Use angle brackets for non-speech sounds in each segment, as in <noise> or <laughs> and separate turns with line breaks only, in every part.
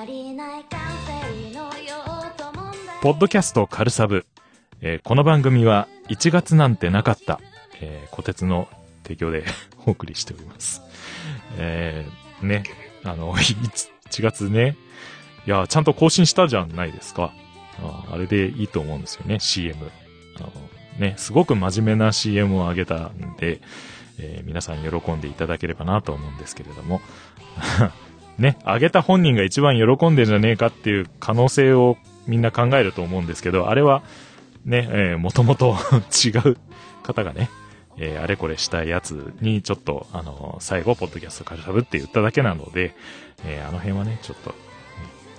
足りないカフェインのようともんだ
ポッドキャストカルサブ、えーこの番組は1月なんてなかった、えー、小鉄の提供で <laughs> お送りしております。えー、ね、あの、1月ね、いや、ちゃんと更新したじゃないですか。ああれでいいと思うんですよね、CM。あの、ね、すごく真面目な CM を上げたんで、えー皆さん喜んでいただければなと思うんですけれども、 <laughs> ね、上げた本人が一番喜んでんじゃねえかっていう可能性をみんな考えると思うんですけど、あれは、ね、えもともと <laughs> 違う方がね、えーあれこれしたいやつにちょっと、あの最後、ポッドキャストカルタブって言っただけなので、えーあの辺はね、ちょっと、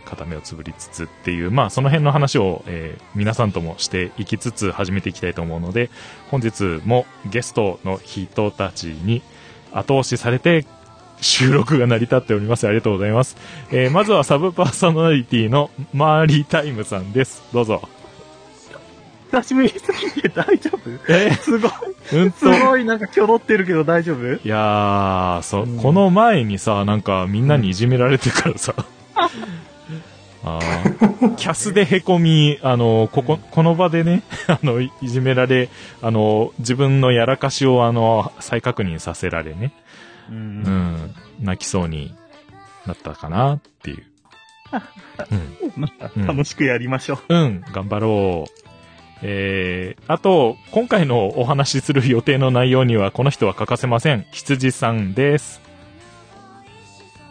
片目をつぶりつつっていう、まあ、その辺の話を、えー皆さんともしていきつつ始めていきたいと思うので、本日もゲストの人たちに後押しされて収録が成り立っております。ありがとうございます。えーまずはサブパーソナリティのマーリータイムさんです。どうぞ。
久しぶりすぎて大丈夫
え
すごい、
うん
す
と。
ごいなんかキョロってるけど大丈夫
いやー、そう、
うん
この前にさ、なんかみんなにいじめられてからさ、あーキャスでへこみ、あの、ここ、この場でね、 <laughs> あの、いいじめられ、あの、自分のやらかしをあの、再確認させられね、
う。
うんん、泣きそうになったかなっていう。うん
楽しくやりましょう。
うん、頑張ろう。えー、あと、今回のお話しする予定の内容にはこの人は欠かせません。羊さんです。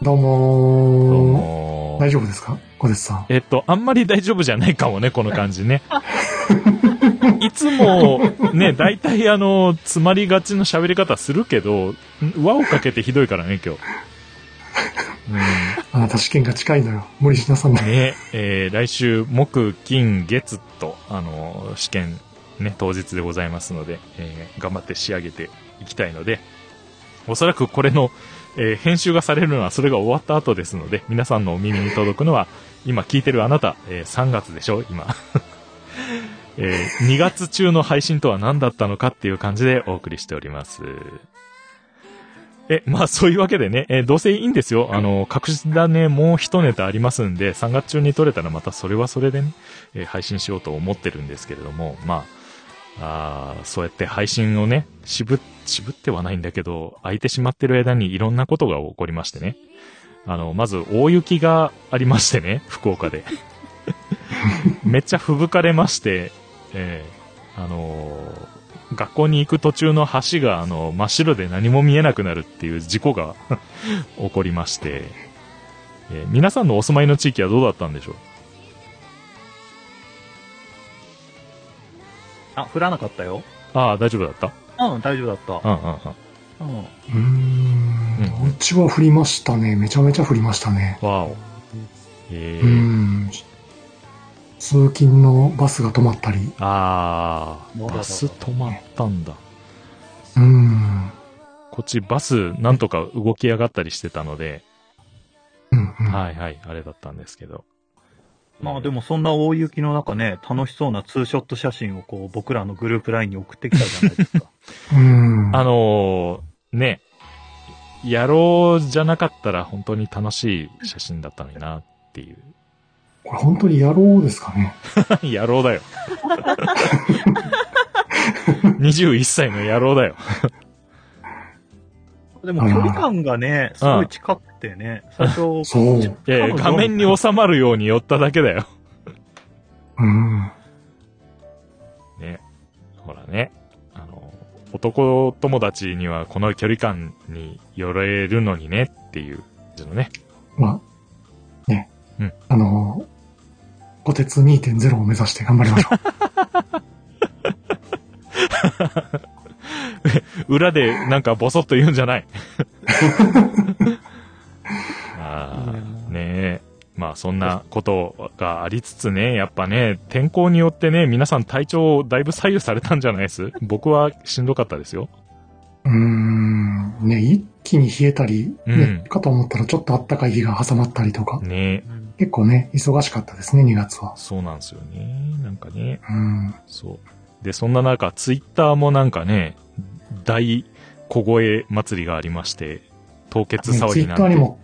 どう
どう
もー。
もー
大丈夫ですか小鉄さん。
えっと、あんまり大丈夫じゃないかもね、この感じね。いつも、ね、大体あの、詰まりがちの喋り方するけど、ん輪をかけてひどいからね、今日。
あなた試験が近いのよ。無理しなさん
う、
なんい。
ね、 <laughs> えー来週、木、金、月と、あの、試験、ね、当日でございますので、えー頑張って仕上げていきたいので、おそらくこれの、えー編集がされるのはそれが終わった後ですので、皆さんのお耳に届くのは、今聞いてるあなた、えー3月でしょ、今。 <laughs> えー2月中の配信とは何だったのかっていう感じでお送りしております。え、まあそういうわけでね、えーどうせいいんですよ。あの、隠しねもう一ネタありますんで、3月中に撮れたらまたそれはそれでね、えー配信しようと思ってるんですけれども、まあ、あーそうやって配信をね、渋、渋ってはないんだけど、空いてしまってる間にいろんなことが起こりましてね。あの、まず大雪がありましてね、福岡で。めっちゃ吹雪かれまして、えーあのー学校に行く途中の橋が、あの真っ白で何も見えなくなるっていう事故が <laughs> 起こりまして、えー皆さんのお住まいの地域はどうだったんでしょう
あ、降らなかったよ。
ああ、大丈夫だった
うん、大丈夫だっ
うんうんうん。
た。うん。
うーん。
うん
うちは降りましたね。めちゃめちゃ降りましたね。
わお。え
う
ー
ーん。通勤のバスが止まったり。
ああ、
なるほど
バス止まったんだ。
うーん。
こっちバスなんとか動き上がったりしてたので、
うんうん。
はいはい、あれだったんですけど。
まあでもそんな大雪の中ね、楽しそうなツーショット写真をこう僕らのグループラインに送ってきたじゃないですか。
うーん。
あのーね、野郎じゃなかったら本当に楽しい写真だったのになっていう。
これ本当に野郎ですかね。
<laughs> 野郎だよ。21歳の野郎だよ。
<laughs> でも距離感がね、すごい近くてね、最初、
そう。う
いやいや画面に収まるように寄っただけだよ。
ーん。
ね。ほらね。あの、男友達にはこの距離感に寄れるのにねっていう感じのね。
まあ、ね。
うん
あの、小鉄2.0を目指して頑張りましょう。
裏でなんかボソッと言うんじゃ
<laughs>
ない。ああ、ねえ。まあそんなことがありつつね、やっぱね、天候によってね、皆さん体調をだいぶ左右されたんじゃないです僕はしんどかったですよ。
うーん、ね、一気に冷えたり、ね
うん
かと思ったらちょっと暖かい日が挟まったりとか、
ね
うん
結構ね、忙しかったですね、2月は。
そうなんですよね。なんかね。
うん、
そう。で、そんな中、ツイッターもなんかね、大小声祭りがありまして、凍結騒
ツイ
ぎ
ッ
なん
ター
て
に、も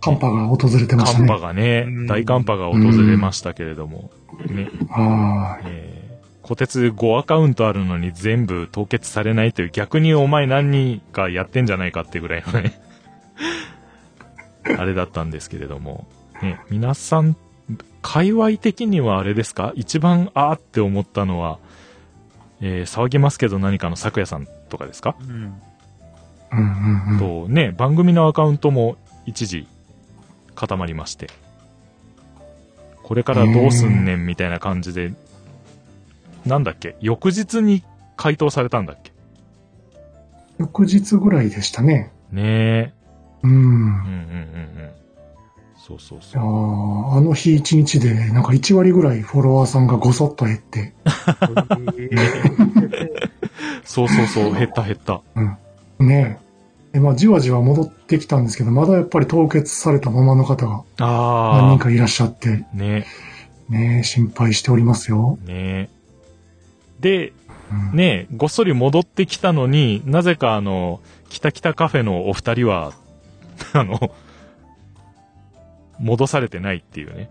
寒波が訪れてました
寒波
ね。
がね
うん、
大寒波が訪れましたけれども、ね、
は
えー、虎鉄5アカウントあるのに全部凍結されないという、逆にお前何人かやってんじゃないかってぐらいのね、あれだったんですけれども、ね、皆さん、界隈的にはあれですか一番あーって思ったのは、えー騒ぎますけど何かの咲夜さんとかですか、
うん
い。うんうんうん。
とね、番組のアカウントも一時固まりまして、これからどうすんねんみたいな感じで、なんだっけ、翌日に回答されたんだっけ。
翌日ぐらいでしたね。
ねえ。う
う
ん
ん。
うんうんうん。そうそう
あー
そう。
あの日1日で、なんか1割ぐらいフォロワーさんがごそっと減って、
そうそうそう、減った減った。
ねえ。でまあ、じわじわ戻ってきたんですけど、まだやっぱり凍結されたままの方が何人
あ
かいらっしゃって、
あ。ね
ねえ、心配しておりますよ。
え。ねえ。で、
うん、
ねえ、ごっそり戻ってきたのに、なぜかあの、キタキタカフェのお二人は、 <laughs> あの、戻されてないっていうね。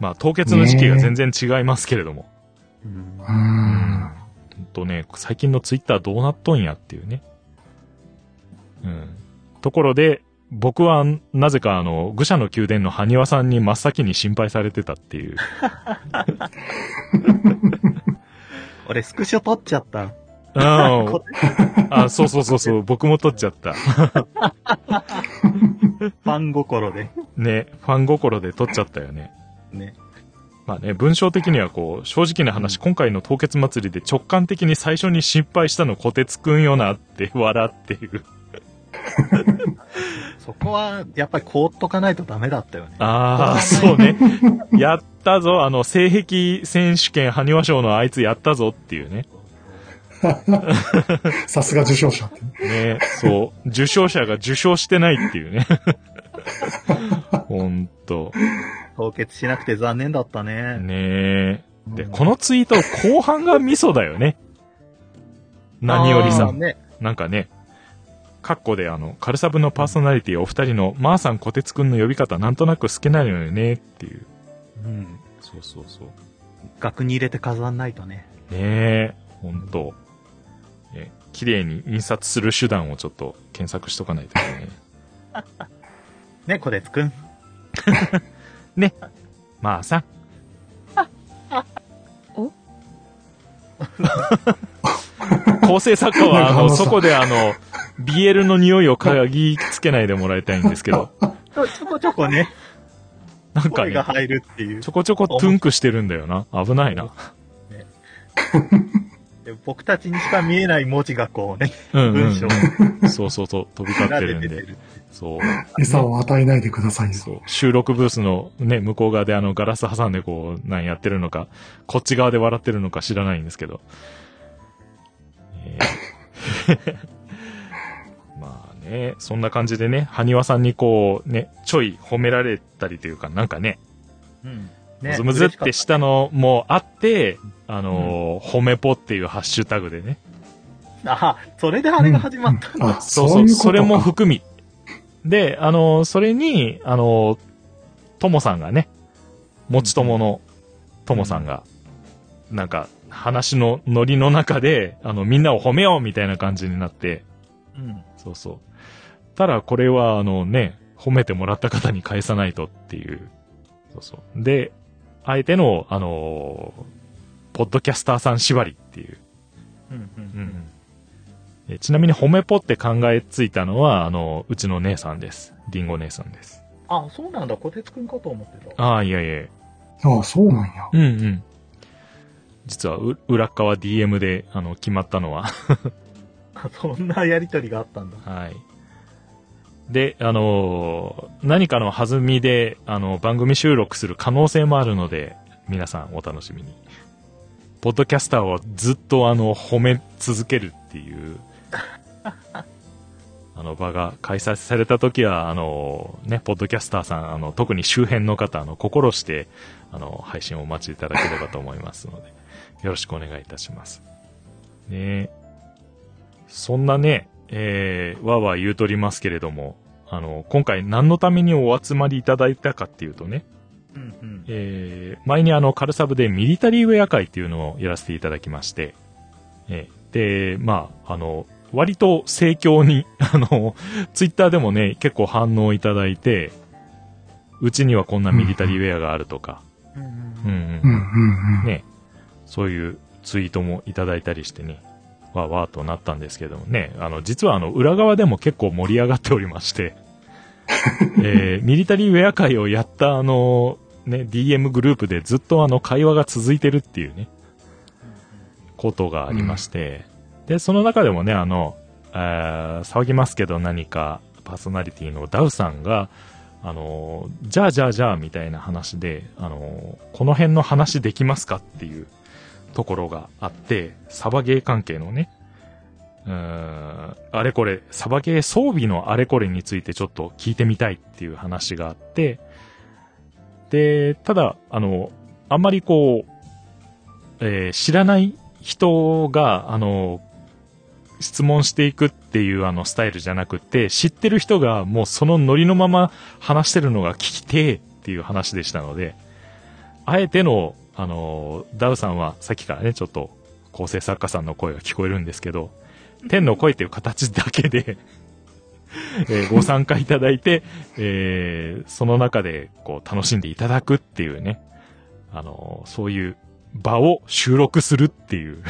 まあ、凍結の時期が全然違いますけれども。
<laughs> うん
うーん。
ほんとね、最近のツイッターどうなっとんやっていうね。うん。ところで、僕はなぜかあの、愚者の宮殿の埴輪さんに真っ先に心配されてたっていう。
俺、スクショ撮っちゃった。
うん。
こ
あ、そうそうそうそう、僕も撮っちゃった。
ファン心で。
ね、ファン心で撮っちゃったよね。
ね。
まあね、文章的にはこう、正直な話、今回の凍結祭りで直感的に最初に心配したの小鉄くんよなって <laughs> 笑っていう。
そこは、やっぱり凍っとかないとダメだったよね。
ああ、そうね。やったぞ、あの、性癖選手権、埴輪賞のあいつやったぞっていうね。
さすが受賞者って。
ね、そう。受賞者が受賞してないって <laughs> いうね。ほんと。
凍結しなくて残念だったね。
ねえ。で、このツイート、後半がミソだよね。何より
あ
さ
ー。ね。
なんかね、カッコであの、カルサブのパーソナリティお二人の、まーさん、こてつくんの呼び方なんとなく好きなのよねっていう。
うん。
そうそうそう。
額に入れて飾んないとね。
ねえ、ほんと。え、綺麗に印刷する手段をちょっと検索しとかないと <laughs> ね。
ね、こてつくん。
まーさん。
お
<laughs> 構成作家は、あ
なん
の、
か
そこであの、BL の匂いを嗅ぎつけないでもらいたいんですけ <laughs> ど、
ちょちょこちょこね、
なんか
声
ね
が、入るっていう
ち。ょこちょこトゥンクしてるんだよな。危ないな。
で僕たちにしか見えない文字がこうね、
うんうん
文章が
うん。そうそうそう、飛び交って
裏
る
で
ん
出て
で。
る。
そう。
餌を与えないでくださいよ。
そう。収録ブースのね、向こう側であのガラス挟んでこう、なんやってるのか、こっち側で笑ってるのか知らないんですけど。えー <laughs> まあね、そんな感じでね、埴輪さんにこう、ね、ちょい褒められたりというか、なんかね、
うん。
ム
ね
ズムズってしたのもあって、あのー褒めぽっていうハッシュタグでね、
あ、それであれが始まったんだ。
あ、
そうそ
そ
うう、
いうこと
それも
か
含み。で、あの、それに、あの、ともさんがね、もちとものともさんが、なんか、話のノリの中で、あの、みんなを褒めようみたいな感じになって、
うん。
そうそう。ただ、これは、あのね、褒めてもらった方に返さないとっていう。そうそう。で、相手の、あのポッドキャスターさん縛りっていう。
うん。う。
うんんえちなみに褒めぽって考えついたのは、あの、うちの姉さんです。りんご姉さんです。
あ、そうなんだ。こてつくんかと思ってた。
ああ、いやいや。
あ、そうなんや。
うんうん。実は、う、裏っ側 DM で、あの、決まったのは。
そんなやりとりがあったんだ。
はい。で、あのー何かの弾みで、あの、番組収録する可能性もあるので、皆さんお楽しみに。ポッドキャスターをずっとあの、褒め続けるっていう、あの場が開催された時は、あの、ね、ポッドキャスターさん、あの、特に周辺の方、あの、心して、あの、配信をお待ちいただければと思いますので、よろしくお願いいたします。ねえそんなね、えー、わーわー言うとりますけれども、あの、今回何のためにお集まりいただいたかっていうとね、
うんうん。
えー前にあの、カルサブでミリタリーウェア会っていうのをやらせていただきまして、えーで、まあ、あの、割と盛況に、 <laughs> あの、ツイッターでもね、結構反応いただいて、うちにはこんなミリタリーウェアがあるとか、
うん
うん
うん
うん
うんうんうん。
ね、そういうツイートもいただいたりしてね、わーわーとなったんですけどもね、あの、実はあの、裏側でも結構盛り上がっておりまして、えーミリタリーウェア会をやったあの、ね、DM グループでずっとあの、会話が続いてるっていうね、ことがありまして、で、その中でもね、あの、あー騒ぎますけど何かパーソナリティのダウさんが、あの、じゃあじゃあじゃあみたいな話で、あの、この辺の話できますかっていうところがあって、サバゲー関係のね、うーん、あれこれ、サバゲー装備のあれこれについてちょっと聞いてみたいっていう話があって、で、ただ、あの、あんまりこう、えー知らない人が、あの、質問していくっていうあのスタイルじゃなくて、知ってる人がもうそのノリのまま話してるのが聞きてーっていう話でしたので、あえての、あの、ダウさんはさっきからね、ちょっと構成作家さんの声が聞こえるんですけど、天の声という形だけで、えーご参加いただいて、えーその中でこう楽しんでいただくっていうね、あの、そういう場を収録するっていう。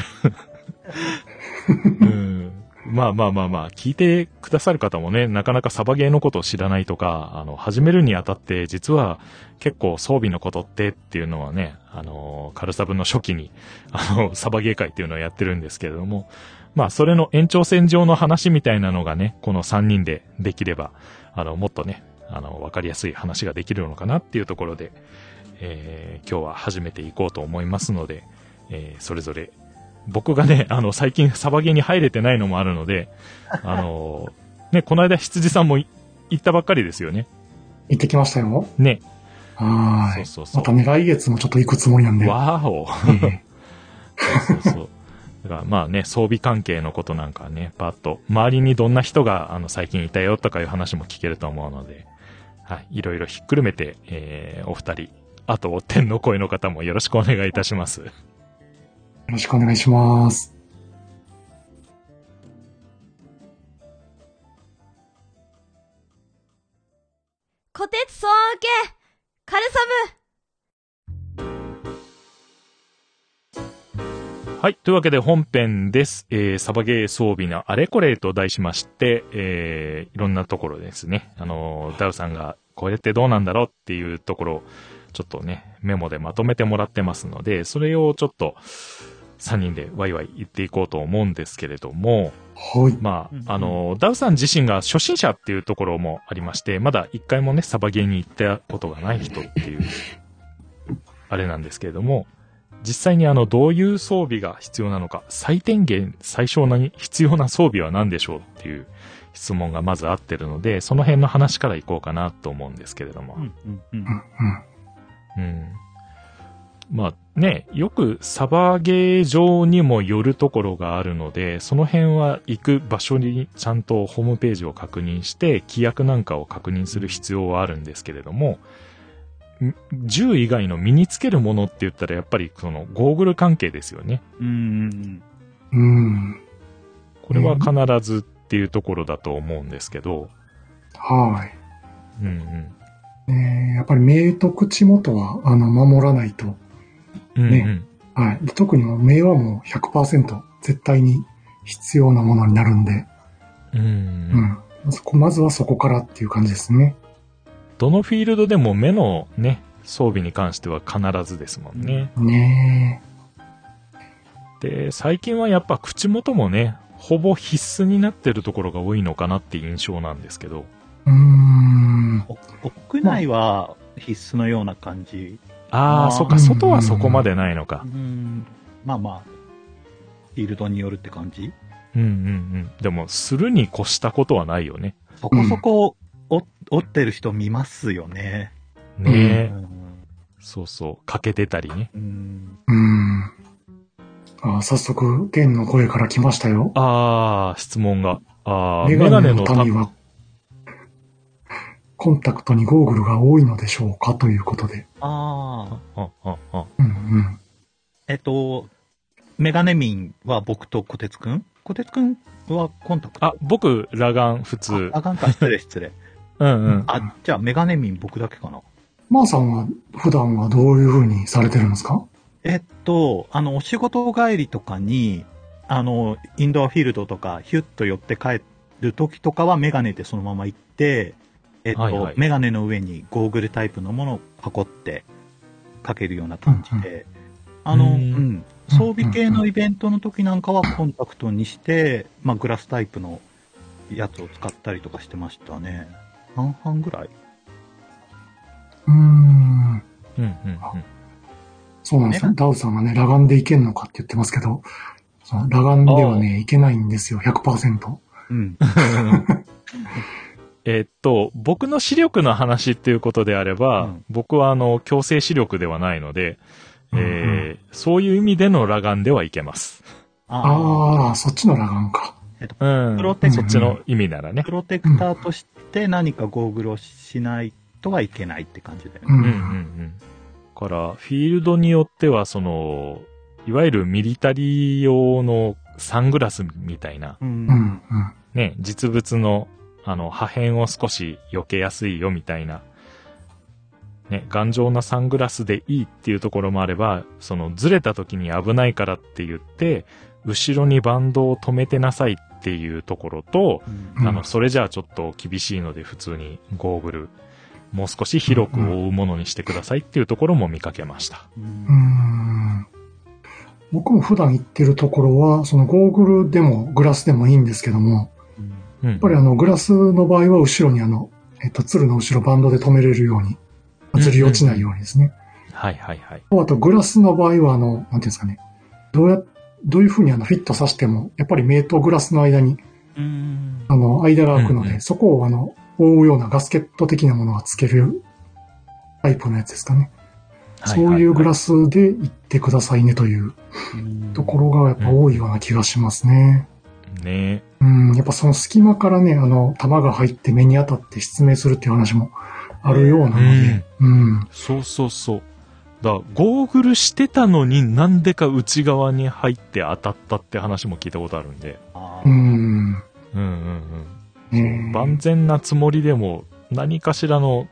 うんまあまあまあまあ、聞いてくださる方もね、なかなかサバゲーのことを知らないとか、あの、始めるにあたって、実は結構装備のことってっていうのはね、あの、カルサブの初期に、あの、サバゲー会っていうのをやってるんですけれども、まあ、それの延長線上の話みたいなのがね、この3人でできれば、あの、もっとね、あの、わかりやすい話ができるのかなっていうところで、えー今日は始めていこうと思いますので、えーそれぞれ、僕がね、あ <laughs> の、最近サバゲーに入れてないのもあるの
<laughs>
で、あの、ね、この間羊さんもい行ったばっかりですよね。
行ってきましたよ。
ね。
はーい。
そうそうそ
またね、来月もちょっと行くつもりなん
う。
で。
わーお。
え
そうそうそう。だからまあね、装備関係のことなんかはね、パッと、周りにどんな人があの最近いたよとかいう話も聞けると思うので、はい、いろいろひっくるめて、えー、お二人、あと、天の声の方もよろしくお願いいたします。
えよろしくお願いします。
こてつ総受けカルサブ
はい。というわけで本編です。えー、サバゲー装備のあれこれと題しまして、えー、いろんなところですね。あのー、ダウさんが、これってどうなんだろうっていうところを、ちょっとね、メモでまとめてもらってますので、それをちょっと、3人でワイワイ言っていこうと思うんですけれども、
はい。
ま
うん
あ、あのー、ダウさん自身が初心者っていうところもありまして、まだ一回もね、サバゲーに行ったことがない人って
<laughs>
いう、あれなんですけれども、実際にあの、どういう装備が必要なのか、最低限、最小なに必要な装備は何でしょうっていう質問がまず合ってるので、その辺の話からいこうかなと思うんですけれども。
うんうんうん
うんうん。
うん。まあね、よくサバゲー場にもよるところがあるので、その辺は行く場所にちゃんとホームページを確認して、規約なんかを確認する必要はあるんですけれども、ん銃以外の身につけるものって言ったらやっぱりそのゴーグル関係ですよね。
うんうん。
うん。
これは必ずっていうところだと思うんですけど、
は
うんうん。
い。えーやっぱり目と口元は、あの、守らないと。
うんうん、
ねはい。で特にもう目はもう100%絶対に必要なものになるんで。
うんうん
うん。そこ、まずはそこからっていう感じですね。
どのフィールドでも目のね、装備に関しては必ずですもんね。
ね
で、最近はやっぱ口元もね、ほぼ必須になってるところが多いのかなって印象なんですけど。
え。うーん。
お屋内は必須のような感じ。
あ
あ
あ、
ー
そっか、外はそこまでないのか
う。ん。まあまあ、フィールドによるって感じ
うんうんうん。でも、するに越したことはないよね。
そこそこ、お折ってる人見ますよね。う
ねえ。
ん
そうそう。欠けてたりね。
うん。
うん。あ早速、弦の声から来ましたよ。
あー、質問が。あー、
メ
メガ
ガネ
ネの
の
た
民は、コンタクトにゴーグルが多いのでしょうかということで。
ああ。
あ、あ、あ、
うんうん。
えっと、メガネ民は僕と小鉄くん小鉄くんはコンタクト
あ、僕、裸眼普通
あ。あかんか、失礼失礼。
うんうん。
あ、じゃあメガネ民僕だけかな。
まーさんは普段はどういう風にされてるんですか
えっと、あの、お仕事帰りとかに、あの、インドアフィールドとか、ヒュッと寄って帰る時とかはメガネでそのまま行って、えっと、
はいはい
メガネの上にゴーグルタイプのものを囲ってかけるような感じで、あの、
う
うんん、装備系のイベントの時なんかはコンタクトにして、まあ、グラスタイプのやつを使ったりとかしてましたね。半々ぐらい。
うーん。
うんうんうん。
そうなんですよ。
メ
ダウさんがね、裸眼でいけんのかって言ってますけど、その裸眼ではね、いけないんですよ、100%。
うん。
<laughs> えっと、僕の視力の話っていうことであれば、
うん
僕はあの、強制視力ではないので、えー
うん
そういう意味での裸眼ではいけます。
ああ。
ああ、そっちの裸眼か。
うん。
プロテク
そっちの意味ならね
プ。ロテクターとして何かゴーグルをしないとはいけないって感じだよ
う。
ね。
うんうんうんん。だから、フィールドによっては、その、いわゆるミリタリー用のサングラスみたいな、
う。
うんん。うん。
ね、実物の、あの、破片を少し避けやすいよみたいな、ね、頑丈なサングラスでいいっていうところもあれば、その、ずれた時に危ないからって言って、後ろにバンドを止めてなさいっていうところと、
うん
あの、それじゃあちょっと厳しいので普通にゴーグル、もう少し広く覆うものにしてくださいっていうところも見かけました。
う
うー
ん
ん僕も普段行ってるところは、そのゴーグルでもグラスでもいいんですけども、
うん。
やっぱりあのグラスの場合は後ろにあの、えっと、鶴の後ろバンドで止めれるように、ずり落ちないようにですね。
はいはいはい。
あとグラスの場合はあの、なんていうんですかね、どうや、どういうふうにあのフィットさせても、やっぱり目とグラスの間に、
うん
あの、間が空くので、
うんうん
そこをあの、覆うようなガスケット的なものがつけるタイプのやつですかね。そういうグラ
ス。
スで行ってくださいねというところがやっぱ多いような気がしますね。
ね
うん、やっぱその隙間からね、あの、弾が入って目に当たって失明するっていう話もあるようなので、うん。
そうそうそう。だからゴーグルしてたのになんでか内側に入って当たったって話も聞いたことあるんで。
あ
う
ー
ん。
うんうんう
ね
ん。万全なつもりでも何かしらの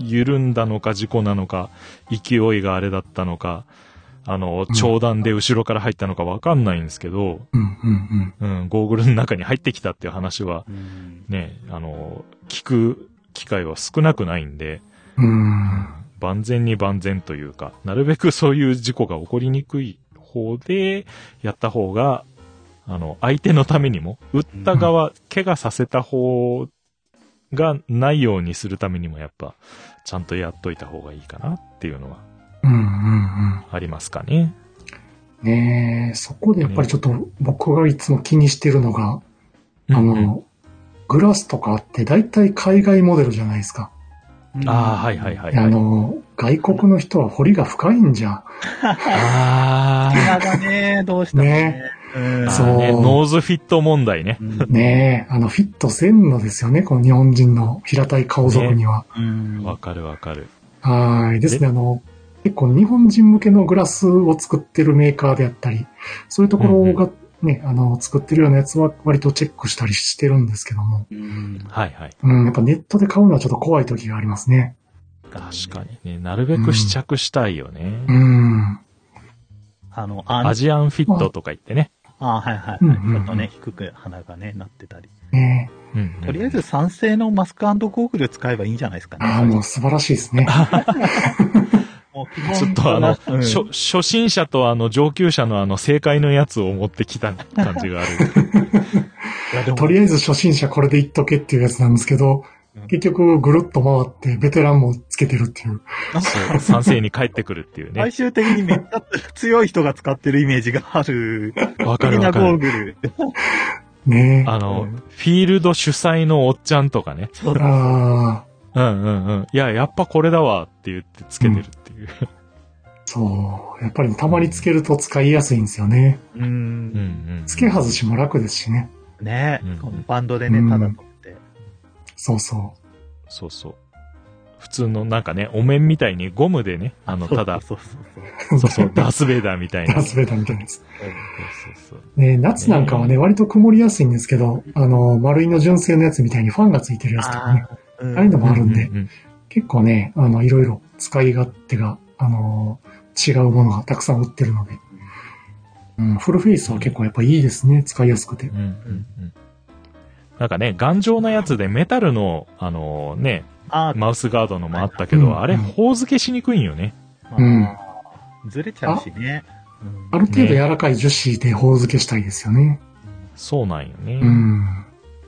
緩んだのか事故なのか、勢いがあれだったのか、あの、
うん
長弾で後ろから入ったのかわかんないんですけど、
うん、うん、
うん、ゴーグルの中に入ってきたっていう話は
うん
ね、あの、聞く機会は少なくないんで、
うん。うん。
万全に万全というか、なるべくそういう事故が起こりにくい方でやった方が、あの、相手のためにも、打った側、怪我させた方がないようにするためにもやっぱ、ちゃんとやっといた方がいいかなっていうのは
うん、うん、
ありますかね。
うん。ねえ、そこでやっぱりちょっと僕がいつも気にしてるのが、あ
うんうん
の、グラスとかって大体海外モデルじゃないですか。
ああ、はいはいはい、
あ
はい。
の、外国の人は掘りが深いんじゃ。
あー
嫌だね、どうしてもね。うん
あ
そ
ー
う
ね、ノーズフィット問題ね。
うん
ねえ、あの、フィットせんのですよね、この日本人の平たい顔族には。
うん
わかるわかる。
はーい。ですね、あの、結構日本人向けのグラスを作ってるメーカーであったり、そういうところがね、あの、作ってるようなやつは割とチェックしたりしてるんですけども、
うん
はいはい。
うん、やっぱネットで買うのはちょっと怖い時がありますね。
確かにね、なるべく試着したいよね。
うん。
あの、あん
アジアンフィットとか言ってね。
あーはいは
う
い
ん
はい。
うん
ちょっとね、低く鼻がね、なってたり。
ねえ。
うんうん
とりあえず酸性のマスクゴーグル使えばいいんじゃないですかね。
ああ、もう素晴らしいですね。
もう基本
ちょっとあの、
うん
初初心者とあの上級者のあの正解のやつを持ってきた感じがある。
いやでも
とりあえず初心者これでいっとけっていうやつなんですけど
うん、
結局ぐるっと回ってベテランもつけてるっていう。
そう賛成に帰ってくるっていう
最
ね。
終的にめっちゃ強い人が使ってるイメージがある。
わ
み
か
ん
る
な
わ
ゴ
か
ー
る。
グル。
ねえ。
あの、
うん
フィールド主催のおっちゃんとかね。
そうだ。
ああ、
うんうんうん。いや、やっぱこれだわって言ってつけてるっていう。
そう。やっぱりたまにつけると使いやすいんですよね。
う
うん
ん。
うんうん。
付け外しも楽ですしね。
ね
うん
このバンドでね、ただ撮って。
そうそ
そうそう。普通のなんかね、お面みたいにゴムでね、あの、ただ、
そうそうそう
う。
そう
<laughs>
そう、ダースベイダーみたいな。
ダー
そう
スベイダーみたいなやつ。
そうそう。
ね、夏なんかはね、割と曇りやすいんですけど、あの、丸いの純正のやつみたいにファンがついてるやつとかね、
そう。うん
ああいうのもあるん
う
で、
んうん
結構ね、あの、いろいろ使い勝手が、あの、違うものがたくさん売ってるので、うん、フルフェイスは結構やっぱいいですね、使いやすくて
うん。うんうんなんかね、頑丈なやつでメタルの、あのね、
あー
マウスガードのもあったけど、
うん
あれ、頬付けしにくいんよね。
まあ
うん
ずれちゃうしね。うん
ある程度柔らかい樹脂で頬付けしたいですよね。
そうなんよね。
うん。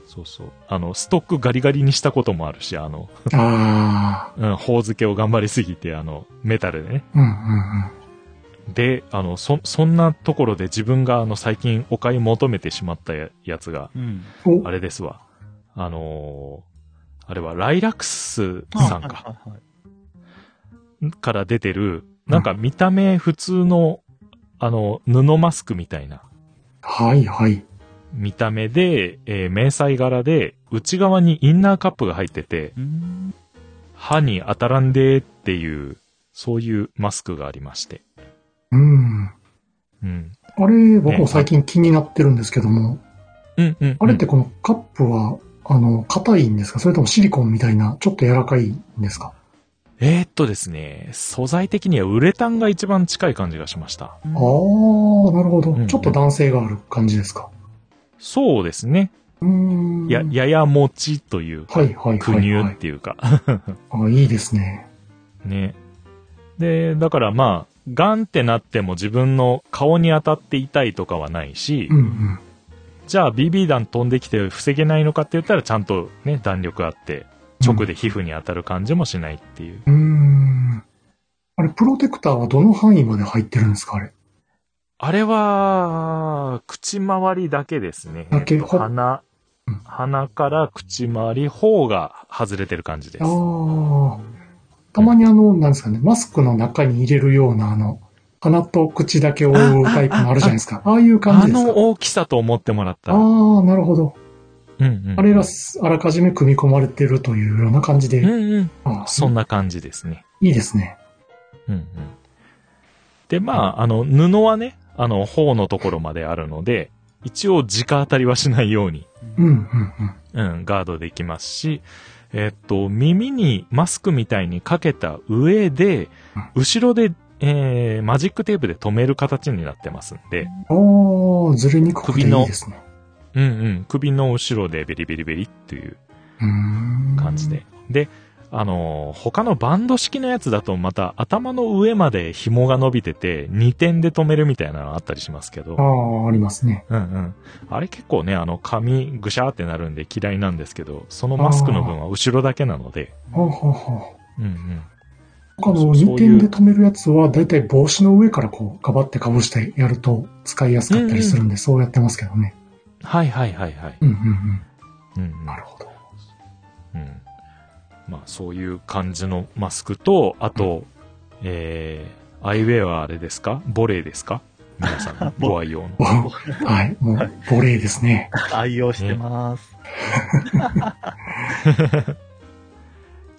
そうそう。あの、ストックガリガリにしたこともあるし、あの、
ああ、
うん、頬付けを頑張りすぎて、あの、メタルでね。
うんうん
で、あの、そ、そんなところで自分が、あの、最近お買い求めてしまったややつが、
うん。
うん。お
あれですわ。あのーあれは、ライラックスさんか。
はいはいはい。
から出てる、なんか見た目普通の、あの、布マスクみたいな
はいはい。
見た目で、えー迷彩柄で、内側にインナーカップが入ってて、
うん。
歯に当たらんでーっていう、そういうマスクがありまして。
うん。
うん。
あれ、僕も最近気になってるんですけども、
うんうん、うん
あれってこのカップは、あの、硬いんですかそれともシリコンみたいな、ちょっと柔らかいんですか
えーっとですね、素材的にはウレタンが一番近い感じがしました。
ああ、なるほど
んう。ん
ちょっと弾性がある感じですか。
そうですね。
うーん。
や、ややもちというか、
はいはい
く
は
に
い、
ゅ
は
っ
い。
ていうか。
あいいですね。
ね。で、だからまあ、ガンってなっても自分の顔に当たって痛いとかはないし、
うんうん。
じゃあ BB 弾飛んできて防げないのかって言ったらちゃんとね、弾力あって、直で皮膚に当たる感じもしないっていう。
うーん。あれ、プロテクターはどの範囲まで入ってるんですかあれ。
あれは、口周りだけですね。
だけ
えっと
ほ
鼻
うん、
鼻から口周り、頬が外れてる感じです。
ああ。たまにあの、なんですかね、マスクの中に入れるような、あの、鼻と口だけを覆うタイプのあるじゃないですか。ああいう感
あ
じですか
の。大きさと思ってもらった
あ
ら。
あー、なるほど。
うんうん
あれがすあらかじめ組み込まれてるというような感じで。
うんうん。
ああ
そんな感じですね。
いいですね。
うんうん。で、まあ、あの、布はね、あの、頬のところまであるので、一応直当たりはしないように、
うん、うん、うん。
うん、ガードできますし、えっと、耳にマスクみたいにかけた上で、後ろで、えー、マジックテープで留める形になってますんで、
ああ、ずれにくくていいですね。
うんうん、首の後ろでベリベリベリっていう
うーん
感じ。で。で、あのー他のバンド式のやつだとまた頭の上まで紐が伸びてて、2点で留めるみたいなのあったりしますけど
あ、あ、ありますね。
うんうん。あれ結構ね、あの、髪ぐしゃーってなるんで嫌いなんですけど、そのマスクの分は後ろだけなので、
はあ、はあ、はあ。
うんうん。
他
そ
の
うそういう
2点で止めるやつは、だいたい帽子の上からこう、かばってかぶしてやると使いやすかったりするんで、そうやってますけどね。
はいはいはいはい。
うん、うん、うん。
うんうん、
なるほど。 <laughs>
うん。まあそういう感じのマスクと、あと、えー、アイウェアはあれですかボレーですか皆さん <laughs> のご愛用の。
はい、もう、ボレーですね。
愛用してます。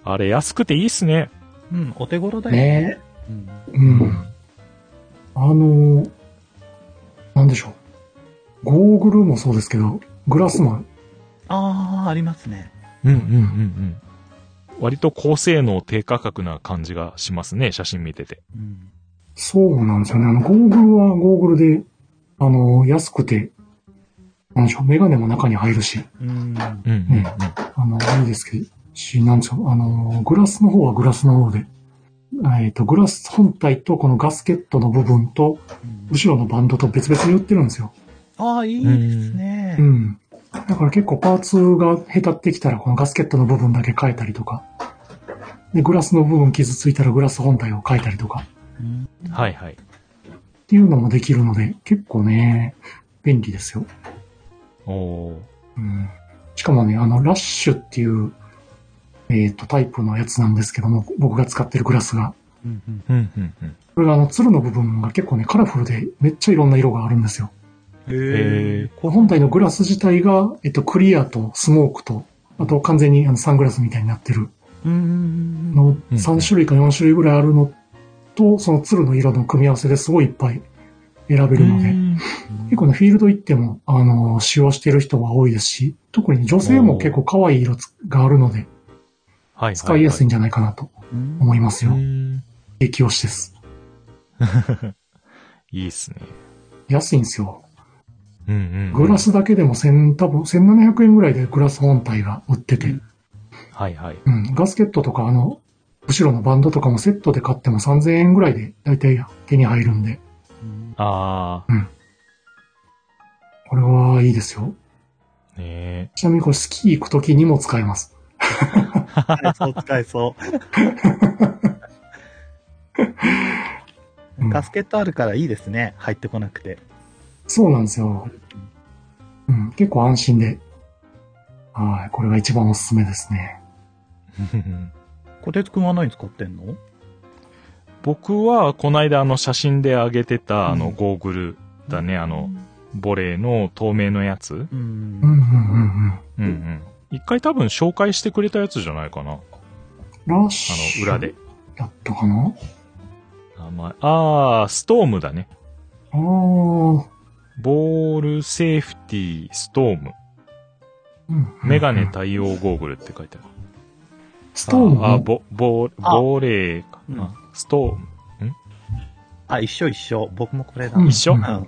あれ安くていいっすね。
うん、お手頃だよ
ね
ね。うん
うん。あの、なんでしょう。ゴーグルもそうですけど、グラスマン。
ああ、ありますね。
うんうんうんうん。割と高性能低価格な感じがしますね、写真見てて。
うん。
そうなんですよね。あの、ゴーグルはゴーグルで、あの、安くて、なんでしょう。メガネも中に入るし、
うん。
うんうんうん。
あの、いいですけど、し、なんでしょう。あの、グラスの方はグラスの方で、えっ、と、グラス本体とこのガスケットの部分と、後ろのバンドと別々に売ってるんですよ。
ああ、いいですね
う。ん。だから結構パーツがへたってきたら、このガスケットの部分だけ変えたりとか、で、グラスの部分傷ついたらグラス本体を変えたりとか、
うん
はいはい。
っていうのもできるので、結構ね、便利ですよ。
あおー
うんしかもね、あの、ラッシュっていう、えっ、と、タイプのやつなんですけども、僕が使ってるグラスが。
うんうん
うん、うん、うん。
これがあの、鶴の部分が結構ね、カラフルで、めっちゃいろんな色があるんですよ。
へ
へ
え。
本体のグラス自体が、えっと、クリアとスモークと、あと完全にあのサングラスみたいになってる
うんうんうん。
の、
うん
3種類か4種類ぐらいあるのと、その鶴の色の組み合わせですごいいっぱい選べるので、結構ね、フィールド行っても、あのー使用してる人は多いですし、特に女性も結構可愛い色つがあるので、
はい。
使いやすいん
い
じゃないかなと
うん
思います
は
よ
い。う。ん
激推しです。
いいっすね。
安いんですよ。
うんうん。
グラ。スだけでも1000、多分1700円ぐらいでグラス本体が売ってて、
はいはい。
うん、ガスケットとかあの、後ろのバンドとかもセットで買っても3000円ぐらいで大体手に入るんで、
あ
これはいいですよ。
ー、ね
ちなみにこれスキー行くときにも使えます。
使えそう、使えそ
うん
う。ガスケットあるからいいですね。入ってこなくて。
そうなんですよ。うん、結構安心で。はい、これが一番おすすめですね。
え。
小鉄くんは何使ってんの
<laughs> 僕は、こないだあの写真で上げてた、あの、
うん
ゴーグルだね、あの、。ボレーの透明のやつ。
う。
うんん、うん、う
う
ん、
んうん。一回多分紹介してくれたやつじゃないかな。あ
うん。ラッ
の、
シュ。
裏で。。
だったかな
名前。あー、ストームだね。
あー。
ボールセーフティーストーム。
うん
メガネ。対応ゴーグルって書いてある。
ストーン
あー、
も
ボ、ボー、
あ
ボレーかな。ストーム。
あ、一緒一緒。僕もこれだ。
うん
一緒、
うん
う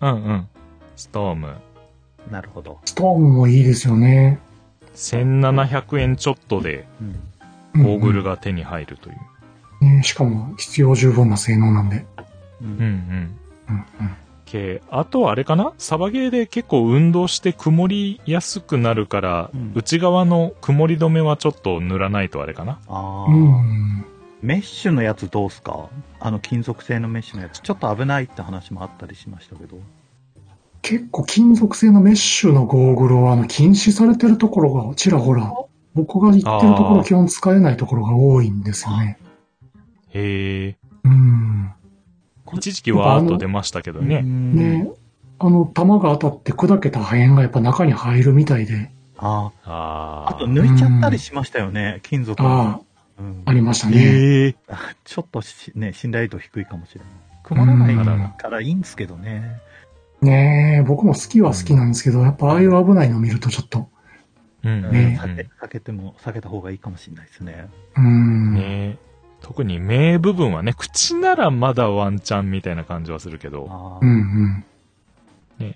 うんうん。ストーム。
ん。なるほど。
ストーンもいいですよね。
1700円ちょっとで
うん。
うん
ゴーグル。が手に入るという。
ね、しかも必要十分な性能なんで。
う。
うんうんん。
うん、うん。
けあとあれかなサバゲーで結構運動して曇りやすくなるから、
うん
内側の曇り止めはちょっと塗らないとあれかな
ああ。
うん。
メッシュのやつどうすかあの金属製のメッシュのやつ。ちょっと危ないって話もあったりしましたけど。
結構金属製のメッシュのゴーグルはあの禁止されてるところがちらほら、僕が行ってるとこ
あ
ろ
ー
基本使えないところが多いんですよね。
へえ。
うん。
一時期はーっと出ましたけど
う
ね。
ん
ね、あの弾が当たって砕けた破片がやっぱ中に入るみたいで、
あ
あ
あ。
あ。
あと抜いちゃったりしましたよね。金属
あ
の。うん
あ、ありましたね。
へえ。
ちょっとしね、信頼度低いかもしれない。曇らない
うん
からいいんですけどね。
ねえ、僕も好きは好きなんですけど、やっぱああいう危ないの見るとちょっと、
うん
う
うんん
ね
避け避けても、避けた方がいいかもしれないですね。
う
うん
ん。
ね特に目部分はね、口ならまだワンチャンみたいな感じはするけど、
ああ
うんうん。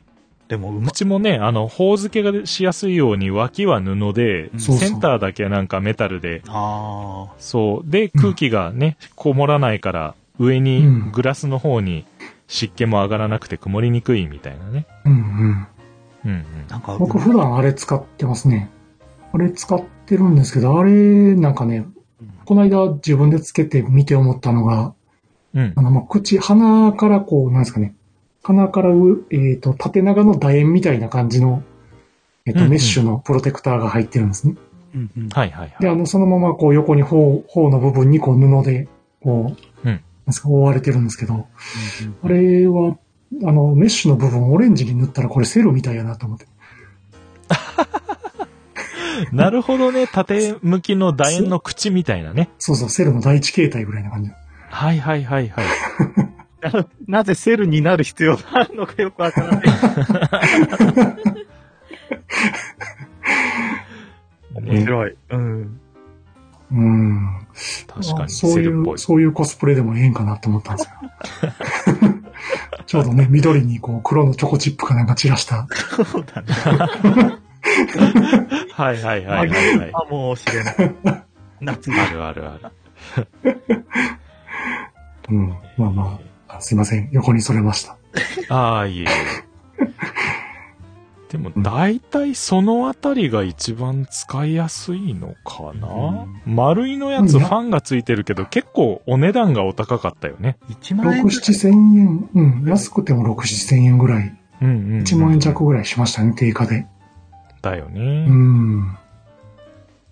でも、うま、
口もね、あの、頬付けがしやすいように脇は布で、
うん
そうそう
センターだけなんかメタルで、
あ
そう。で、空気がね、こもらないから、上
う
に、
ん
グラスの方に湿気も上がらなくて曇りにくいみたいなね。
うんうん。
うんう
あ、
ん。
なんか、
僕普段あれ使ってますね。あれ使ってるんですけど、あれ、なんかね、この間自分でつけて見て思ったのが、
うん
あ。の、まあ、口、鼻からこう、なんですかね。鼻からう、えっ、と、縦長の楕円みたいな感じの、えっ、と、
うんうん
メッシュのプロテクターが入ってるんですね。
うんうん
はいはいはい。
で、あの、そのままこう、横に頬、頬の部分にこう、布で、こ
うん
う、なんですか、覆われてるんですけど、
うんうん
あれは、あの、メッシュの部分をオレンジに塗ったらこれセルみたいやなと思って。
なるほどね。縦向きの楕円の口みたいなね。
そうそう、セルの第一形態ぐらいな感じ。
はいはいはいはい。
ななぜセルになる必要があるのかよくわから
<laughs>
ない。面白い。うん。
うん。
確か
まあ
に
そう
セ
い
ルっぽ
う、
い。
そういうコスプレでもええんかなと思ったんですよ。 <laughs> ちょうどね、緑にこう、黒のチョコチップかなんか散らした
そうだ
<laughs>
ね。
はいはいはいはいはい。
あ、もう知れない。
<laughs>
夏
あるあるある。
うん。まあまあ、あすいません。横にそれました。
ああ、いえいえ。でも、大体そのあたりが一番使いやすいのかな、丸いのやつ
うん
ファンがついてるけど、結構お値段がお高かったよね。
1万
6、
円ぐらい。
7千円。うん。安くても6、7千円ぐらい。
ううんうん、
1万円弱ぐらいしましたね、定価で。
だよね。
うん。
だ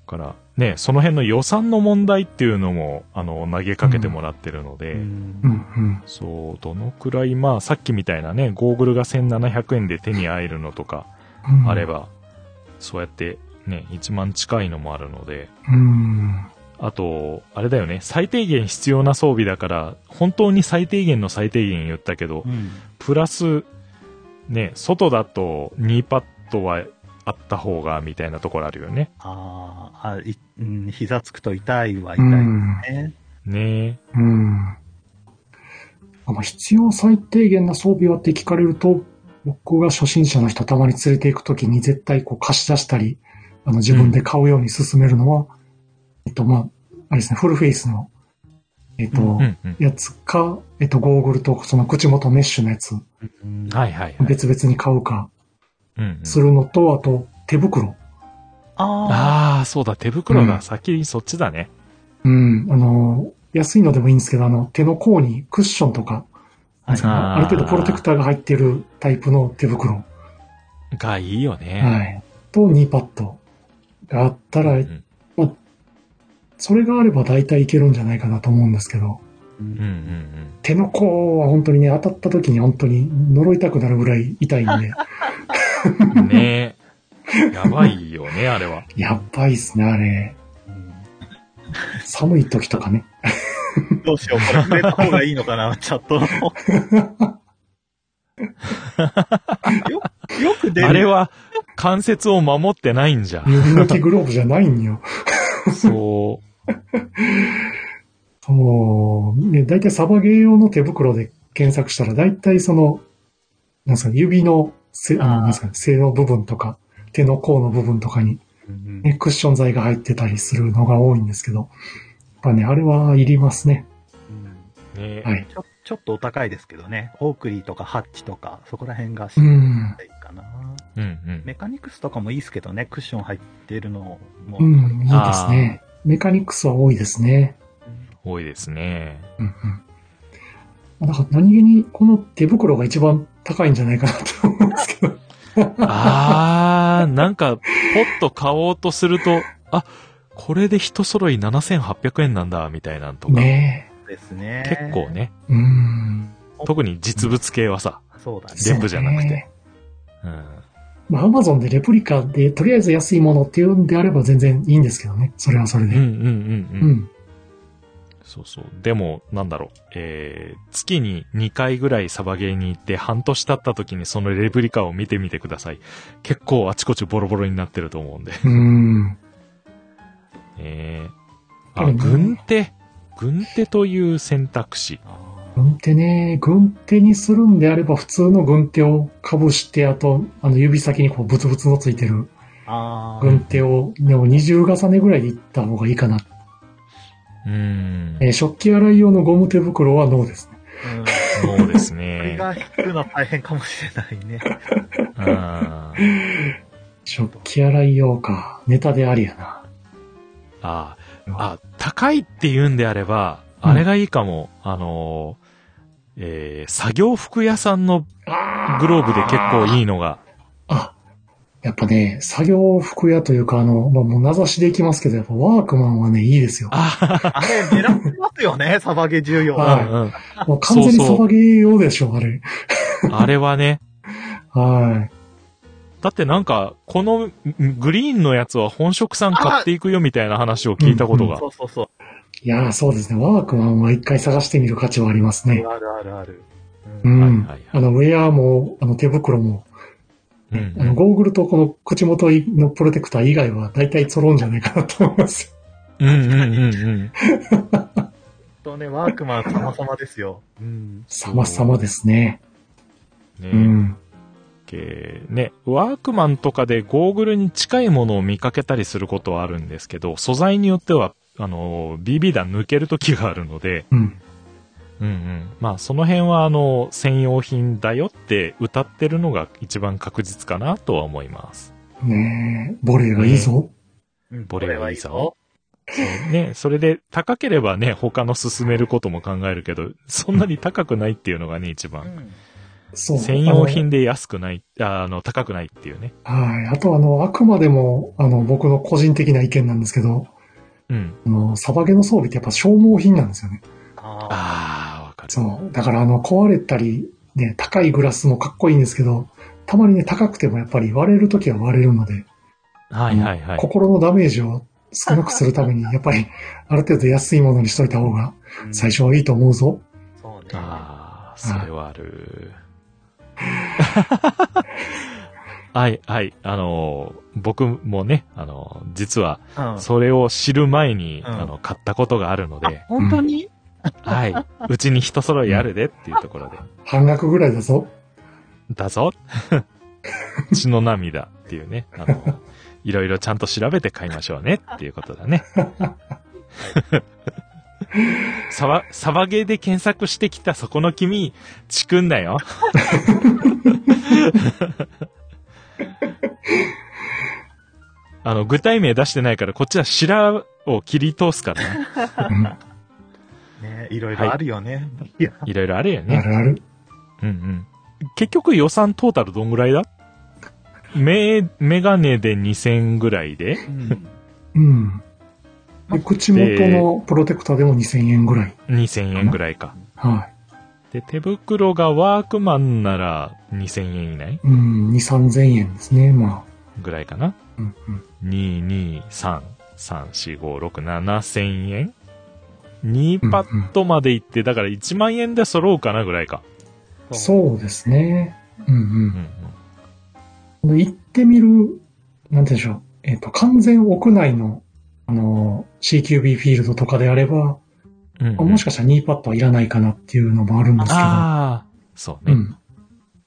から、ね、その辺の予算の問題っていうのも、あの、投げかけてもらってるので、
うん
うん、うん。
そう、どのくらい、まあ、さっきみたいなね、ゴーグルが1700円で手に入るのとか、
うん
あれ。ば、そうやって、ね、1万近いのもあるので、
うん。
あと、あれだよね、最低限必要な装備だから、本当に最低限の最低限言ったけど
う、ん
プラス、ね、外だと2パッドはあった方が、みたいなところあるよね。
あーあ、いうん膝つくと痛いは
う
痛い
ん。
ね。
ね
うん。あの必要最低限な装備はって聞かれると、僕が初心者の人たまに連れて行くときに絶対こう貸し出したり、あの自分で買うように勧めるのは、えっと、まあ、あれですね、フルフェイスの、えっと、
うん
うんうん。
やつか、えっと、ゴーグルとその口元メッシュのやつ、
うん
はいはいはい。
別々に買うか、
うんうん
するのと、あと、手袋。
あ
ああ、そうだ、手袋
う
だ。
ん
先にそっちだね。
うん、あの、安いのでもいいんですけど、あの、手の甲にクッションとか、
あ、はい
あー
ある程度プロテクターが入っているタイプの手袋。
がいいよね。
はい。と、2パッドがあったら
う、ん
それがあれば大体いけるんじゃないかなと思うんですけど、
う
うんうんうんん。
手の甲は本当にね、当たった時に本当に呪いたくなるぐらい痛いんで、
ね <laughs> え。やばいよね、あれは。
やばいっすね、あれ。寒い時とかね。
うんどうしよう、これ触れた方がいいのかな、チャッ
<laughs>
トの。よよく出る。
あれは、関節を守ってないんじゃ。
指抜きグローブじゃないんよ。
そ
もう、ね、大体サバゲー用の手袋で検索したら、大体その、なんですか、指のせ、あ
あ
の、
ー
なんですか、背の部分とか、手の甲の部分とかに、
うん
ね、クッション材が入ってたりするのが多いんですけど、やっぱね、あれはいりますね。
うん
う。ね
はい。
ちょちょっとお高いですけどね。オークリーとかハッチとか、そこら辺がし
う
い
ん。
かな。
うんうん。
メカニクスとかもいいですけどね、クッション入ってるのも。
うん、いいですね。メカニクスは多いですね。
多いですね。
うんうんまあ。だから何気にこの手袋が一番高いんじゃないかなと思うんですけど。
ああ、なんか、ポッと買おうとすると、あ、これで一揃い7800円なんだ、みたいなんとか。
ね
ですね。
結構。ね。
え。うん。
特に実物系はさ。
そうだね。
全部じゃなくて
そうね
うん。
まあ、アマゾンでレプリカで、とりあえず安いものっていうんであれば全然いいんですけどね。それはそれ
うん
で。
うんうんうん。
うん。
そうそう。でも、なんだろう。えー、月に2回ぐらいサバゲーに行って、半年経った時にそのレプリカを見てみてください。結構あちこちボロボロになってると思うんで。 <laughs>
うん。
えー、
多
あ、
分ね
軍手。軍手という選択肢。
あー
軍手ね、軍手にするんであれば普通の軍手をかぶして、あと、あの指先にこうブツブツのついてる
あー。
軍手を、でも20重ねぐらいでいった方がいいかな。
うーん。
えー食器洗い用のゴム手袋はノーですね。
うん
そうです
<laughs> これ
ね。
が引くの大変かもしれないね。
あ
食器洗い用か。ネタでありやな。
あー。あ、高いって言うんであれば、あれがいいかも。あのー、えー、作業服屋さんの
あ
グローブで結構
い。
いいのが。
あ、やっぱね、作業服屋というか、あの、まあ、もう名指しでいきますけど、やっぱワークマンはね、いいですよ。
あ
あれ、狙ってますよね、サバゲ需要。
あ、
は
うんうん。
もう完全にサバゲー用でしょ、あれ。
あれはね、
はい。
だってなんか、このんグリーンのやつは本職さん買っていくよみたいな話を聞いたことが
そ。うそうそう。
いやー、そうですね。ワークマンは一回探してみる価値はあります
あ
ね
る。あるあるある。
う
うん
ん。
はいはいはい
あの、ウェアも、あの、手袋も、
うん
あの、ゴーグルとこの口元のプロテクター以外は大体揃うんじゃないかなと思います。
うんうんうんうん。
とね、ワークマン様々ですよ。うん。
様々ですね。う
ね
ん。
えね、ワークマンとかでゴーグルに近いものを見かけたりすることはあるんですけど、素材によっては、あの、BB 弾抜ける時があるので、
うん。
うんうん。まあ、その辺は、あの、専用品だよって歌ってるのが一番確実かなとは思います。
ねえ、ボレーがいいぞ。
うん
ボレはいいぞ。。そうね、それで高ければね、他の進めることも考えるけど、そんなに高くないっていうのがね、一
これはいい
番
ぞうん。
そう。
専用品で安くない、ああの、高くないっていうね。
あの。はい。あと、あの、あくまでも、あの、僕の個人的な意見なんですけど、
うん。
あの、サバゲの装備ってやっぱ消耗品なんですよね。
あ
ああ、わかる。
そう。だから、あの、壊れたり、ね、高いグラスもかっこいいんですけど、たまにね、高くてもやっぱり割れるときは割れるので、
はいはいはい。
心のダメージを少なくするために、やっぱり、ある程度安いものにしといた方が、
ー
最。初はいいと思うぞ。
そうね。
ああ、それはあ
<laughs>
る。はい、はい。あのー、僕もね、あのー、実は、
うん
それを知る前に、
ん
あの、買ったことがあるので、
本当に <laughs>
はい。うちに人揃いあるでっていうところで、
半額ぐらいだぞ。
だぞ血の涙っていうね、あの、いろいろちゃんと調べて買いましょうねっていうことだね。サバ、サバゲーで検索してきたそこの君、チクんなよ。あの、具体名出してないから、こっちは白を切り通すからね。
<laughs> うん
ねいろいろあるよね。いや、
いろいろあるよね
あ。るある。
うんうん。結局予算トータルどんぐらいだメ、メガネで2000ぐらいで、
うん
うん。で口元のプロテクターでも2000円ぐらい。
2000円ぐらいか。
は
で、手袋がワークマンなら2000円以内
い。うん、2、3000円ですね、ま
ぐらいかな。
あ。うん、うん。
2、2、3、3、4、5、6、7000円
う
?2
ん
パッドまで行って、だから1万円で揃うかなぐらいか。
そうですね。う、
うんん
うん。行ってみる、なんて言うんでしょう。えっ、と、完全屋内の、あの、CQB フィールドとかであれば、
うん。うんうん
もしかしたら2パッドはいらないかなっていうのもあるんですけど。
ああ、そう
う
ね。
ん。うん、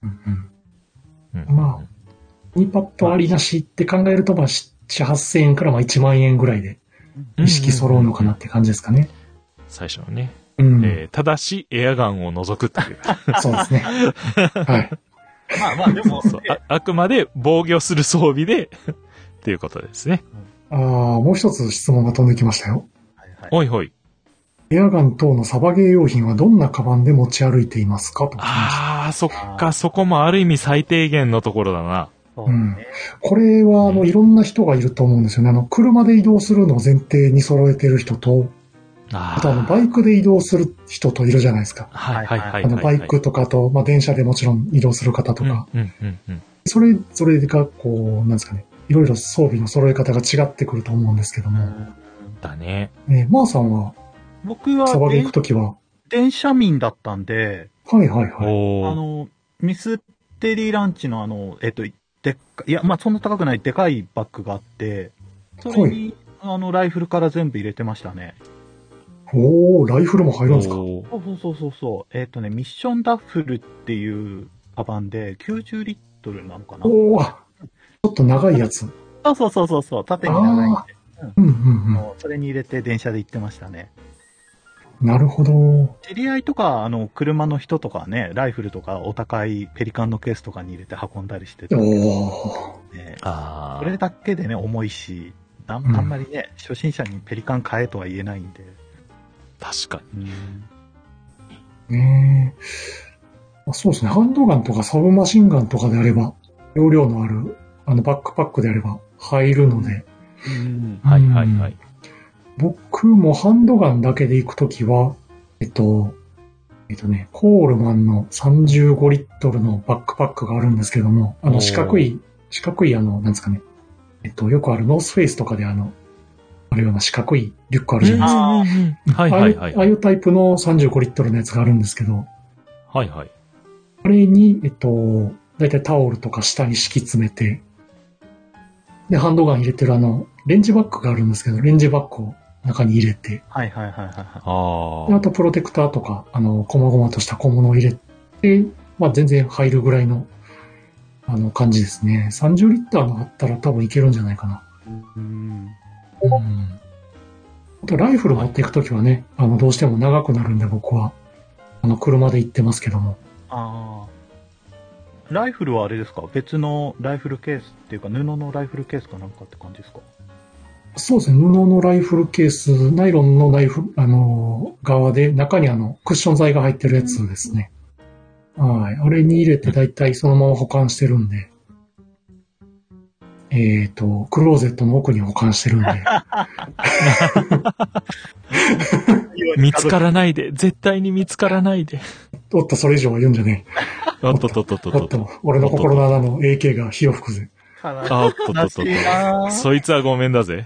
うん
うん。まあ、2パッドありなしって考えると、まあ、7、8000円からまあ1万円ぐらいで意識揃うのかなっ。て感じですかね。
最初のね。
うん。
えーただし、エアガンを除くっていう。
そう
<laughs>
ですね。はい。
まあまあ、でも、
そうああくまで防御する装備で、 <laughs> っていうことですね。
ああ、もう一つ質問が飛んできましたよ。
はいはい
ほいほい。
エアガン等のサバゲー用品はどんなカバンで持ち歩いていますかと。
ああ、そっか、そこもある意味最低限のところだな。
そうね。
これは、あ
う
の、
ん
いろんな人がいると思うんですよね。あの、車で移動するのを前提に揃えてる人と、
あ
あとあの、バイクで移動する人といるじゃないですか。
はいはいはいはい。
あの、バイクとかと、まあ、電車でもちろん移動する方と
うん
か、
うんうんうん。
それぞれが、こう、なんですかね、いろいろ装備の揃え方が違ってくると思うんですけど
う
も、
ん
だね。
えー、まーさんは、
僕
サバ
は
ゲー
で
行くときは、
電車民だったんで、
はいはい
お
はい。
お。
あの、ミステリーランチのあの、えっと、でっかい、や、まあ、そんな高くないでかいバッグがあって、それに、あの、ライフルから全部入れてましたね。
おおライフルも入るんですか
おー
そうそうそうそうそう。えっ、とね、ミッションダッフルっていうカバンで、90リットルなのかな
おおあちょっと長いやつ。
そうそうそうそうそう、縦に長いんで。
うんうん
もうそれに入れて電車で行ってましたね。
うん。なるほど。
知り合いとか、あの、車の人とかね、ライフルとかお高いペリカンのケースとかに入れて運んだりしてたんで
お
ね。
あ
それ
あ。
だけでね、重いし、あん
うん
あんまりね、初心者にペリカン買えとは言えないんで。
確かに。
うん
ー。ねえ。あそうですね。ハンドガンとかサブマシンガンとかであれば、容量のある、あの、バックパックであれば入るので、
はいはいはい。
僕もハンドガンだけで行くときは、えっと、えっとね、コールマンの35リットルのバックパックがあるんですけども、あ
おー
の、四角い、四角いあの、なんですかね。えっと、よくあるノースフェイスとかであの、あるような四角いリュックあるじゃないですか。
あ
うんうんうんはいはいは
ああいうああい
い。
うタイプの35リットルのやつがあるんですけど、
はいはい。
これに、えっと、だいたいタオルとか下に敷き詰めて、で、ハンドガン入れてるあの、レンジバッグがあるんですけど、レンジバッグを中に入れて、
はいはいはいはいはい。
あ
であ
あ。
とプロテクターとか、あの、細々とした小物を入れて、まあ全然入るぐらいの、あの、感じですね。30リッターのあったら多分いけるんじゃないかな。
うん。
うん。あと、ライフル持っていくときはね、あの、どうしても長くなるんで僕は、あの、車で行ってますけども。
ああ。ライフルはあれですか別のライフルケースっていうか、布のライフルケースかなんかって感じですか
そうですね。布のライフルケース、ナイロンのナイフ、あのー側で、中にあの、クッション材が入ってるやつですね。はい。あれに入れて大体そのまま保管してるんで。えっ、と、クローゼットの奥に保管して
<laughs>
るんで。
見つからないで、絶対に見つからない
<laughs>
で。
おっと、それ以上は言うんじゃね
おっとっとっとっと
え。お
っ
っと
と。、
俺の心の穴の AK が火を吹くぜ。
ら。
あ、おっとっとっとっ
懐かしいな
と。そいつはごめんだぜ。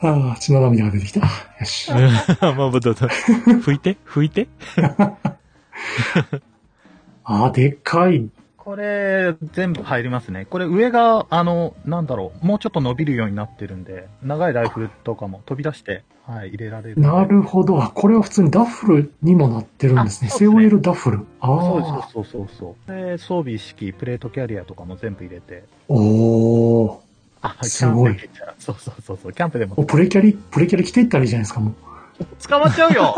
ああ、血の涙が出てきた。よし。
まあ、まあ、だだ拭いて拭いて
ああ、でっかい。
これ、全部入りますね。これ上が、あの、なんだろう、もうちょっと伸びるようになってるんで、長いライフルとかも飛び出して、はい、入れられる。
な。るほど。あ、これは普通にダッフルにもなってるんですね。
あそうです
背
ね
負えるダッフル。
そう
ああ。
そうそうそうそう。で、装備式、プレートキャリアとかも全部入れて、
おお。
あ、はい
すごい
キャンプでもいけちゃうそうそうそうそう、キャンプでも
おプレキャリ、プレキャリ着ていったらいいじゃないですか、もう。
捕まっちゃう
<laughs>
よ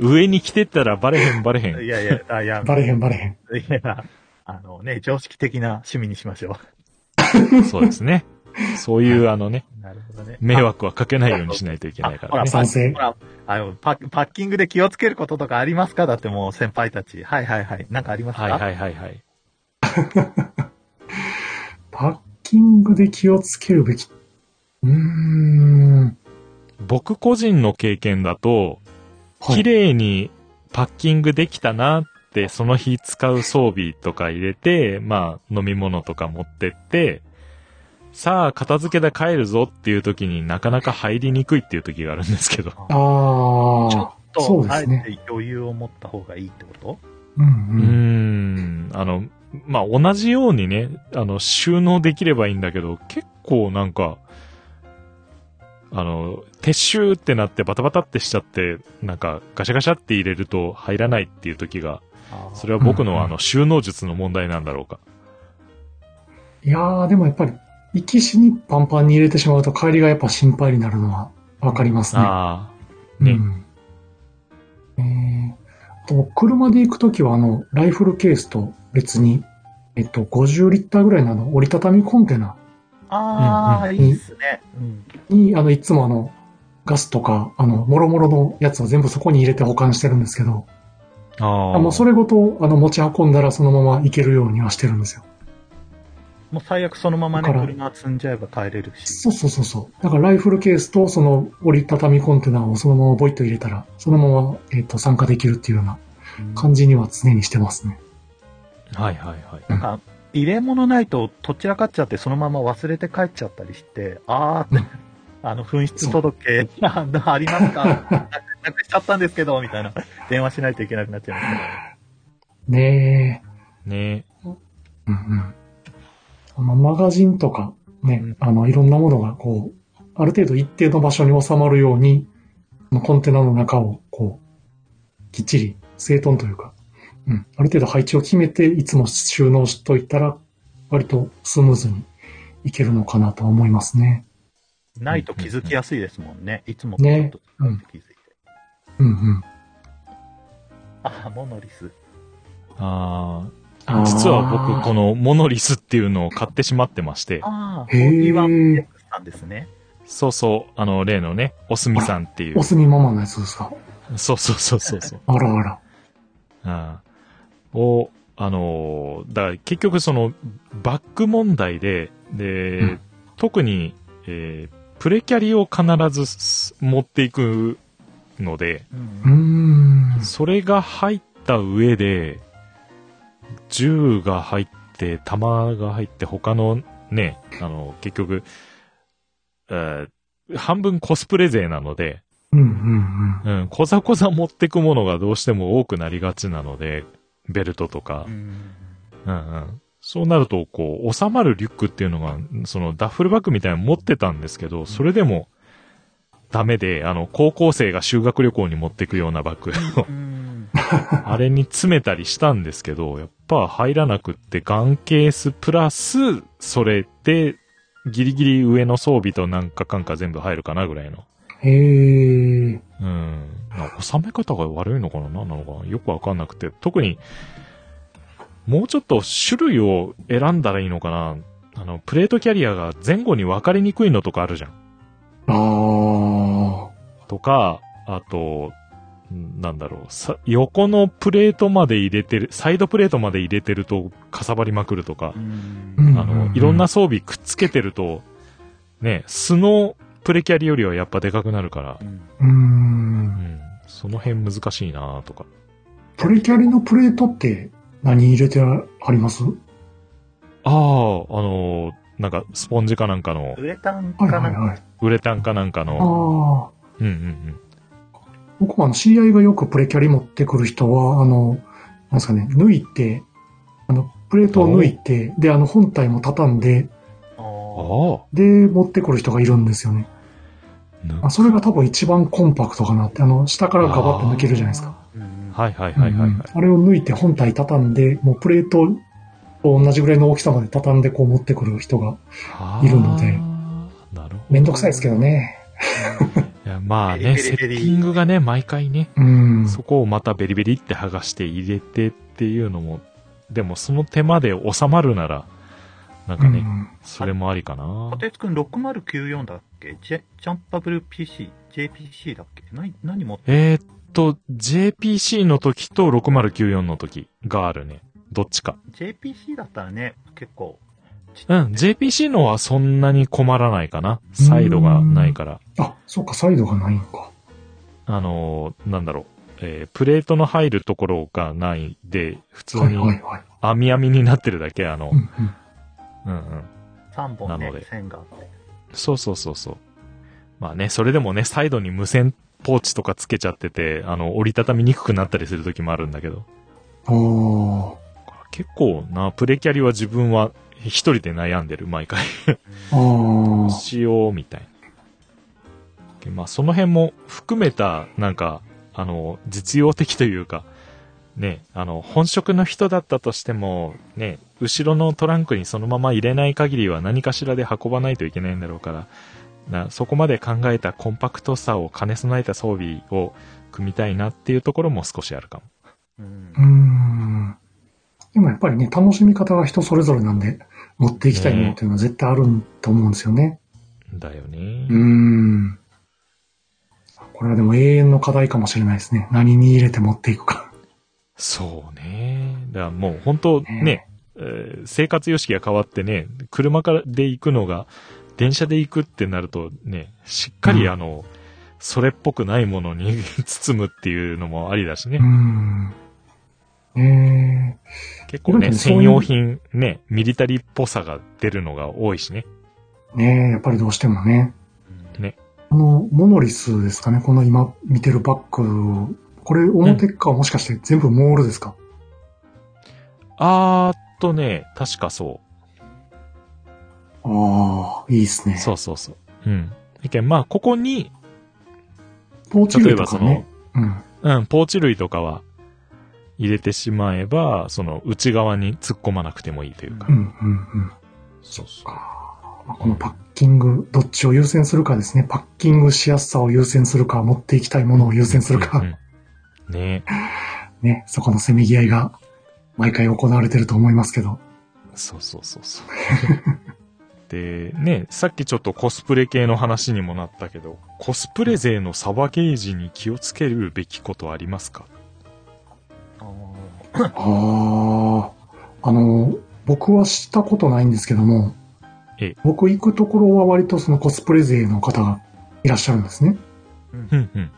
上に来てったらバレへんバレへ
い
ん。
やいや、あいや、
バレへんバレへん。
いや、あのね、常識的な趣味にしましょ
そうですね。そういう、あのね、
う。なるほどね。
迷惑はかけないようにしないといけないから
あほ
ね。
ら
賛成
ほ。ら、あのパ、パッキングで気をつけることとかありますかだってもう先輩たち。はいはいはい。なんかありますか
はいはいはいはい。
パッキングで気をつけるべき。うーん。
僕個人の経験だと、
はい
綺麗にパッキングできたなって、その日使う装備とか入れて、まあ、飲み物とか持ってって、さあ、片付けで帰るぞっていう時になかなか入りにくいっていう時があるんですけど。
ち
あ
ょ
あ
っ。と、
そうですね
あえて余裕を持った方がいいってこと
うん
うーん、あの、まあ、同じようにね、あの、収納できればいいんだけど、結構なんか、あの、撤収ってなってバタバタってしちゃって、なんかガシャガシャって入れると入らないっていう時が、それは僕
うんう
の
ん
あの収納術の問題なんだろうか。
うん。いやー、でもやっぱり、生き死にパンパンに入れてしまうと帰りがやっぱ心配になるのはわかりますね。
ああ、ね、
うん。えー、あと、車で行くときは、あの、ライフルケースと別に、えっと、50リッターぐらいのあの折りたたみコンテナ
ああ、
うん
いいっすね。うん。
に、あの、いつもあの、ガスとか、あの、もろもろのやつを全部そこに入れて保管してるんですけど、
ああ。
あもうそれごと、あの、持ち運んだらそのまま行けるようにはしてるんですよ。
もう最悪そのままね、
だから
車積んじゃえば帰れるし。
そうそうそうそう。だからライフルケースとその折りたたみコンテナをそのままボイッと入れたら、そのまま、えっと、参加できるっていうような
うん
感じには常にしてますね。
はいはいはい。
なんか、入れ物ないと、とっちらかっちゃって、そのまま忘れて帰っちゃったりして、あ
<laughs>
ーって、あの、紛失届、あのありますか <laughs> なくなくしちゃったんですけど、みたいな。電話しないといけなくなっちゃいますね。
ねえ。
ね
うんうん。あの、マガジンとか、ね、
うん
あの、いろんなものが、こう、ある程度一定の場所に収まるように、このコンテナの中を、こう、きっちり、整頓というか、うん、ある程度配置を決めて、いつも収納しといたら、割とスムーズにいけるのかなとは思いますね。
ないと気づきやすいですもんね。いつも
ね
ちょっと違うって気づいて。
うんうん。
ああ、モノリス。
ああ。実は僕、こ
の、
のモノリスっていうのを買ってしまってまして、
ああ、
へー
41X さんですね。
そうそう、あの、例のね、おすみさんっていう
お、すみママのやつですか。
そうそうそうそうそう。
あらあら。
うん。を、あのーだから結局その、バック問題で、で、
うん
特に、えープレキャリを必ずす持っていくので、
う
うー
ん。
ん。
それが入った上で、銃が入って、弾が入って、他のね、あの、結局、えー半分コスプレ勢なので、
うんうんうん。
うん、こざこざ持ってくものがどうしても多くなりがちなので、ベルトとか
う、ん
うんうん。そうなると、こう、収まるリュックっていうのが、そのダッフルバッグみたいなの持ってたんですけど、それでも、ダメで、あの、高校生が修学旅行に持ってくようなバッグ
<laughs>
を
うん。
あれに詰めたりしたんですけど、やっぱ入らなくって、ガンケースプラス、それで、ギリギリ上の装備となんかかんか全部入るかなぐらいの。
へえ。
うん。なんか収め方が悪いのかな何なのかなよくわかんなくて。特に、もうちょっと種類を選んだらいいのかなあの、プレートキャリアが前後に分かりにくいのとかあるじゃん。
ああ。
とか、あと、なんだろう、さ、横のプレートまで入れてる、サイドプレートまで入れてるとかさばりまくるとか、
うん
あの、いろんな装備くっつけてると、ね、素のプレキャリよりはやっぱでかくなるから、
うー。
うんん、その辺難しいなとか。
プレキャリのプレートって何入れてあります
ああ、あのーなんかスポンジかなんかの、
ウレタンか
はい
な
はいはい。
ウレタンかなんか
あ
の、
あ。
うんうんうん。
僕はあの、知り合いがよくプレキャリ持ってくる人は、あの、なんですかね、抜いて、あの、プレートを抜いて、で、あの、本体も畳んで、
あ
あ
で、持ってくる人がいるんですよね。
あな、
あそれが多分一番コンパクトかなって、あの、下からガバッと抜けるじゃないですか。
ーうん
はいはいはいはい、はい
うんあれを抜いて本体畳んで、もうプレートと同じぐらいの大きさまで畳んでこう持ってくる人が、いるので
あー。なるほど。
めんどくさいですけどね。
いやまあね、
ペリ
セッ
ペリペ
テ
リ
ィングがね、毎回ね、
うん。
そこをまたベリベリって剥がして入れてっていうのも、でもその手間で収まるなら、なんかね、
うん
それもありかな
こ。てつくん6094だっけジェジャンパブル PC、JPC だっけ何、何持って
えーっと、JPC の時と6094の時があるね。どっちか。
JPC だったらね、結構。
うん、JPC のはそんなに困らないかな。サイドがないから。
あ、そっか、サイドがないんか。
あのーなんだろう。えープレートの入るところがないで、普通
はい
に
はいはい。
網網になってるだけ、あの
う、んうん
うんうん。
3本
な
ね
ので、
線があって。
そうそうそうそう。まあね、それでもね、サイドに無線ポーチとかつけちゃってて、あの、折りたたみにくくなったりする時もあるんだけど。
あ
結構な、プレキャリは自分は一人で悩んでる、毎回。
あ。ああ。
しよう、みたいな。でまあ、その辺も含めた、なんか、あの、実用的というか、ね、あの、本職の人だったとしても、ね、後ろのトランクにそのまま入れない限りは何かしらで運ばないといけないんだろうから、なそこまで考えたコンパクトさを兼ね備えた装備を組みたいなっていうところも少しあるかも。
うん
うーんでもやっぱりね、楽しみ方が人それぞれなんで、持っていきたいものっていうのは絶対あると思うんですよね。
だよね。
うーん。これはでも永遠の課題かもしれないですね。何に入れて持っていくか。
そうね。だからもう本当ね、
ね
えー生活様式が変わってね、車からで行くのが、電車で行くってなるとね、しっかり
うん
あの、それっぽくないものに <laughs> 包むっていうのもありだしね。
うーん。ねえ
結構ね、
なんかそういう
専用品ね、ミリタリーっぽさが出るのが多いしね。
ねえやっぱりどうしてもね。
うん
ね。
このモノリスですかね、この今見てるバッグ、これ表っ側もしかして全部モールですか、
あーっとね、確かそ
ああ、いいです
う。
ね。
そうそうそう。うん。いけんまあ、ここに、
ポーチ
例え
類と
ば
か
その
ね。、うん。
うん、ポーチ類とかは入れてしまえば、その内側に突っ込まなくてもいいというか。
うん、うん、うん。
そうそ
まあこのパッキング、どっちを優先するかですね。パッキングしやすさを優先するか、持っていきたいものを優先するか、
うんね
ね、そこのせめぎ合いが毎回行われてると思いますけど。
そうそうそうそう。で、ね、さっきちょっとコスプレ系の話にもなったけど、コスプレ勢のサバゲージに気をつけるべきことありますか
あー
ああ、あの、僕はしたことないんですけども
ええ、
僕行くところは割とそのコスプレ勢の方がいらっしゃるんですね。
うんうん。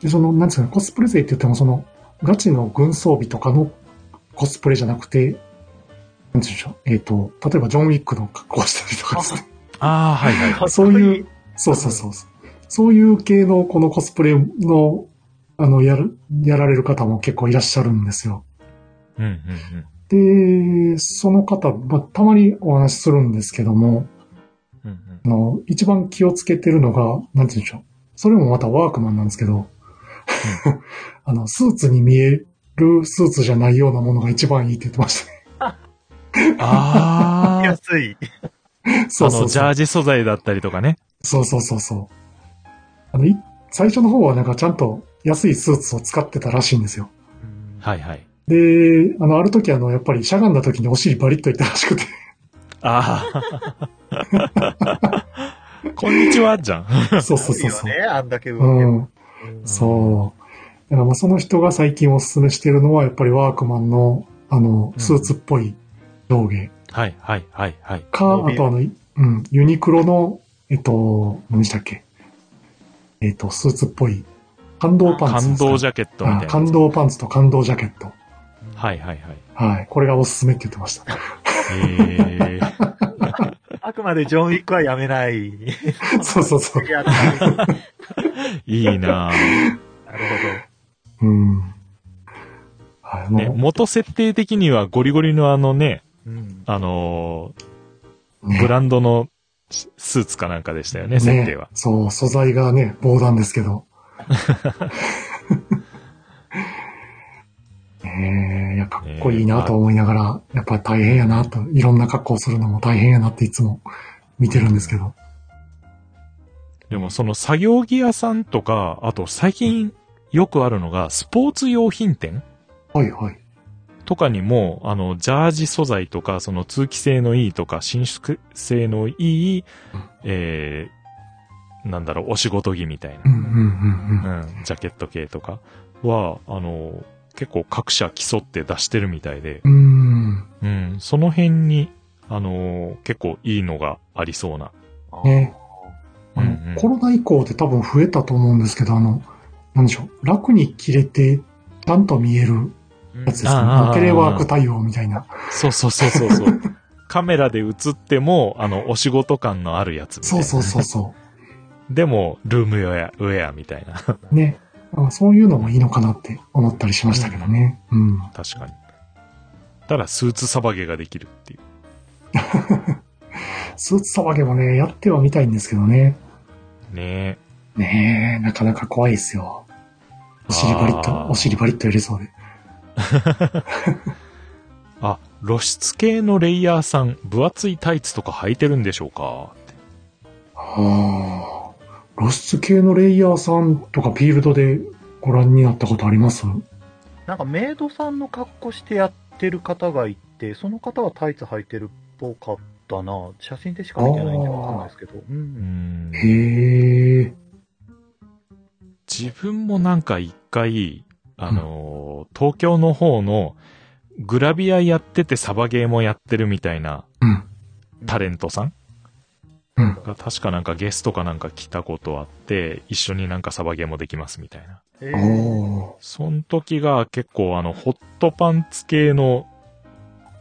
で、その、なんですかね、コスプレ勢って言っても、その、ガチの軍装備とかのコスプレじゃなくて、なんて言うんでしょう。えっ、と、例えばジョン・ウィックの格好をしたりとかですね。
ああ、はいはいはい。
そういう、そうそうそうそう。そういう系のこのコスプレの、あの、やる、やられる方も結構いらっしゃるんですよ。
うんうんうん。
で、その方、まあ、たまにお話しするんですけども、
うん
あの、一番気をつけてるのが、なんて言うんでしょう。それもまたワークマンなんですけど、 <laughs> あの、スーツに見えるスーツじゃないようなものが一番いいって言ってましたね。
うん、ああ、
安い。
<laughs>
そ
あ
うそ
の、
う
ジ
そう
ャー。ジ素材だったりとかね。
そうそうそうそう。あの、い最初の方はなんかちゃんと安いスーツを使ってたらしいんですよ。
はいはい。
で、あの、ある時あの、やっぱりしゃがんだ時にお尻バリッといったらし
<laughs>
くて、
あ <laughs> あ。こんにちは、じゃん。
そうそ
安い
うそう
よ
そう。
ね、あんだけ動け
う
ば
ん、そう。だからまあその人が最近おすすめしてるのは、やっぱりワークマンの、あの、スーツっぽい上下
はい、はい、はい、はい。
か、
うん
あとあの、うん、ユニクロの、えっと、何でしたっけえっと、スーツっぽい感動パンツ
感
ですか。
動ジャケットみた
あ
い
感
な。
動パンツと感動ジャケット。
はい、はい、はい。
はい。これがおすすめって言ってました。
<laughs> えー、
あくまでジョンウィックはやめ
<laughs>
ない。い
そうそうそう。
やなるほ
いいな
<laughs>
ぁ。
うん。はい、あの、
ね、元設定的にはゴリゴリのあのね、
ど。うん。
あのー
ね
ブランドのススーツかなんかでしたよね、
ね
設定は。
そう、素材がね、防弾ですけ
<laughs>
ど。ねえいや、かっこいいなと思いながら、やっぱり大変やなと、いろんな格好をするのも大変やなっていつも見てるんですけど。
でもその作業着屋さんとか、あと最近よくあるのが、スポーツ用品店
はいはい。
とかにも、あの、ジャージ素材とか、その通気性のいいとか、伸縮性のいい
うん、
えー、なんだろう、お仕事着みたい
うんうんうんうん。
な、うん、ジャケット系とかは、あの、結構各社競って出してるみたいで
う、ーん。
うん、その辺に、あの結構いいのがありそうな。
ねあ
うんうん
の、コロナ以降って多分増えたと思うんですけど、あの、なんでしょう。楽に着れて、ちゃんと見えるやつで
う
す
んあ
ね
あ。
テレワーク対応みたいな。
そうそうそうそうそう。 <laughs> カメラで映っても、あの、お仕事感のあるやつみたい
そう
な。
そうそうそ
でも、ルームウェア、ウェアみたいな。 <laughs> 確
う。ね。あそういうのもいいのかなって思ったりしましたけどね。うん。
かに。ただ、スーツさばげができるっていう。
スーツさばけもね、やってはみたいんですけどね。
ね
ねえ、なかなか怖いですよ。お尻バリッ
あ
と
ー、
お尻バリッと入れそうで。
え。あ、露出系のレイヤーさん、分厚いタイツとか履いてるんでしょうか
はあ。露出系のレイヤーさんとかフィールドでご覧になったことあります
なんかメイドさんの格好してやってる方がいて、その方はタイツ履いてるっぽかったな。写真でしか見てないんでわかんないですけど。う。
うんん。
へえ。
自分もなんか一回、あのー東京の方のグラビアやっててサバゲーもやってるみたいな
うん。
タレントさん
うん。
が確かなんかゲストかなんか来たことあって、一緒になんかサバゲーもできますみたいな。
えー
お
その時が結構あの、ホットパンツ系の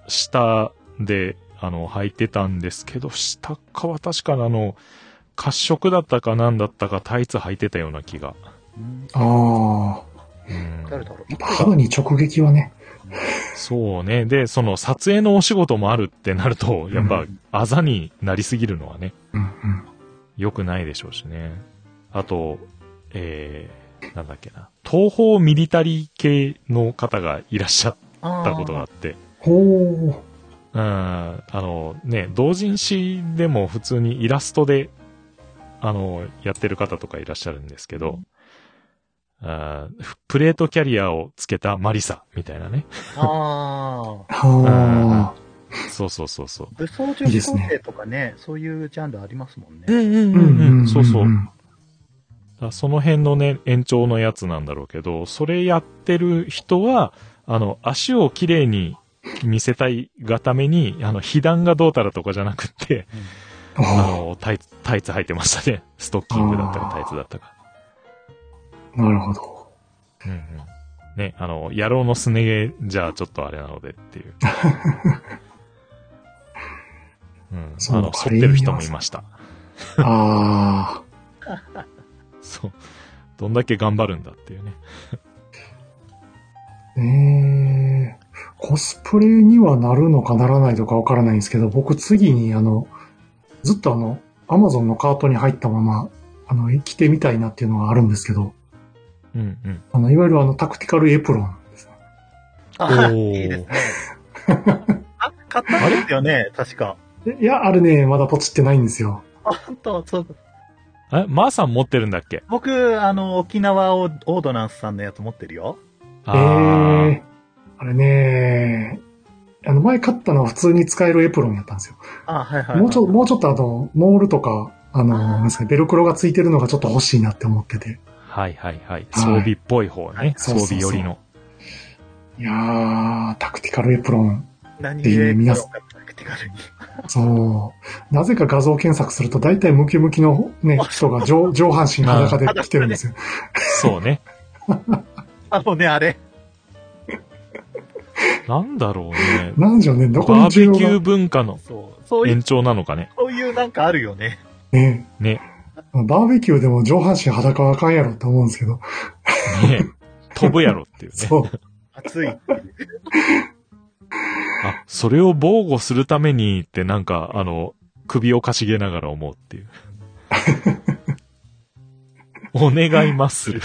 下で、あの、履いてたんですけど、下っかは確かにあの、褐色だったかなんだったかタイツ履いてたような気が。
うん
ー。ああ。
うん
誰だろう
やっぱ肌に直撃はね。
そうね。で、その撮影のお仕事もあるってなると、やっ
う
ぱ、あざになりすぎるのはね、
うんうん。
良くないでしょうしね。あと、えー、なんだっけな。東方ミリタリー系の方がいらっしゃっ
あ
たことがあ
ー
って、
ほう。
うん、あのね、同人誌でも普通にイラストで、あの、やってる方とかいらっしゃるんですけど、あーふプレートキャリアをつけたマリサみたいなね。
あー。
はあ。
そうそうそうそう。
武装女
いいで
子
す
高
ね
生とかねそういうジャンルありますもんね。
んうんそうそう。だその辺のね、延長のやつなんだろうけど、それやってる人は、あの、足を綺麗に見せたいがために、あの、被弾がどうたらとかじゃなくって、あ
あ
の、タイツ、タイツ履いてましたね。 <laughs> ストッキングだったか
あー
タイツだったか。
あ。なるほど。
うんうん。ね、あの、野郎のすね毛じゃちょっとあれなのでっていう。うん。
そう
あの、剃ってる人もいました。
ああ。
そう。どんだけ頑張るんだっていうね。
ええコスプレにはなるのかならないのかわからないんですけど、僕次にあの、ずっとあの、アマゾンのカートに入ったまま、あの、着てみたいなっていうのがあるんですけど、
うんうん。
あの、いわゆるあの、タクティカルエプロンですね。
あ
おー
いいですね。あ、買ったんですよね、確か。
えいや、あれね、まだポチってないんですよ。
あ、本当そう。
え、まーさん持ってるんだっけ
僕、あの、沖縄オーオードナンスさんのやつ持ってるよ。
え
あ
え
ー
あれね、あの、前買ったのは普通に使えるエプロンやったんですよ。
あ、はいはい。
もうちょっと、
っ
もうちょっとあの、モールとか、あの、なんですかねベルクロがついてるのがちょっと欲しいなって思ってて。
はいはいはいはいはい。
はい
装備っぽい方
は
ね
い。
装
そうそうそう
備寄りの。
いやー、タクティカルエプロン。
何
っていう
故
皆
か
さ
よ
ん
かった手軽に
そう。なぜか画像検索すると、大体ムキムキの
<laughs>
ね、人が上上半身裸で来てるんですよ。
そうね。
あのね、あれ。
なんだろうね。
<laughs> なんでしょうね、どこ
バ
に需
ーベキュー
要が。
文化の
そう。そういう、
延長なのかね。
そういうなんかあるよね。
ね。
ね。
バーベキューでも上半身裸はあかんやろって思うんですけど。
ね。飛ぶやろっていうね。
<laughs> そう。
熱い。
あ、それを防護するためにってなんか、あの、首をかしげながら思うって
<laughs>
いう。お願います
<laughs>
る。
い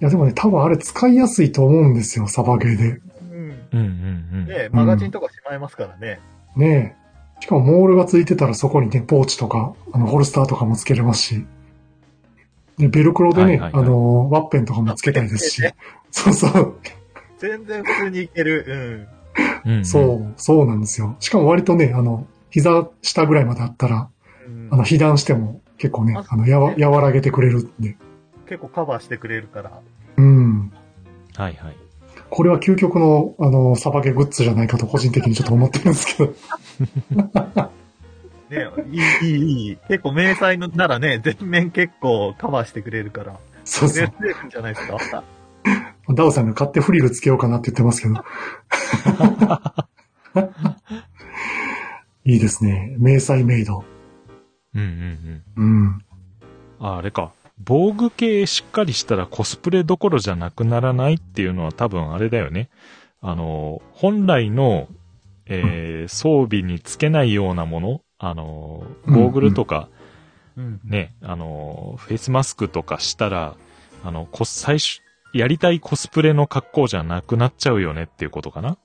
や、でもね、多分あれ使いやすいと思うんですよ、サバゲーで。
うん。
うんうんうん。
ねマガジンとかしまいますからね。
ねえ。しかもモールがついてたらそこにね、ポーチとか、あの、ホルスターとかもつけれますし。で、ベルクロでね、
はいはいはい
あの、ワッペンとかもつけたいです
<laughs>
し。そうそう。
全然普通にいける。
うんうん
そう、そうなんですよ。しかも割とね、あの、膝下ぐらいまであったら、
うん。
あの、被弾しても結構ね
あ、
あの、やわ、和らげてくれるんで。
結構カバーしてくれるから。
うん。
はいはい。
これは究極の、あの、サバゲグッズじゃないかと個人的にちょっと思ってるんですけど。
ね、いい、いい、いい。結構迷彩のならね、全面結構カバーしてくれるから。
そう
全
そ
然いいんじゃないですか。
う。ダウさんが買ってフリルつけようかなって言ってますけど。いいですね。迷彩メイド。
うんうんうん。
うん。
ああれか。防具系しっかりしたらコスプレどころじゃなくならないっていうのは多分あれだよね。あの、本来の、えー装備につけないようなもの、あの、ゴーグルとか、
うん。
ね、あの、フェイスマスクとかしたら、あの、こ最初、やりたいコスプレの格好じゃなくなっちゃうよねっていうことかな。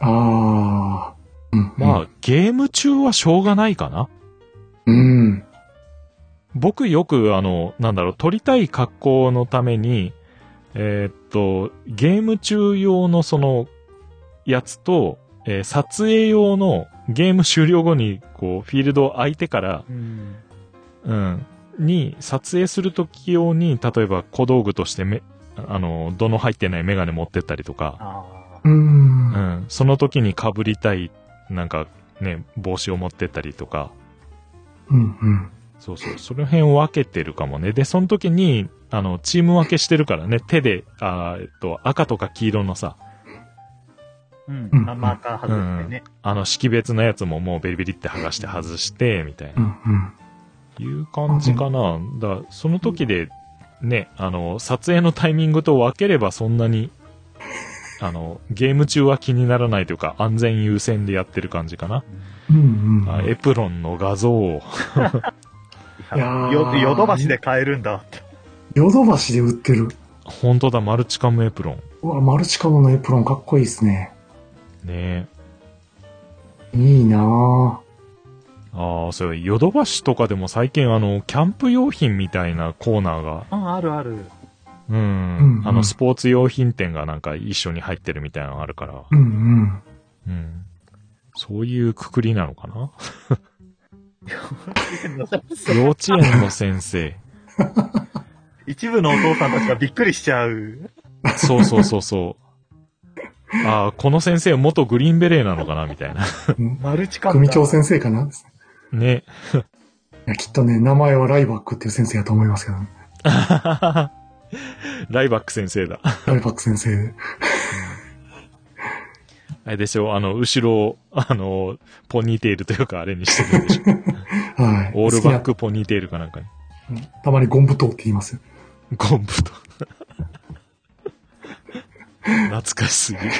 ああ。うん、
まあ、ゲーム中はしょうがないかな。
うん。
僕よくあの、なんだろう、撮りたい格好のために、えーっと、ゲーム中用のその、やつと、えー撮影用のゲーム終了後に、こう、フィールド空いてから、
うん。
うん、に、撮影するとき用に、例えば小道具としてめ、あの、どの入ってないメガネ持ってったりとか、
あ
う
あ。
ん。
う
あ
ん、その時に被りたい、なんかね、帽子を持ってったりとか、
うん。うん。
そうそう、その辺を分けてるかもね。で、その時に、あの、チーム分けしてるからね、手で、あーえっと、赤とか黄色のさ、
うん
うん。
あマーカー外してね。
あの、識別のやつももうベリベリって剥がして外して、みたい
うん。う
な、
ん。
いう感じかな。だからその時で、ね、あの、撮影のタイミングと分ければそんなに、あの、ゲーム中は気にならないというか、安全優先でやってる感じかな。
うん。うん
あエプロンの画像を、
いやー
よくヨドバシで買えるんだって。
ヨドバシで売ってる。
本当だ、マルチカムエプロン。
うわ、マルチカムのエプロンかっこいいですね。
ね
いいな
ああ、そう、ヨドバシとかでも最近あの、キャンプ用品みたいなコーナーが、
うん、あるある。
うん、
うんうん
あの、スポーツ用品店がなんか一緒に入ってるみたいなのがあるから、
ぁ。うん
うん。そういうくくりなのか
<laughs>
な幼稚園の先生。
一部のお父さんたちがびっくりしちゃう。
そうそうそうそう。ああ、この先生元グリーンベレーなのかなみたいな。
うん。
マルチカム
組
だ
長先生かない
ね。
やきっとね、名前はライバックっていう先生だと思います
<laughs>
けどね。
ライバック先生だ。
ライバック先生で。
あれでしょあの、後ろを、あの、ポニーテールというかあれにしてるんでしょ
はい。
オールバッ
好
クポニーテールかなんかに。
きな。たまにゴンブトウって言いますよ。
ゴンブと。懐かしすぎる。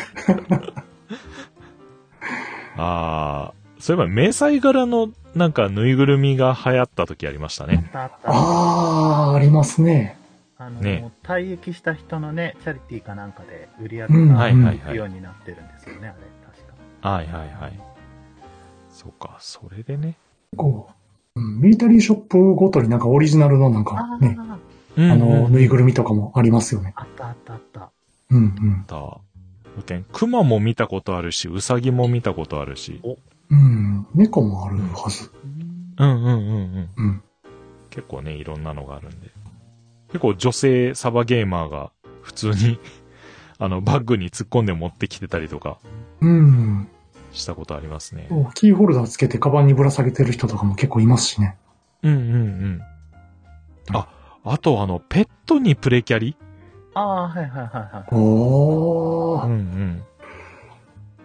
ああ、そういえば迷彩柄のなんかぬいぐるみが流行った時ありましたね。
あったあっ
あー、ありますね。
たあの、
ね
もう退役した人のね、チャリティーかなんかで売り上
う
げ
ん
が
は
はいい
は
はいい
行
は
く
い
よ。うになってるんですよね、あ
は
れ。確か。
いはいはい。そうか、それでね。
こう、うん、ミリタリーショップごとになんかオリジナルのなんか
あ
ね、
あ、
うん
あの、ぬいぐ
る
るみとかもありますよね。
あったあったあった。
うんうん。
み。クマも見たことあるし、ウサギも見たことあるし。
うん。猫もあるはず。
うんうんうんうん。
うん。
結構ね、いろんなのがあるんで。結構女性サバゲーマーが普通に、 <laughs> あの、バッグに突っ込んで持ってきてたりとか
うん。
したことありますね。
そうキーホルダーつけてカバンにぶら下げてる人とかも結構いますしね。
うんうんうん。あ、あとあの、ペットにプレキャリ
ああ、はいはいはいはい。
お
うんうん。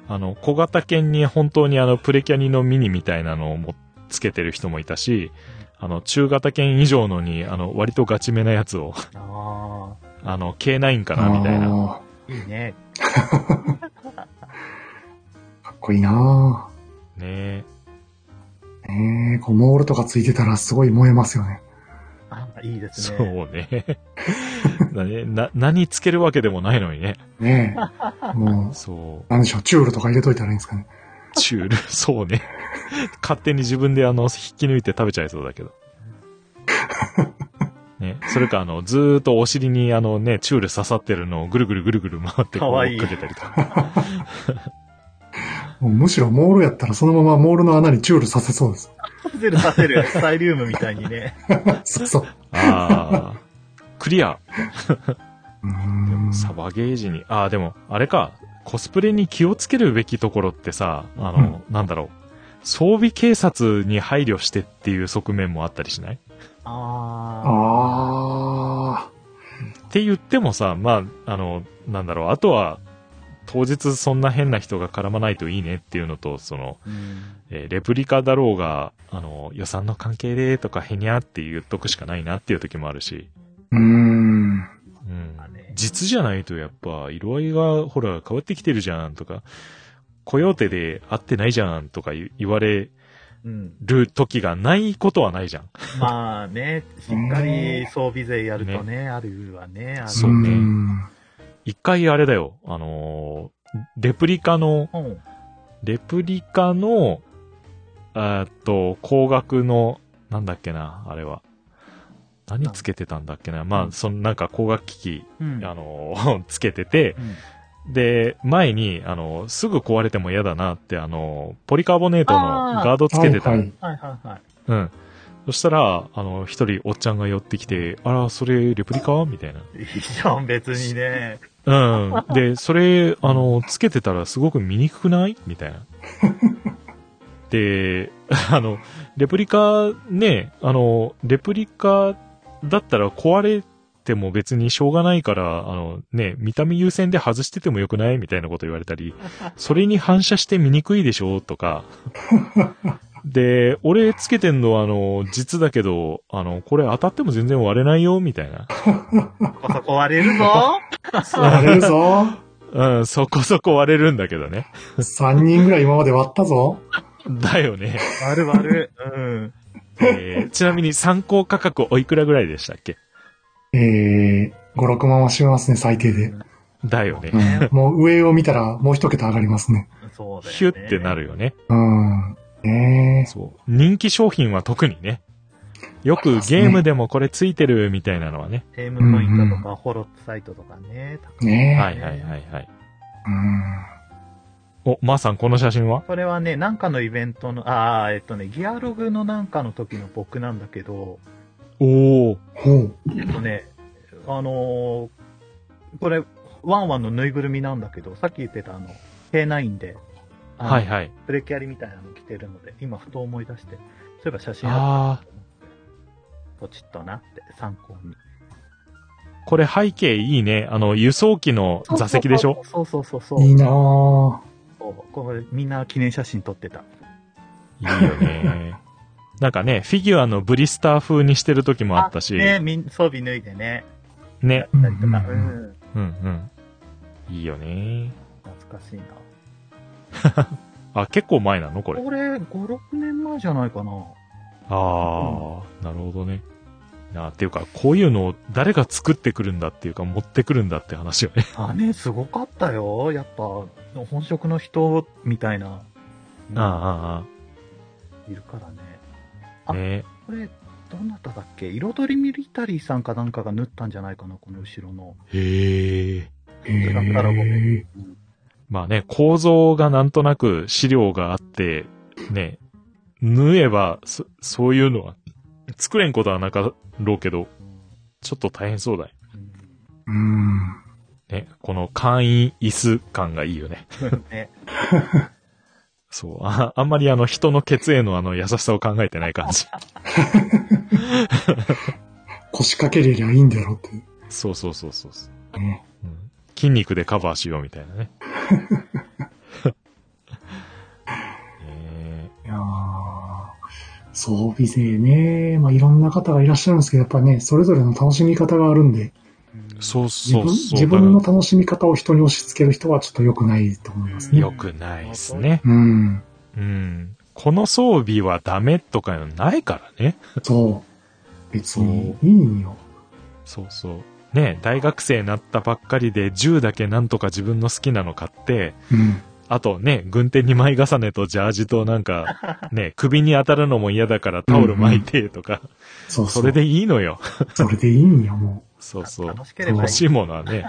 あの、小型犬に本当にあの、プレキャニのミニみたいなのをもつけてる人もいたし、あの、中型犬以上のに、あの、割とガチめなやつを、
あ
あの、K9 かなみたいな。
な。
あ、いいね。
かっこいいな
ね
ねえ、こう、モールとかついてたらすごい燃えますよね。
あいいです
そう
ね。
ね。だねな、何つけるわけでもないのにね。
ね
<laughs>
え。もう、
そう。
なんでしょう、チュールとか入れといたらいいんですかね。
チュール、 <laughs> そうね。勝手に自分であの、引き抜いて食べちゃいそうだけど。ね、それかあの、ずーっとお尻にあのね、チュール刺さってるのをぐるぐるぐるぐる回ってこう
かわい
追
い
っかけたりとか。
もうむしろモールやったらそのままモールの穴にチュールさせそうです。
カプセルさせる、スタイリウムみたいにね。
そうそう。
ああ。クリア。
うー
で
ん
もサバゲージに。ああ、でも、あれか。コスプレに気をつけるべきところってさ、あの、なんだろう。装備警察に配慮してっていう側面もあったりしない
<laughs> あ
あ
って言ってもさ、まあ、あの、なんだろう、あとは、当日そんな変な人が絡まないといいねっていうのと、その、
あ。うん
えーレプリカだろうが、あの、予算の関係でとか、へにゃって言っとくしかないなっていう時もあるし、
ー。うーん。
うん
まあね。
実じゃないとやっぱ、色合いが、ほら、変わってきてるじゃんとか、コヨーテで合ってないじゃんとか言言われ
うん。
る時がないことはないじゃん。
まあね、しっかり装備税やるとね、あるわね、ある。
そうね
ーん
一回あれだよ、あのーレプリカの、
うん。
レプリカの、えーっと、工学の、なんだっけな、あれは。何つけてたんだっけな。ま
う
あ、
ん
そのなんか工学機器、
うん。
あの <laughs> ーつけてて、
うん
で、前に、あのーすぐ壊れても嫌だなって、あのーポリカーボネートのガードつけてたの。
はいはい。
はいはいはい。
うん。そしたら、あのー一人おっちゃんが寄ってきて、あら、それレプリカみたいな。
いいじゃん、別
<laughs>
にね。
うん。で、それ、あの、つけてたらすごく見にくくないみたいな。で、あの、レプリカ、ね、あの、レプリカだったら壊れても別にしょうがないから、あの、ね、見た目優先で外しててもよくないみたいなこと言われたり、それに反射して見にくいでしょとか。で、俺つけてんのはあの、実だけど、あの、これ当たっても全然割れないよ、みたいな。
こそ壊れるぞ。
割れ
<laughs>
るぞ。
うん、そこそこ割れるんだけどね。
3人ぐらい今まで割ったぞ。
だよね。
悪悪。うん。
えーちなみに参考価格おいくらぐらいでしたっけ
えー、5、6万はしますね、最低で。
だよね。
うん、もう上を見たらもう一桁上がりますね。
そうだよ、ね。
ヒュってな。るよね。
うん。ねえ
そう。人気商品は特にね。よくゲームでもこれついてるみたいなのはね。
テームポイントとか、ホロサイトとかね。
ー。ねえ。
はいはいはいはい。
うん。
お、まー、さんこの写真は
これはね、なんかのイベントの、ああ、えっとね、ギアログのなんかの時の僕なんだけど、
おー。
ほう。
えっとね、あのーこれ、ワンワンのぬいぐるみなんだけど、さっき言ってたあの、K9 で、あの
はいはい。
プレキャリみたいなの着てるので、今ふと思い出して、そういえば写真あっ
あ
たポチッとなって、参考に。
ー。これ背景いいね。あの、輸送機の座席でしょ
そうそうそうそう。
いいなぁ。
そうこれみんな記念写真撮ってた。
いいよね。なんかね、フィギュアのブリスター風にしてる時もあったし。
ね、みん装備脱いでね。
ね。
うんう
やったりとか。うんん。
うんうん。いいよね。
懐かしいな。
あ、結構前なのこれ。
これ、5、6年前じゃないかな。
ああ、なるほどね。なっていうか、こういうのを誰が作ってくるんだっていうか、持ってくるんだって話よね。
あね、すごかったよ。やっぱ、本職の人みたいな、
あ
いるからね。
あ、ああ、ね
これ、どなただっけ彩りミリタリーさんかなんかが縫ったんじゃないかな、この後ろの。
へえ。
へ
だったらごめ
え。
まあね、構造がなんとなく資料があって、ね、縫えば、そ、そういうのは作れんことはなかろうけど、ちょっと大変そうだね。
うん。
ね、この簡易椅子感がいいよね。 <laughs>
ね。
そう。ああんまりあの人の血へのあの優しさを考えてない感じ。
腰掛けれりゃいいんだろうって。
そうそうそうそうそう。
ね
うん筋肉でカバーしようみ <laughs> たいなね。ね
いやー装備税ね、まあ、いろんな方がいらっしゃるんですけど、やっぱね、それぞれの楽しみ方があるんで、
えそう
自
そ
分
うそう。
自分の
だか
楽しみ方を人に押し付ける人はちょっと良くないと思います
ら
ね。
良くないですね。
うん。
うん。この装備はダメとかいうのないからね。
そう。別にいいよ。
そうそう。ねえ大学生になったばっかりで銃だけなんとか自分の好きなの買って、
うん。
あとね、軍手2枚重ねとジャージとなんか、ね、首に当たるのも嫌だからタオル巻いてとか、
そうそ。
そうれでいいのよ。
それでいいんよ、も
そうそう。
楽しければいい
欲しいものは
<laughs>
ね、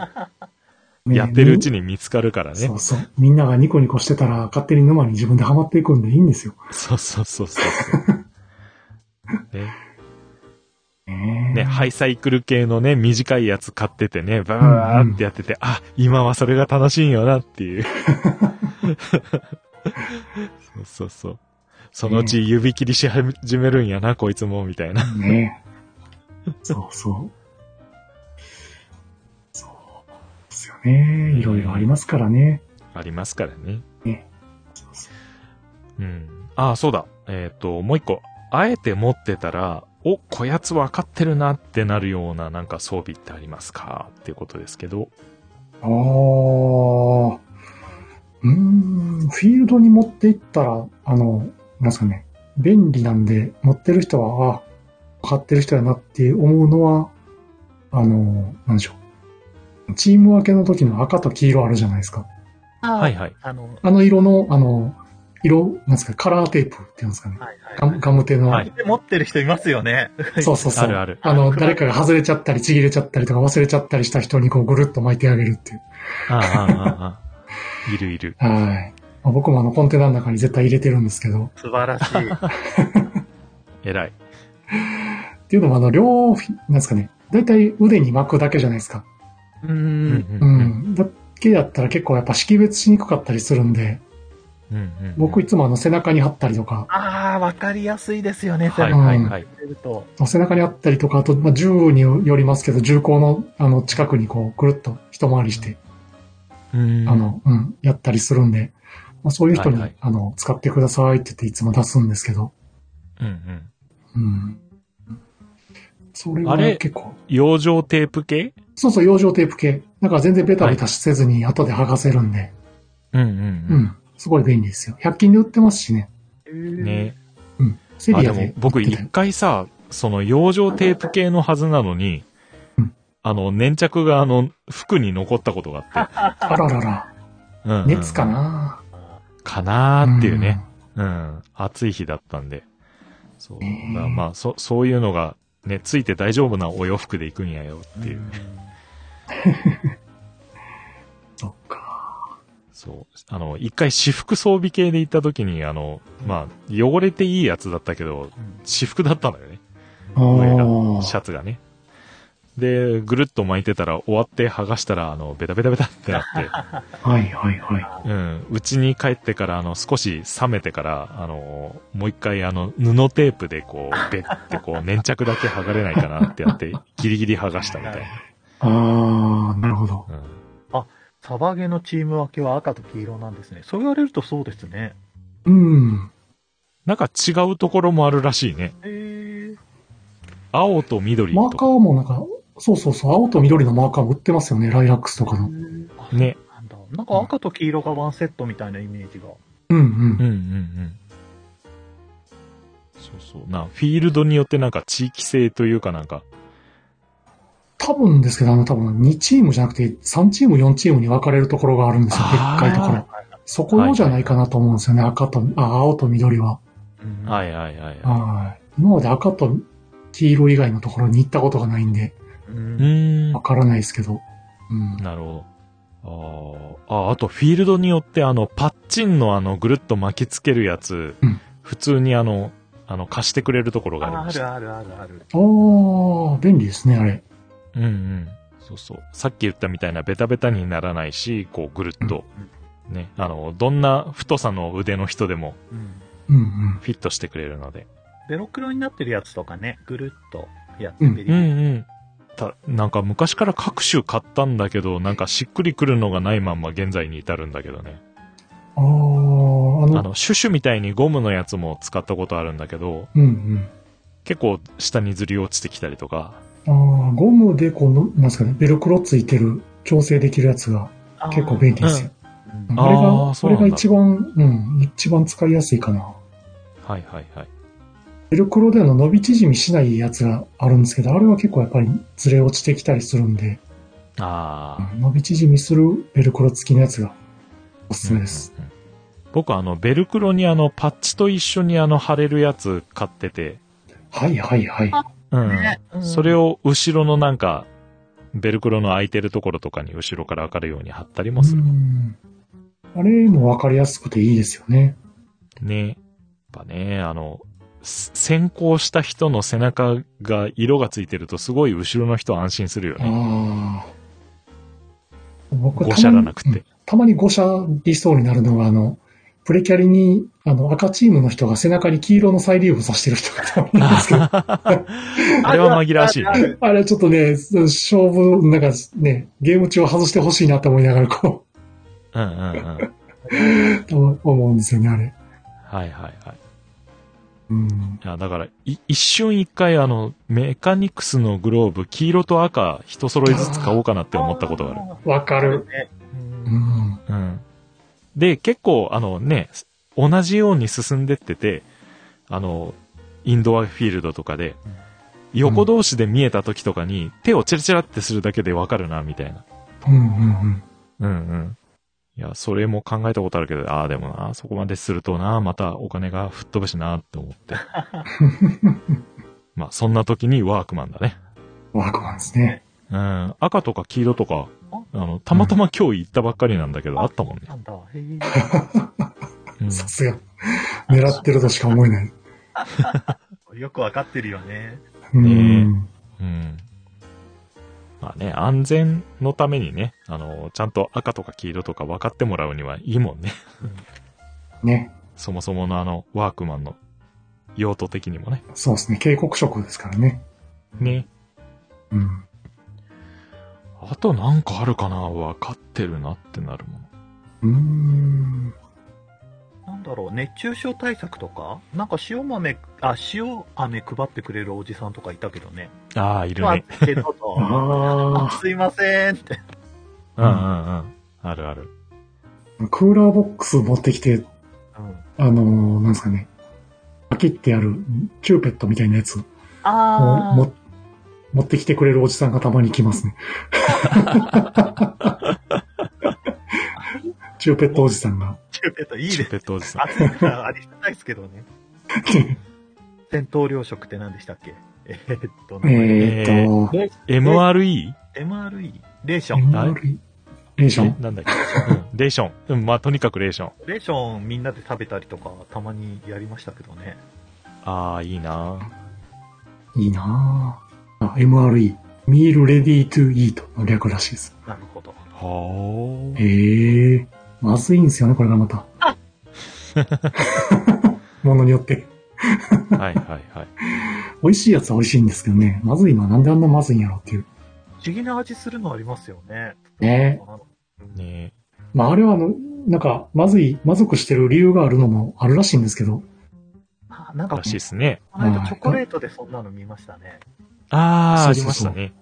う。ね
やってるうちに見つかるからね
そ。うそう。みんながニコニコしてたら勝手に沼に自分でハマっていくんでいいんですよ。
そうそうそうそう。ね
ね
ね、ハイサイクル系のね、短いやつ買っててね、バーってやってて、あ、今はそれが楽しいんよなって
<laughs>
いう。そうそうそう。そのうち指切りし始めるんやな、こいつも、みたいな。
ねそうそう。そうですよね。いろいろありますからね。
ありますからね。
そうそう
うん。ああ、そうだ。えっ、と、もう一個。あえて持ってたら、お、こやつ分かってるなってなるようななんか装備ってありますかっていうことですけど。
あーうーん、フィールドに持っていったら、あの、なんですかね、便利なんで、持ってる人は、あ買ってる人やなって思うのは、あの、なんでしょう。チーム分けの時の赤と黄色あるじゃないですか。
はいはい。
あの、
あの色の、あの、色、なんですか、カラーテープっていうんですかね。
はい
ガ
は
ムガムテの、
はい
い。で持ってる人いますよね。
そうそうそう。
あるある
あの、誰かが外れちゃったり、ちぎれちゃったりとか忘れちゃったりした人にこうぐるっと巻いてあげるっていう。
ああ、ああ、ああ。いるいる。
はい。まあ僕もあの、コンテナの中に絶対入れてるんですけど。
素晴らしい。
偉い。
っていうのもあの、両、なんですかね。だいたい腕に巻くだけじゃないですか。
<laughs> うーん
う
うん。
ん。だけだったら結構やっぱ識別しにくかったりするんで、
うんうん
僕いつもあの、背中に貼ったりとか、
ああ、わかりやすいですよね、そ
は
れ
い
持っ
はいはい。
てると。
背中に貼ったりとか、あと、まあ、銃によりますけど、銃口の、あの、近くにこう、ぐるっと一回りして、
うん
あ、の、うん、やったりするんで、まあ、そういう人に、
はいはい
あの、使ってくださいって言っていつも出すんですけど、
うんうん。
うん。それ
あ
は
れ
結構、
養生テープ系
そうそう、養生テープ系。だから全然ベタベタせずに後で剥がせるんで、
うんう
う。ん、すごい便利ですよ。100均で売ってますしね。
ね
うん。セ
あ、
リ
で
ア
も
で。
僕
売って
一
たよ
回さ、その養生テープ系のはずなのに
うん、
あの、粘着があの、服に残ったことがあって。
あららら、
うんうん
熱かな
かなーっていうね。。うん。暑い日だったんで。そう。だ
ねえ
からまあ、そ、そういうのが、ね、ついて大丈夫なお洋服で行くんやよっていう。
うんそっか。
そう。あの、一回私服装備系で行った時に、あの、まあ、汚れていいやつだったけど、私服だったのよね。
あ
上が、シ
ー
ャツがね。で、ぐるっと巻いてたら、終わって剥がしたら、あの、ベタベタベタってなっ
はいはいはい。
て、うん。うちに帰ってから、あの、少し冷めてから、あの、もう一回、あの、布テープでこう、べってこう、粘着だけ剥がれないかなってやって、ギリギリ剥がしたみたい
あー、なるほど。
な。うん。
サバゲのチーム分けは赤と黄色なんですね。そう言われるとそうですね。
うん。
なんか違うところもあるらしいね。
えー、
青と緑
マ
と
ーカ
か。
ーもなんか、そうそうそう、青と緑のマーカーも売ってますよね、ライラックスとかの。うん
あ
ね。
なんだ。なんか赤と黄色がワンセットみたいなイメージが。
う
うん
ん。
うんうん。そうそう。な、フィールドによってなんか地域性というかなんか、
多分ですけど、あの多分2チームじゃなくて3チーム、4チームに分かれるところがあるんですよ、でっ
あー
かいところ。そこ用じゃないかなと思うんですよね、赤と、あ、青と緑は。
うん
はいはいはい。
はい。今まで赤と黄色以外のところに行ったことがないんで、
う
うんーん
わ。からないですけど。うん。
なるほど。あーあ、あとフィールドによってあの、パッチンのあの、ぐるっと巻きつけるやつ、
うん
普通にあの、あの、貸してくれるところがあり
あ
ま
あ
した。
るあるあるある。
ああ、便利ですね、あれ。
うんうん。そうそう。さっき言ったみたいなベタベタにならないし、こうぐるっと、ね、あの、どんな太さの腕の人でも
うん。
うんうん。
フィットしてくれるので。
ベロクロになってるやつとかね、ぐるっとやって
うん
ベリ
う
ベリ
んうん。た、なんか昔から各種買ったんだけど、なんかしっくりくるのがないまんま現在に至るんだけどね。
ああ、あの、
あの、シュシュみたいにゴムのやつも使ったことあるんだけど、
うん
結構下にずり落ちてきたりとか。
うん。ああ、ゴムでこの、なんですかね、ベルクロついてる、調整できるやつが
あー
結構便利ですよ。
うん
あ
あれ
あー
が、
そ
そう
な
れ
んだ
が一番、うん、一番使いやすいかな。
はいはいはい。
ベルクロでの伸び縮みしないやつがあるんですけど、あれは結構やっぱりずれ落ちてきたりするんで、
あ
う
あ。
ん伸び縮みするベルクロ付きのやつがおすすめです。
うんうんうん。僕あの、ベルクロにあの、パッチと一緒にあの、貼れるやつ買ってて、
はいはいはい。
あ
うん。
ねうん
それを後ろのなんか、ベルクロの空いてるところとかに後ろからわかるように貼ったりもす
う
る。
んあれもわかりやすくていいですよね。
ね。やっぱね、あの、す先行した人の背中が色がついてるとすごい後ろの人安心するよね。
ああ。僕
誤射がなくて。
たまにうんたまに誤射理想になるのが、あの、プレキャリに、あの、赤チームの人が背中に黄色のサイリウムを刺してる人が多分いるんですけど、
あれは紛らわしい
あ
ね。
る
あれはちょっとね、そう勝負、なんかね、ゲーム中は外してほしいなと思いながら、こ、
うんうんうん。はいう
と思うんですよね、あれ。
はいはい。
うん。
いや、だから、い一瞬一回あの、メカニクスのグローブ、黄色と赤、一揃いずつ買おうかなって思ったことがある。
わか
あ
る。
ねうん
うん。
うん。で、結構、あのね、同じように進んでってて、あの、インドアフィールドとかで、横同士で見えた時とかに、手をチラチラってするだけでわかるな、みたいな。
うんうんうん。
うんうん。いや、それも考えたことあるけど、ああ、でもな、そこまでするとな、またお金が吹っ飛ぶしな、って思 <laughs> って。まあ、そんな時にワークマンだね。
ワークマンですね。
うん、赤とか黄色とか、あの、たまたま今日行ったばっかりなんだけど、あったもんね。
なんだ、へえ。
うん
さすが。狙ってるとしか思えない。
よくわかってるよね。
うん。
うん。まあね、安全のためにね、あの、ちゃんと赤とか黄色とか分かってもらうにはいいもんね。
ね。
そもそものあの、ワークマンの用途的にもね。
そうですね。警告色ですからね。
ね。
うん。
あとなんかあるかな分かってるなってなるもの。
うーん。
なんだろう、熱中症対策とかなんか塩豆、あ、塩飴配ってくれるおじさんとかいたけどね。
ああ、いる
まあ
ね。
けどと
あ
すいませんって。
うんうんうん。あるある。
あ。クーラーボックス持ってきて、
うん、
あのーなんですかね。パキってやる、チューペットみたいなやつを
あ
も持ってきてくれるおじさんがたまに来ます <laughs> ね。チューペットおじさん <laughs> が。
チューペットいい
チ
で
ュペットおじさん。
暑いからありがたいですけどね。戦闘糧食って何でしたっけえーっと、
えーっと、
レ
MRE?
MRE? レーション。
あれ
MRE レーション
え。なんだっけ、うん、レーション。うん、まあ、とにかくレーション。
レーションみんなで食べたりとか、たまにやりましたけどね。
ああ、いいない
いなぁあ。MRE。ミールレディートゥイートの略らしいです。
なるほど。
は
へえ。まずいんですよね、これがまた。 <laughs> ものによって。
あ。はいはいはい。
美味しいやつは美味しいんですけどね。まずいのはなんであんなまずいんやろうっていう。
不思議な味するのありますよね。
ね
ね
まああれはあの、なんか、まずい、まずくしてる理由があるのもあるらしいんですけど。
あなんか、
ら
こ
しいですね。
の間チョコレートでそんなの見ましたね。
ああ、あ
そう
り
そ
ま
う
し
そう
たね。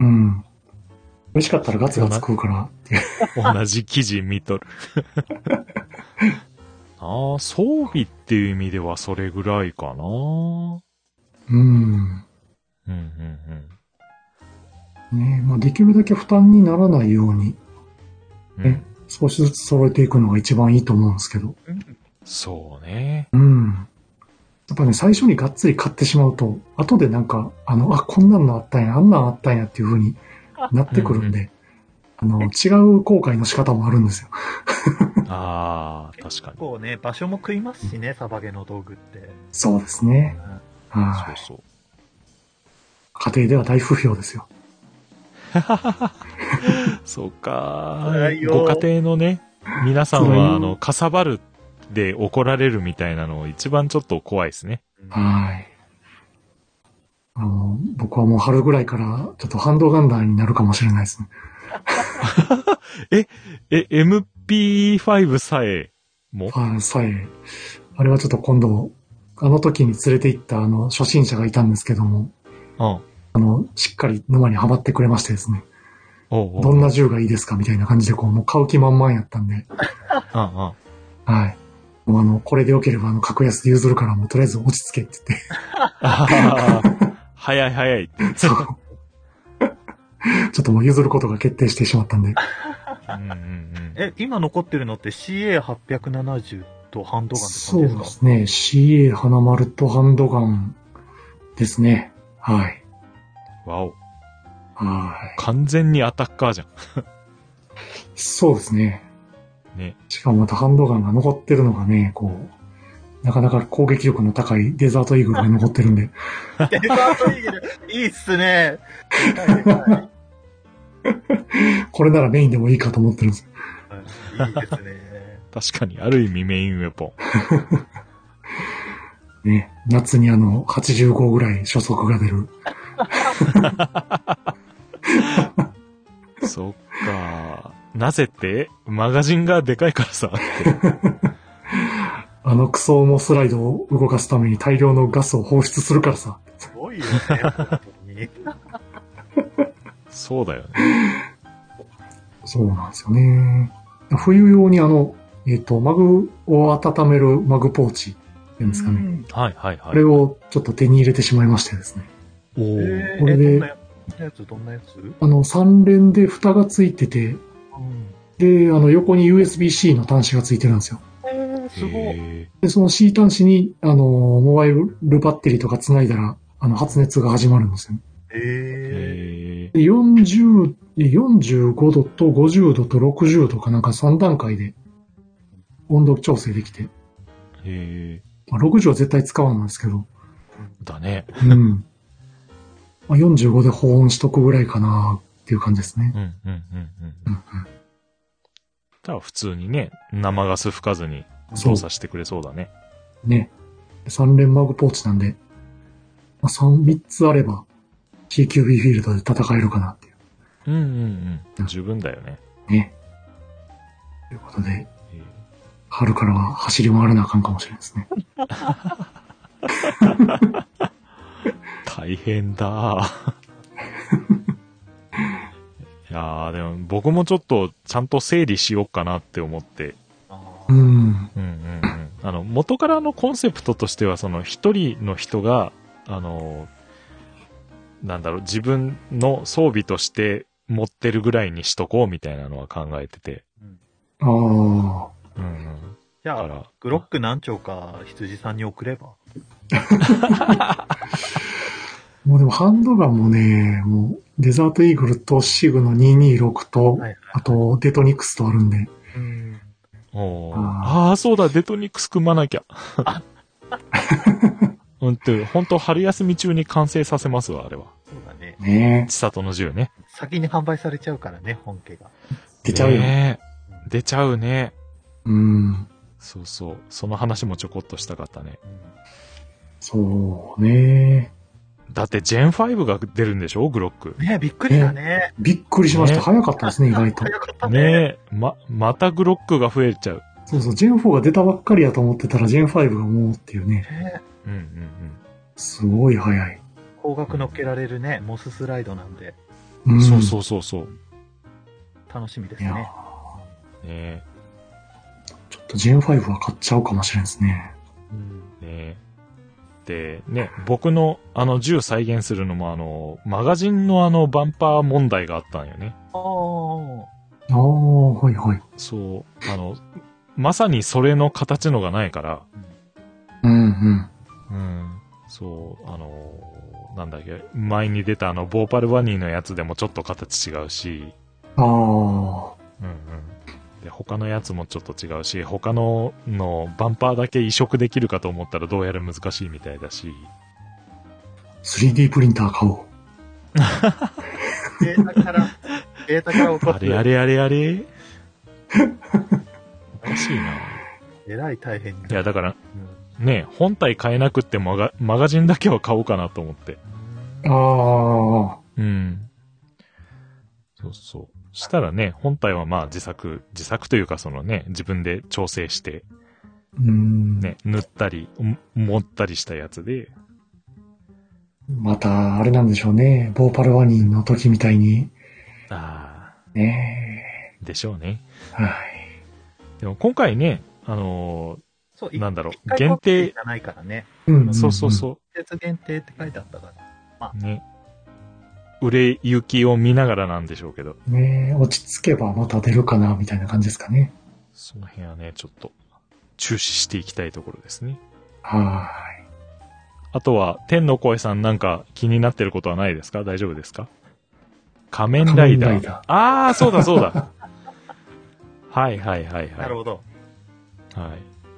うん。美味しかったらガツガツ食うからっていう。
同じ記事見 <laughs> とる。ああ、装備っていう意味ではそれぐらいかなうん
う
う
ん。
んうん
ねまあできるだけ負担にならないように、
うん。
ね少しずつ揃えていくのが一番いいと思うんですけど。
そうね。
うん。やっぱね、最初にがっつり買ってしまうと、後でなんか、あの、あ、こんなんのあったんや、あんなんあったんやっていう風になってくるんで、あの、違う後悔の仕方もあるんですよ。
ああ、確か
結
に。
構ね、場所も食いますしね、サバゲの道具って。
そうですね。
そう
はい。
そう。
家庭では大不評ですよ。
そうか
辛い。よ
ご家庭のね、皆さん
辛い
は、
よ
あの、かさばるで怒られるみたいなのを一番ちょっと怖いですね。
はい。あの、僕はもう春ぐらいから、ちょっとハンドガンダーになるかもしれないですね。
え、MP5 さえも
はい、さえ。あれはちょっと今度、あの時に連れて行ったあの、初心者がいたんですけども、
うん。
あの、しっかり沼にはまってくれましてですね、
おうおう
どんな銃がいいですかみたいな感じで、こう、もう買う気満々やったんで、
うんうん。
はい。もうあの、これで良ければあの、格安で譲るから、もうとりあえず落ち着けって言って、
あはは早い早い。
<laughs> そう。ちょっともう譲ることが決定してしまったんで、
うんうんうん
え、今残ってるのって CA870 とハンドガンって
そ
感
う
じ
で
ですか
すね。CA 花丸とハンドガンですね。はい。
わお。
は
完全にアタッカーじゃ
い。そうですね。
ん。ね。
しかもまたハンドガンが残ってるのがね、こう、なかなか攻撃力の高いデザートイーグルが残ってるんで、
デザートイーグル <laughs> いいっすね。はいは
これならメインでもいいかと思ってるんです。
いいいですね。
確かに、ある意味メインウェポン。
ね。夏にあの、85ぐらい初速が出る。
そっか。なぜって、マガジンがでかいから <laughs> さ、って。
あのクソ重スライドを動かすために大量のガスを放出するからさ。
すごいよね、本当に。
そうだよね。
そうなんですよね。冬用にあの、えっ、と、マグを温めるマグポーチっていうんですかね。
はいはい
あ
はい
れ。をちょっと手に入れてしまいましてですね。
お
え
ー
ー、え
これで
どんなやつどんなやつ
あの、3連で蓋がついてて、
うん。
で、あの、横に USB-C の端子がついてるんですよ。
えー、すごい。
へ
で、その C 端子に、あの、モバイルバッテリーとか繋いだら、あの、発熱が始まるんですよね。
ー
え
へー
で、40、え45度と50度と60度かなんか3段階で温度調整できて、
へ
まあ、60は絶対使わないんですけど、
ーだね。
うん。まあ、45で保温しとくぐらいかなっていう感じですね
う。んうんうん
う
うん。
んうん
ただ普通にね、生ガス吹かずに操作してくれそうだね。
ね。三連マグポーチなんで、まあ、三、三つあれば、CQB フィールドで戦えるかなってい
うんうんうん。十分だよね。
う。ね。ということで、
へー
春からは走り回らなあかんかもしれないですね。
大変 <laughs> だ。いやー、でも僕もちょっとちゃんと整理しようかなって思って。
あ
う
ー
ん。
うんうんうん。あの、元からのコンセプトとしては、その一人の人が、あの、なんだろう、自分の装備として持ってるぐらいにしとこうみたいなのは考えてて。
ああ。
うんうん。
じ
だか
ゃあ、
ら、
グロック何丁か羊さんに送れば。
もうでもハンドガンもね、もう、デザートイーグルとシグの226と、
はいはい
あと、デトニクスとあるんで、
うん。
おー
あ
ああー、そうだ、デトニックス組まなきゃ。うんと、本当春休み中に完成させますわ、あれは。
そうだね。
ね
千里の銃ね。
先に販売されちゃうからね、本家が。
出ちゃうよ。
ねえ出ちゃうね。
うん。
そうそう。その話もちょこっとしたかったね。
そうね。
だって、ジェン5が出るんでしょグロック。
ねびっくりだね。
びっくりしました。
ね
早かったですね、意外と。
早かったね。
ねえ。ま、またグロックが増えちゃう。
そうそう、Gen4 が出たばっかりやと思ってたら Gen5 がもうっていうね、
ね
うんうんうん。
すごい早い。
高額乗っけられるね、モススライドなんで、
うん、
そうそうそうそう。
楽しみです
いやー
ね。
ね
ちょっと Gen5 は買っちゃうかもしれんですね。
うん。
え。ねえ。で、ね、僕の、あの、銃再現するのも、あの、マガジンのあの、バンパー問題があったんよね。
ああ。
ああ、はいはい。
そう。あの、まさにそれの形のがないから、
うんうん。
うん。そう、あのーなんだっけ、前に出たあの、ボーパルバニーのやつでもちょっと形違うし、
ああ、
うんうん。で、他のやつもちょっと違うし、他ののバンパーだけ移植できるかと思ったらどうやら難しいみたいだし、
3D プリンター買おう。
データから、データから落と
あ
す。
れあれあれあれ <laughs> おかしいな。
えらい大変になる
いや、だから、
うん
ね、本体買えなくってマガマガジンだけは買おうかなと思って。
あ
うん。そうそう。したらね、本体はまあ自作、自作というかそのね、自分で調整して、
ー。うーん。
ね、塗ったり、も持ったりしたやつで、
また、あれなんでしょうね。ボーパルワニンの時みたいに。
あ
ね
ー、でしょうね。
え。はい。
でも今回ね、あの
そう、
ーなんだろ
一
う、
回
限
コピーじ
定、
ゃないからね。
うん。
そうそう
う
そ
季節限定って書いてあったから。
う、ね、売れ行きを見ながらなんでしょうけど、
ん。ねえ、落ち着けばまた出るかな、みたいな感じですかね。
その辺はね、ちょっと、注視していきたいところですね。
は
あとは、天の声さんなんか気になってることはないですか大丈夫ですか仮面ライダー。
仮面ライダ
ああ、そうだそうだ。はいはいはいはい。
なるほど。
はい。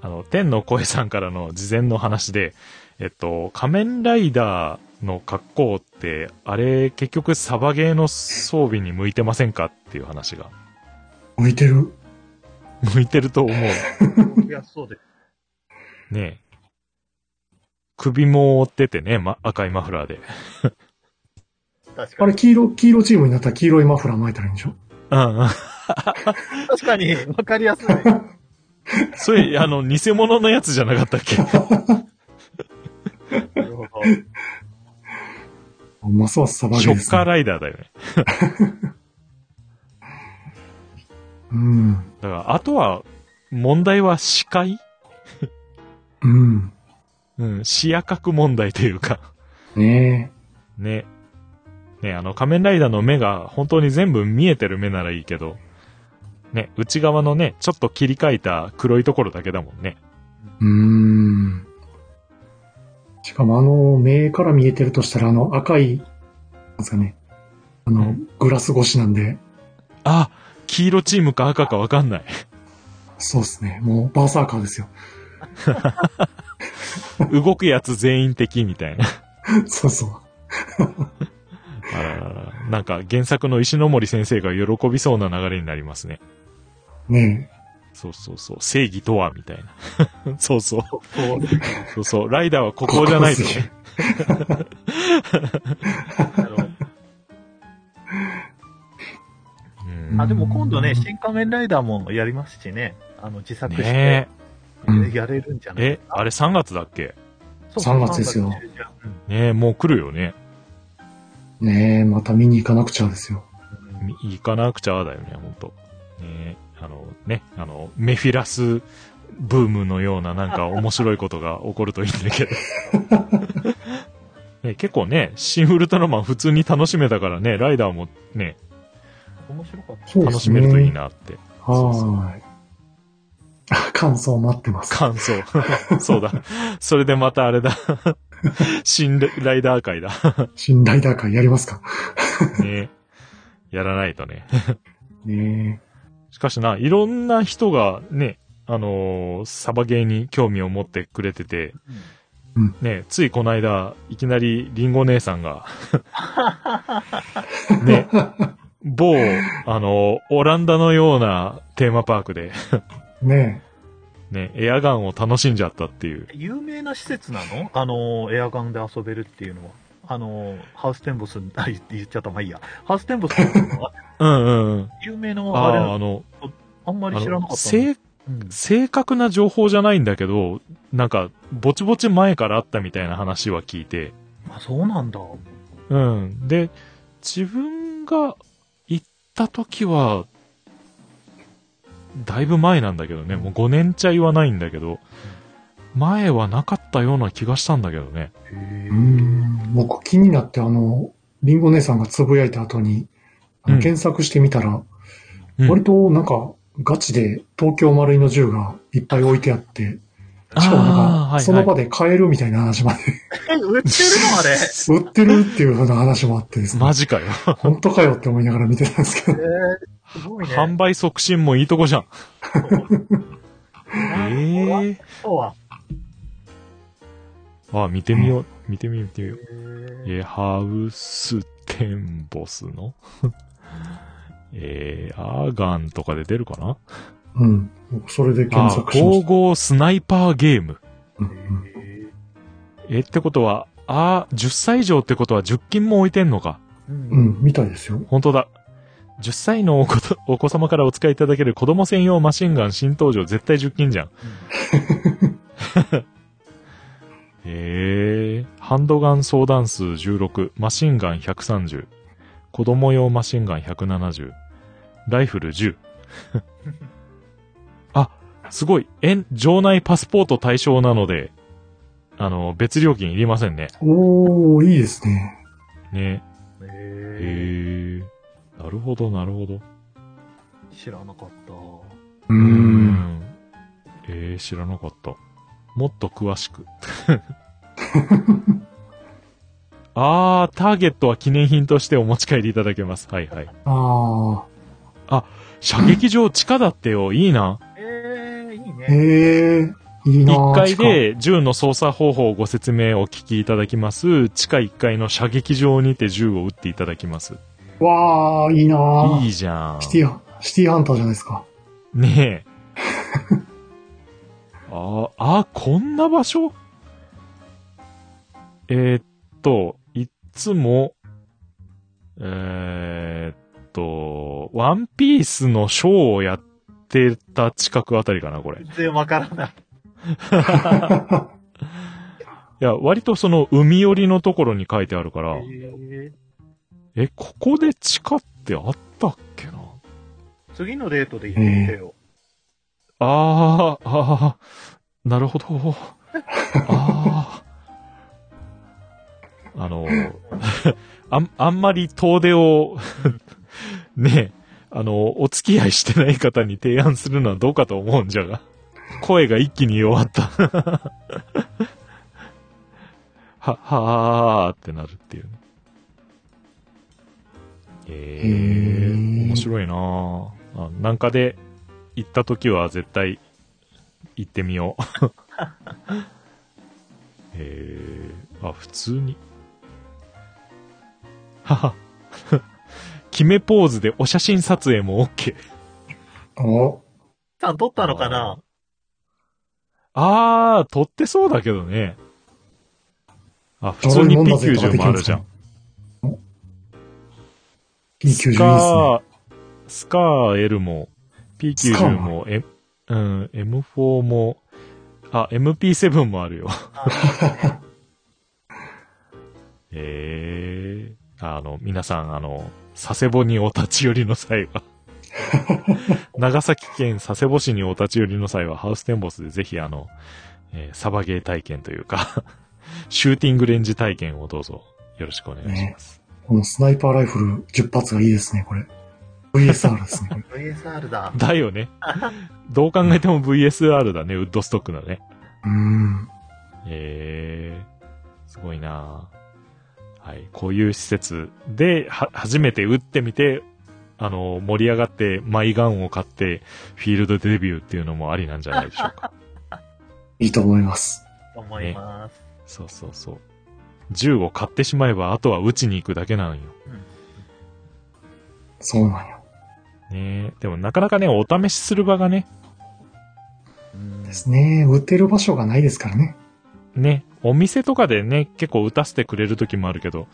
あの、天の声さんからの事前の話で、えっと、仮面ライダーの格好って、あれ結局サバゲーの装備に向いてませんかっていう話が。 <laughs>
い。向いてる。
向いてると思う。
いや、そうです。
ねえ。首も覆っててね、ま、赤いマフラーで。 <laughs>
確
あ
か
れ、
に。
黄色、黄色チームになったら黄色いマフラー巻いたらいいんでしょ
うんうん。
確かに、わかりやすい。
それ、あの、偽物のやつじゃなかったっけ
なるほど。
ますますサバゲ
シ
ー
ョ
です、
ッカー
ね。
ライダーだよね。
うん。
だから、あとは、問題は視界
うん。
うん、視野角問題というか。
ね
ね。ね、あの、仮面ライダーの目が本当に全部見えてる目ならいいけど、ね、内側のね、ちょっと切り替えた黒いところだけだもんね。
え。うーん。しかもあの、目から見えてるとしたらあの赤い、なんですかね。あ
う
の、グラス越しなんで、
あ、黄色チームか赤かわかん <laughs> ない。
そうですね。もうバーサーカーですよ。 <laughs>
動くやつ全員敵みたいな。
そうそう。
あらららなんか原作の石ノ森先生が喜びそうな流れになりますね。
ね
そうそうそう。正義とはみたいな。 <laughs> そうそう。
そう。
そうそう。ライダーはここじゃないとね。
なるほど
うん
あ、でも今度ね、新仮面ライダーもやりますしね。あの、自作して。
ね
え。うん、
やれるんじゃ
え。
ない
え、あれ3月だっけ
そう
3月ですよ
3中旬
ねえ、もう来るよね。
ねえ、また見に行かなくちゃですよ。
うん
み行かなくちゃだよね、ほんと。ねえ、あのね、あの、メフィラスブームのようななんか面白いことが起こるといいんだけど。 <laughs> ね、結構ね、シン・ウルトラマン普通に楽しめたからね、ライダーもね、
面白かった。
そう
楽しめるといい。なって。そうそう
はーい。あ感想待ってます。
感想。 <laughs> そうだ。それでまたあれだ。 <laughs> 新ライダー会だ。
新ライダー会やりますか。
ね。やらないとね。
ね
しかしな、いろんな人がね、あのーサバゲーに興味を持ってくれてて、
うん
ね、ついこの間、いきなりリンゴ姉さんが、 <laughs> ね、某、あのーオランダのようなテーマパークで、
え。ねえ。
ね、エアガンを楽しんじゃったっていう。
有名な施設なのあの、エアガンで遊べるっていうのは。あの、ハウステンボス、あ、言言っちゃった、まあいいや。ハウステンボスっていうのは <laughs>
うんうんうん。
有名なあれ
ああ、
あ
あの、
んま
あ
り知らなかった
の
な。
正
うん
正確な情報じゃないんだけど、なんか、ぼちぼち前からあったみたいな話は聞いて、
あ、そうなんだ。
うん。で、自分が行った時は、だいぶ前なんだけどね、もう5年ちゃいはないんだけど、前はなかったような気がしたんだけどね。
へえ
うーん。僕気になって、あの、リンゴ姉さんがつぶやいた後に、あの
うん
検索してみたら、
うん
割となんか、ガチで東京丸井の銃がいっぱい置いてあって、しかもなん
あー
か、その場
い
で買えるみたいな話まで、
え、売ってるの
<laughs>
あれ。
<laughs>
売ってるっていうふうな話もあってですね
マジかよ。
本当かよって思いながら見てたんですけど。
えすごいね。
販売促進もいいとこじゃん。え
え
え
そうは。
あ、見てみよう。見てみよう、見てみよう。
へー
えーハウステンボスの <laughs> えー、アーガンとかで出るかな
うん。それで検
あ、
索しました。
55スナイパーゲーム。
うんうん
えーってことは、あー、10歳以上ってことは10金も置いてんのか。
う。
うんん、みたいですよ。
本当だ。10歳のおこと <laughs> お子様からお使いいただける子供専用マシンガン新登場絶対10金じゃん。えー、ハンドガン相談数16、マシンガン130、子供用マシンガン170、ライフル10。あ、すごい。園、場内パスポート対象なので、あの、別料金いりませんね。
おー、いいですね。
ね。え
へえ。
ー、なるほど、なるほど。
知らなかった。
う
うー
ん。
ん。えー、知らなかった。もっと詳し
<laughs>
く。あー、ターゲットは記念品としてお持ち帰りいただけます。はいはい。
あ
射撃場地下だってよ。いいな。
ええ、いい
ー。
ね。
へえー、いいな
1
ぁ。
階で銃の操作方法をご説明お聞きいただきます。地下1階の射撃場にて銃を撃っていただきます。
地下。わー、いいなぁ。
いいじゃん。
シティハ、シティハンターじゃないですか。
ねえ。 <laughs> あーあー、こんな場所えーっと、いっつも、えーっと、ワンピースのショーをやってた近くあたりかな、これ。い
全然わからない。
や、割とその海寄りのところに書いてあるから、
へえ
え、ここで地下ってあったっけな
次のデートで行ってみてよ。
あー、あー、なるほど。あー。あの、あん、あんまり遠出を、ね、あの、お付き合いしてない方に提案するのはどうかと思うんじゃが。声が一気に弱った。 <laughs> は、はーってなるっていうね。え
へ
ー、
ー
面白いなぁあ。なんかで行った時は絶対行ってみよう。 <laughs> えー、あ、普通に。はは。決めポーズでお写真撮影も OK。
お
さん撮ったのかな
あー、撮ってそうだけどね。あ、普通
呪い
に
もんだぜ
P90 もあるじゃん。
お P90 いいです
ス
ね。
カー、スカー L も、
スカ
P90
ー
も、M、うん、M4 も、あ、MP7 もあ
<laughs>
るよ。
あー
ええあの、皆さん、あの、佐世保にお立ち寄りの際
<laughs>
は、長崎県佐世保市にお立ち寄りの際は、ハウステンボスでぜひ、あの、えーサバゲー体験というか、シューティングレンジ体験をどうぞよろしくお願いします。
このスナイパーライフル10発がいいですね、これ。VSR ですね。
<laughs>
これ
VSR だ。
だよね。どう考えても VSR だね、ウッドストックだね。
うーん。
ええすごいなあはい。こういう施設で、は、初めて打ってみて、あの、盛り上がって、マイガンを買って、フィールドデビューっていうのもありなんじゃないでしょうか。
いいと思います。
と思います。
そうそうそう。銃を買ってしまえば、あとは撃ちに行くだけなんよ。
そうなんよ。
ねえでもなかなかね、お試しする場がね、
うん
ですね。売ってる場所がないですからね。
ね、お店とかでね、結構打たせてくれる時もあるけど、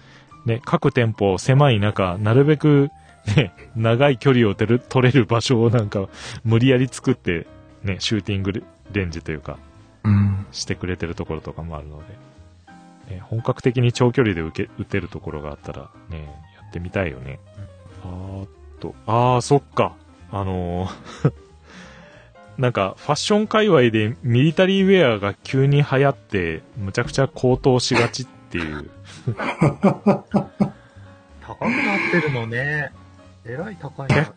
ね、各店舗狭い中、なるべく、ね、長い距離を取る取れる場所をなんか、無理やり作って、ね、シューティングレンジというか、
うん。
してくれてるところとかもあるので、ね、本格的に長距離で受け打てるところがあったら、ね、やってみたいよね。あーっと、あー、そっか。あのー <laughs> なんか、ファッション界隈でミリタリーウェアが急に流行って、むちゃくちゃ高騰しがちっていう。
高くなってるのね。えらい高いな。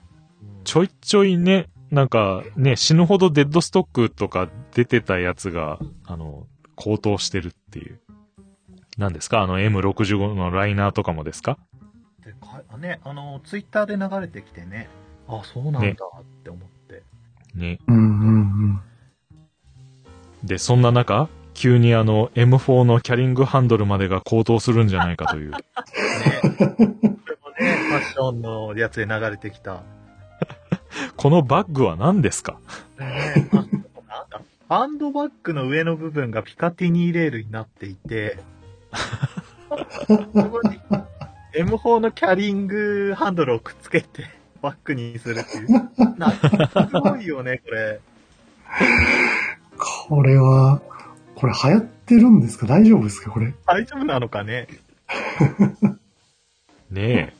ちょいちょいね、なんかね、死ぬほどデッドストックとか出てたやつが、あの、高騰してるっていう。何ですかあの M65 のライナーとかもですか
でかいあね、あの、ツイッターで流れてきてね。あ、そうなんだって思って。
ね。
うんうん
で、そんな中、急にあの、M4 のキャリングハンドルまでが高騰するんじゃないかという。
これもね、ファッションのやつで流れてきた。
このバッグは何ですか
ねあなんだハンドバッグの上の部分がピカティニーレールになってい <laughs> て、そこに M4 のキャリングハンドルをくっつけてバッグにするっていう。なんかすごいよね、これ。
うん。これは、これ流行ってるんですか大丈夫ですかこれ。
大丈夫なのかね
ね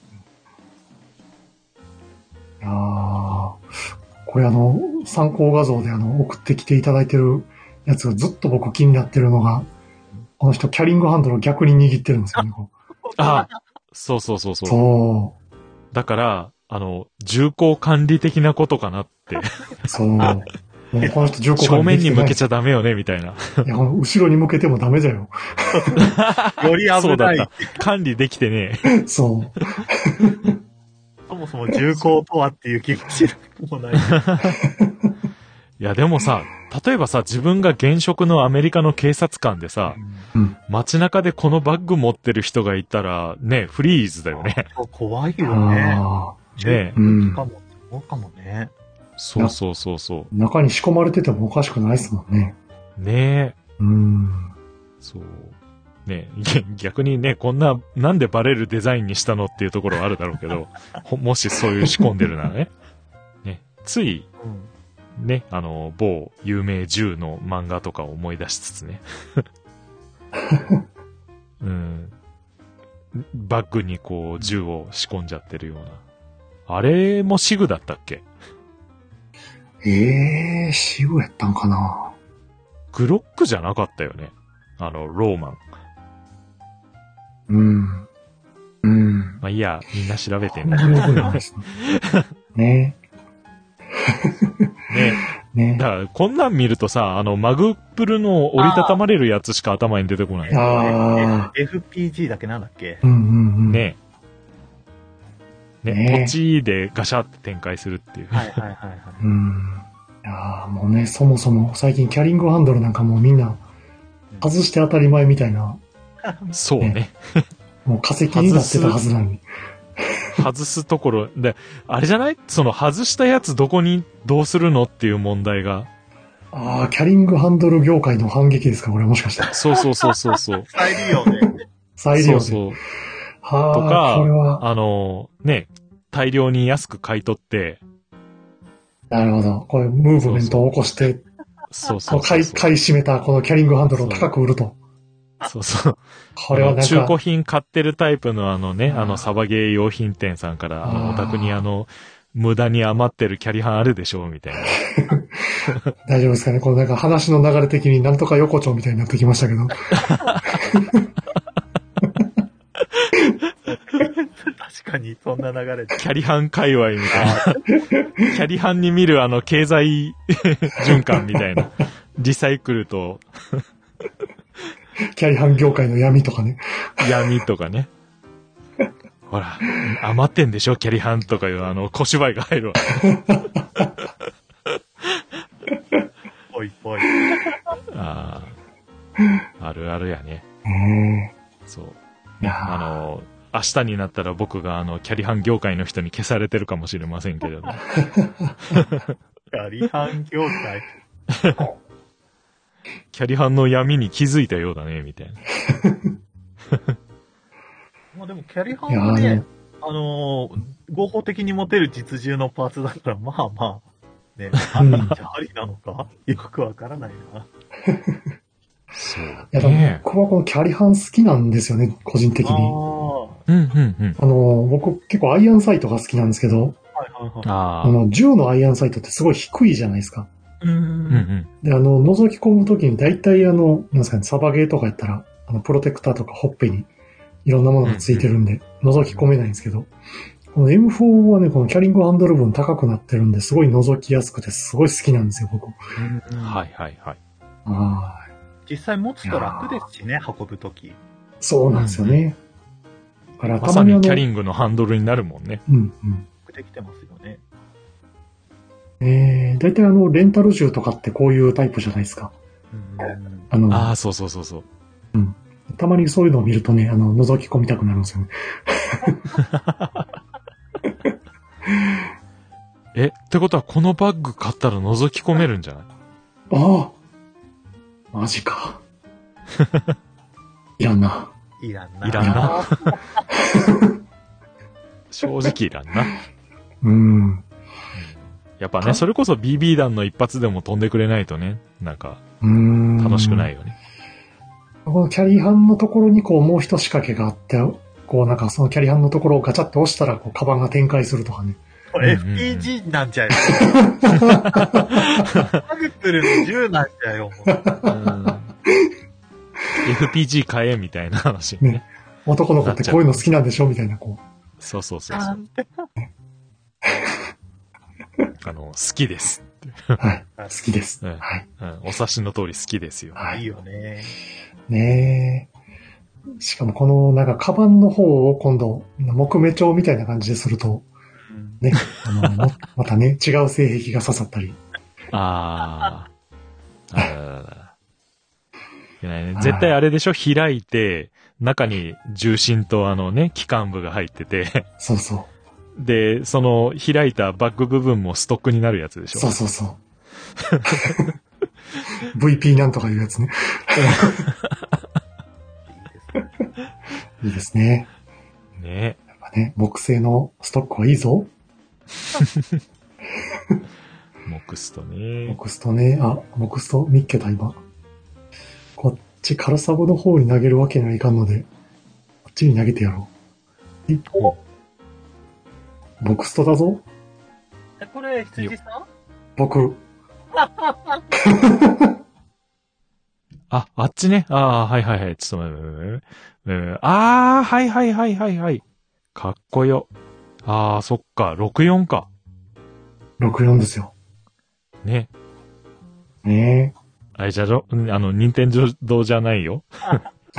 ああ、これあの、参考画像であの、送ってきていただいてるやつがずっと僕気になってるのが、この人キャリングハンドルを逆に握ってるんですよね。こ
え。あ、そうそうそう
う
そう。
そ
だから、あの、重厚管理的なことかなって。
う、そう。もうこの人重厚
正面に向け
ち
ちゃダメよね、みたいな。
ゃいや、この後ろに向けてもダメだよ。 <laughs>
より
そ
危
うだ
な
っ
い。
た。管理できてねえ。
そう。
そもそも重厚とはっていう気がしなくもない。
いや、でもさ、例えばさ、自分が現職のアメリカの警察官でさ、
うん
街中でこのバッグ持ってる人がいたら、ね、フリーズだよね。
怖いよね。
あ
ね
あ、うん
し。かも、そうかもね。
そうそうそうそ
中に仕込まれててもおかしくないですもんね。
う。ねえ。
うん。
そう。ね <laughs> え、ぎ逆にね、こんな、なんでバレるデザインにしたのっていうところはあるだろうけど、 <laughs> ほもしそういう仕込んでるならね。ね、つい、
うん。
ね、あの、某有名銃の漫画とかを思い出しつつね。 <laughs> うん。バッグにこう、銃を仕込んじゃってるような。あれもシグだったっけ
ええー、シグやったんかな。
グロックじゃなかったよね。あの、ローマン。
うん。うん。
まあ、いいや、みんな調べて
こん
ね
な。に覚えてないですね。ね
ね。
ね
だから、こんなん見るとさ、あの、マグプルの折りたたまれるやつしか頭に出てこない。
あ
FPG だっけなんだっけ
うんうんうん。
ね。ね、
ね
ポチでガシャって展開するっていう。
はいはいはいは
うん。いやーもうね、そもそも最近キャリングハンドルなんかもうみんな外して当たり前みたいな、
そうね。
もう化石になってたはずなのに。
外すところ。で、あれじゃないその外したやつどこにどうするのっていう問題が。
ああ、キャリングハンドル業界の反撃ですか、これもしかして。
そうそうそうそう
<laughs>
そう。
い。再利用ね。
再利
そ
用
う
で。
そう。
はあ、
とか
これは、
あの、ね、大量に安く買い取って、
なるほど。これ、ムーブメントを起こして、
そうそ
こ
う
う
そ
買
う
い、
そう。
買い占めたこのキャリングハンドルを高く売ると。
そうそう。
これはなんか、
中古品買ってるタイプのあのね、
あー
あの、サバゲー用品店さんから、あの、
あ
お
ー
宅にあの、無駄に余ってるキャリハンあるでしょうみたい
<laughs>
な。
大丈夫ですかねこのなんか話の流れ的になんとか横丁みたいになってきましたけど。
確かに、そんな流れで。
キャリハン界隈みたい
<laughs>
な。キャリハンに見るあの、経済循環みたいな。リサイクルと
キャリハン業界の闇とかね。
闇とかね。ほら、余ってんでしょキャリハンとかいうあの、小芝居が入るわ。
ぽいぽい。
あーあるあるやね。
ね
そう。
えいやー
あの、明日になったら僕があの、キャリハン業界の人に消されてるかもしれませんけれど。 <laughs>
キャリハン業界。
キャリハンの闇に気づいたようだね、みたいな。
まあでも、キャリハ
い
ン
や
は
ーね
ね、あのー合法的に持てる実銃のパーツだから、まあまあ、ね、あ
うん
りじゃありなのかよくわからないな。
そう。
いや、でも僕はこのキャリハン好きなんですよね、個人的
ああー、
に。
は
うんうんうん。
あの、僕結構アイアンサイトが好きなんですけど、
いはいはい。
あ
あ
あ。うん
の、銃のアイアンサイトってすごい低いじゃないですか。
うー。
うんん。
で、あの、覗き込むときに大体あの、なんですかね、サバゲーとかやったら、あの、プロテクターとかほっぺにいろんなものがついてるんで、覗き込めないんですけど、この M4 はね、このキャリングハンドル分高くなってるんで、すごい覗きやすくて、すごい好きなんですよ、僕。
はいはいはい。
はーい。
実際持つと楽ですしね、運ぶとき。
そうなんですよね。だから、
ま
た
さ
まにあ
に
の、
キャリングのハンドルになるもんね。
うん、うん。
できてますよね。
えー、大体あの、レンタル銃とかってこういうタイプじゃないですか。
うん
あの、
ああ、そうそうそうそう。
たまにそういうのを見るとね、あの、覗き込みたくなるんですよね。
え、ってことはこのバッグ買ったら覗き込めるんじゃない
ああマジか。 <laughs> いらんな。
いらんな。
いらん <laughs> な。正直いらんな。
うん。
やっぱね、それこそ BB 弾の一発でも飛んでくれないとね、なんか、
うん。
楽しくないよね。
このキャリーハンのところにこうもう一仕掛けがあって、こうなんかそのキャリーハンのところをガチャって押したらこうカバンが展開するとかね。
これ FPG なんじゃよ。ハグクルの銃なんじゃよ、もう。
FPG 買えみたいな話ね。
ね男の子ってこういうの好きなんでしょみたいなこ
そうそうそうそう。あの、好きです。 <laughs>
う。はい。
好
好きです。
うん
はい。
うん、お察しの通り好きですよ。
はい
い
い。
よね。
ねえ。しかもこのなんかカバンの方を今度、木目調みたいな感じですると、
うん
<laughs>
ね、あの、もまたね、違う性癖が刺さったり。
あー。あららららいけないね
はい
絶対あれでしょ開いて、中に重心とあのね、機関部が入ってて、
そうそう。
で、その開いたバッグ部分もストックになるやつでしょ
そうそうそう。VP なんとかいうや
<laughs>
つね。いいですね。
ね
やっぱね、木製のストックはいいぞ。
モックスとね。
木ストね、あ、木スト見っけた今。こっち、カラサボの方に投げるわけにはいかんので、こっちに投げてやろう。一
お
方、木ストだぞ。
えこれ、羊さん
僕、
あ、あっちね。ああ、はいはいはい。ちょっと待って待って待って。うんああ、はいはいはいはいはい。かっこよ。ああ、そっか。64か。
64ですよ。
ね。
ね
あれじゃろ、うんあの、任天堂じゃないよ。
え。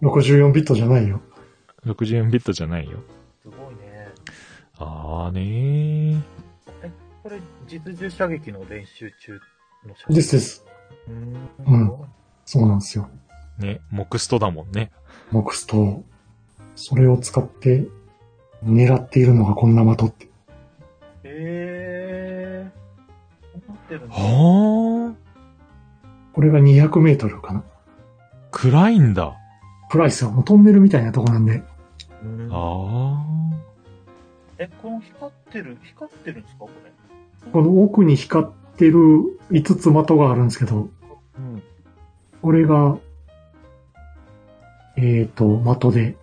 64ビットじゃないよ。
64ビットじゃないよ。
すごいね。
ああねー。
これ、実銃射撃の練習中の射撃。
ですです。
うん。
うんそうなんですよ。
ね、モクストだもんね。
木スト。それを使って、狙っているのがこんな的って。
えー。こうなってるんだ。
はあ、
これが200メートルかな。
暗いんだ。
暗いですよ。もうトンネルみたいなとこなんで。
うん
ああ。
え、この光ってる、光ってるんですかこれ。
この奥に光ってる5つ的があるんですけど、
うん。
これが、えっ、ー、と、的で。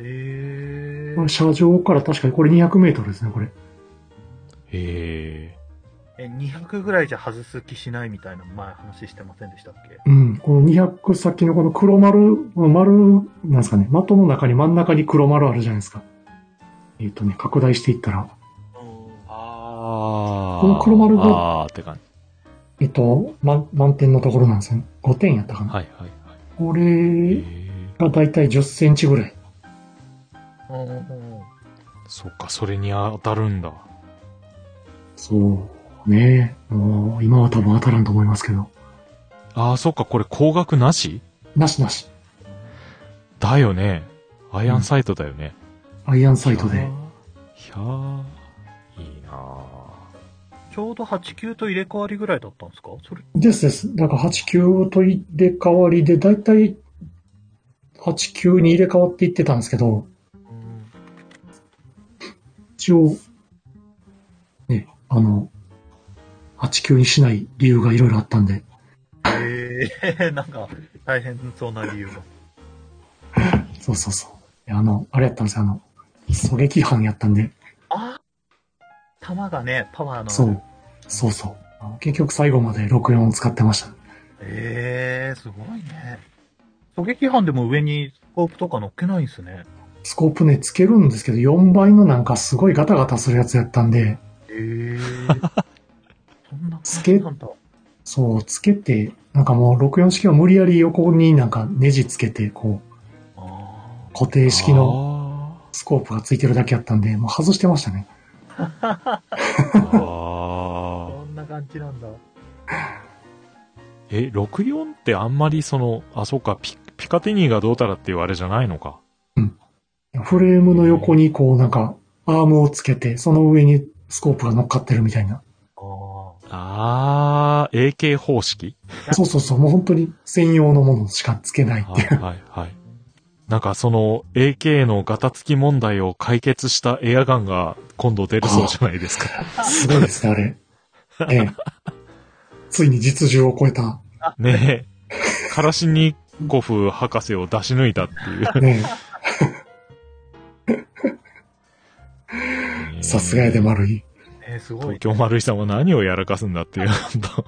え
これ車上から確かにこれ200メートルですね、これ。
へえ。
え、200ぐらいじゃ外す気しないみたいな前話してませんでしたっけ
うん。この200先のこの黒丸、丸、なんですかね、的の中に真ん中に黒丸あるじゃないですか。えっ、とね、拡大していったら、
ああ。
この黒丸が
ああって感じ。
えっ、と、満満点のところなんですよね。5点やったかな。
はいはいは
こ
い。へ
れ
え。
がだいたい10センチぐらい。
うんうんうん。
そっか、それに当たるんだ。
そうね。もう、今は多分当たらんと思いますけど。
ああ、そっか、これ高額なし
なしなし。
だよね。アイアンサイトだよね。
アイアンサイトで。。
ひゃー。いいなあ
ちょうど89と入れ替わりぐらいだったんですかそれ。
ですです。だから89と入れ替わりで、だいたい89に入れ替わっていってたんですけど、
うん。
一応、ね、あの、89にしない理由がいろいろあったんで、
え <laughs> ー、なんか、大変そうな理由が。
そうそうそう。であの、あれやったんですよ、あの、狙撃犯やったんで、
あ弾がね、パワーのある。
そう、そうそう。あの結局最後まで64を使ってました。
ええー、すごいね。狙撃班でも上にスコープとか乗っけないんすね。
スコープね、つけるんですけど、4倍のなんかすごいガタガタするやつやったんで、
ええー。 <laughs> そんな
つけ
なんだ。
そう、つけて、なんかもう64式を無理やり横になんかネジつけて、こう、
あ
固定式の
の。
スコープがついてるだけやったんで、もう外してましたね。
ああ。
そんな感じなんだ。
<laughs> え、64ってあんまりその、あ、そっか、ピピカティニーがどうたらっていうあれじゃないのか。
フレームの横にこうなんかアームをつけて、その上にスコープが乗っかってるみたいな。
あ
ああ、AK 方式
そうそうそう、もう本当に専用のものしかつけないって。
はいいうはいはい。なんかその AK のガタつき問題を解決したエアガンが今度出るそうじゃないですか。
すごいですね、あれ。ええ。ついに実銃を超えた。
ねえ。カラシニコフ博士を出し抜いたっていう。
ねえ <laughs> さすがやで丸い。
あ。えー、すごい
東。京丸井さんは何をやらかすんだっていう、 <laughs> 本当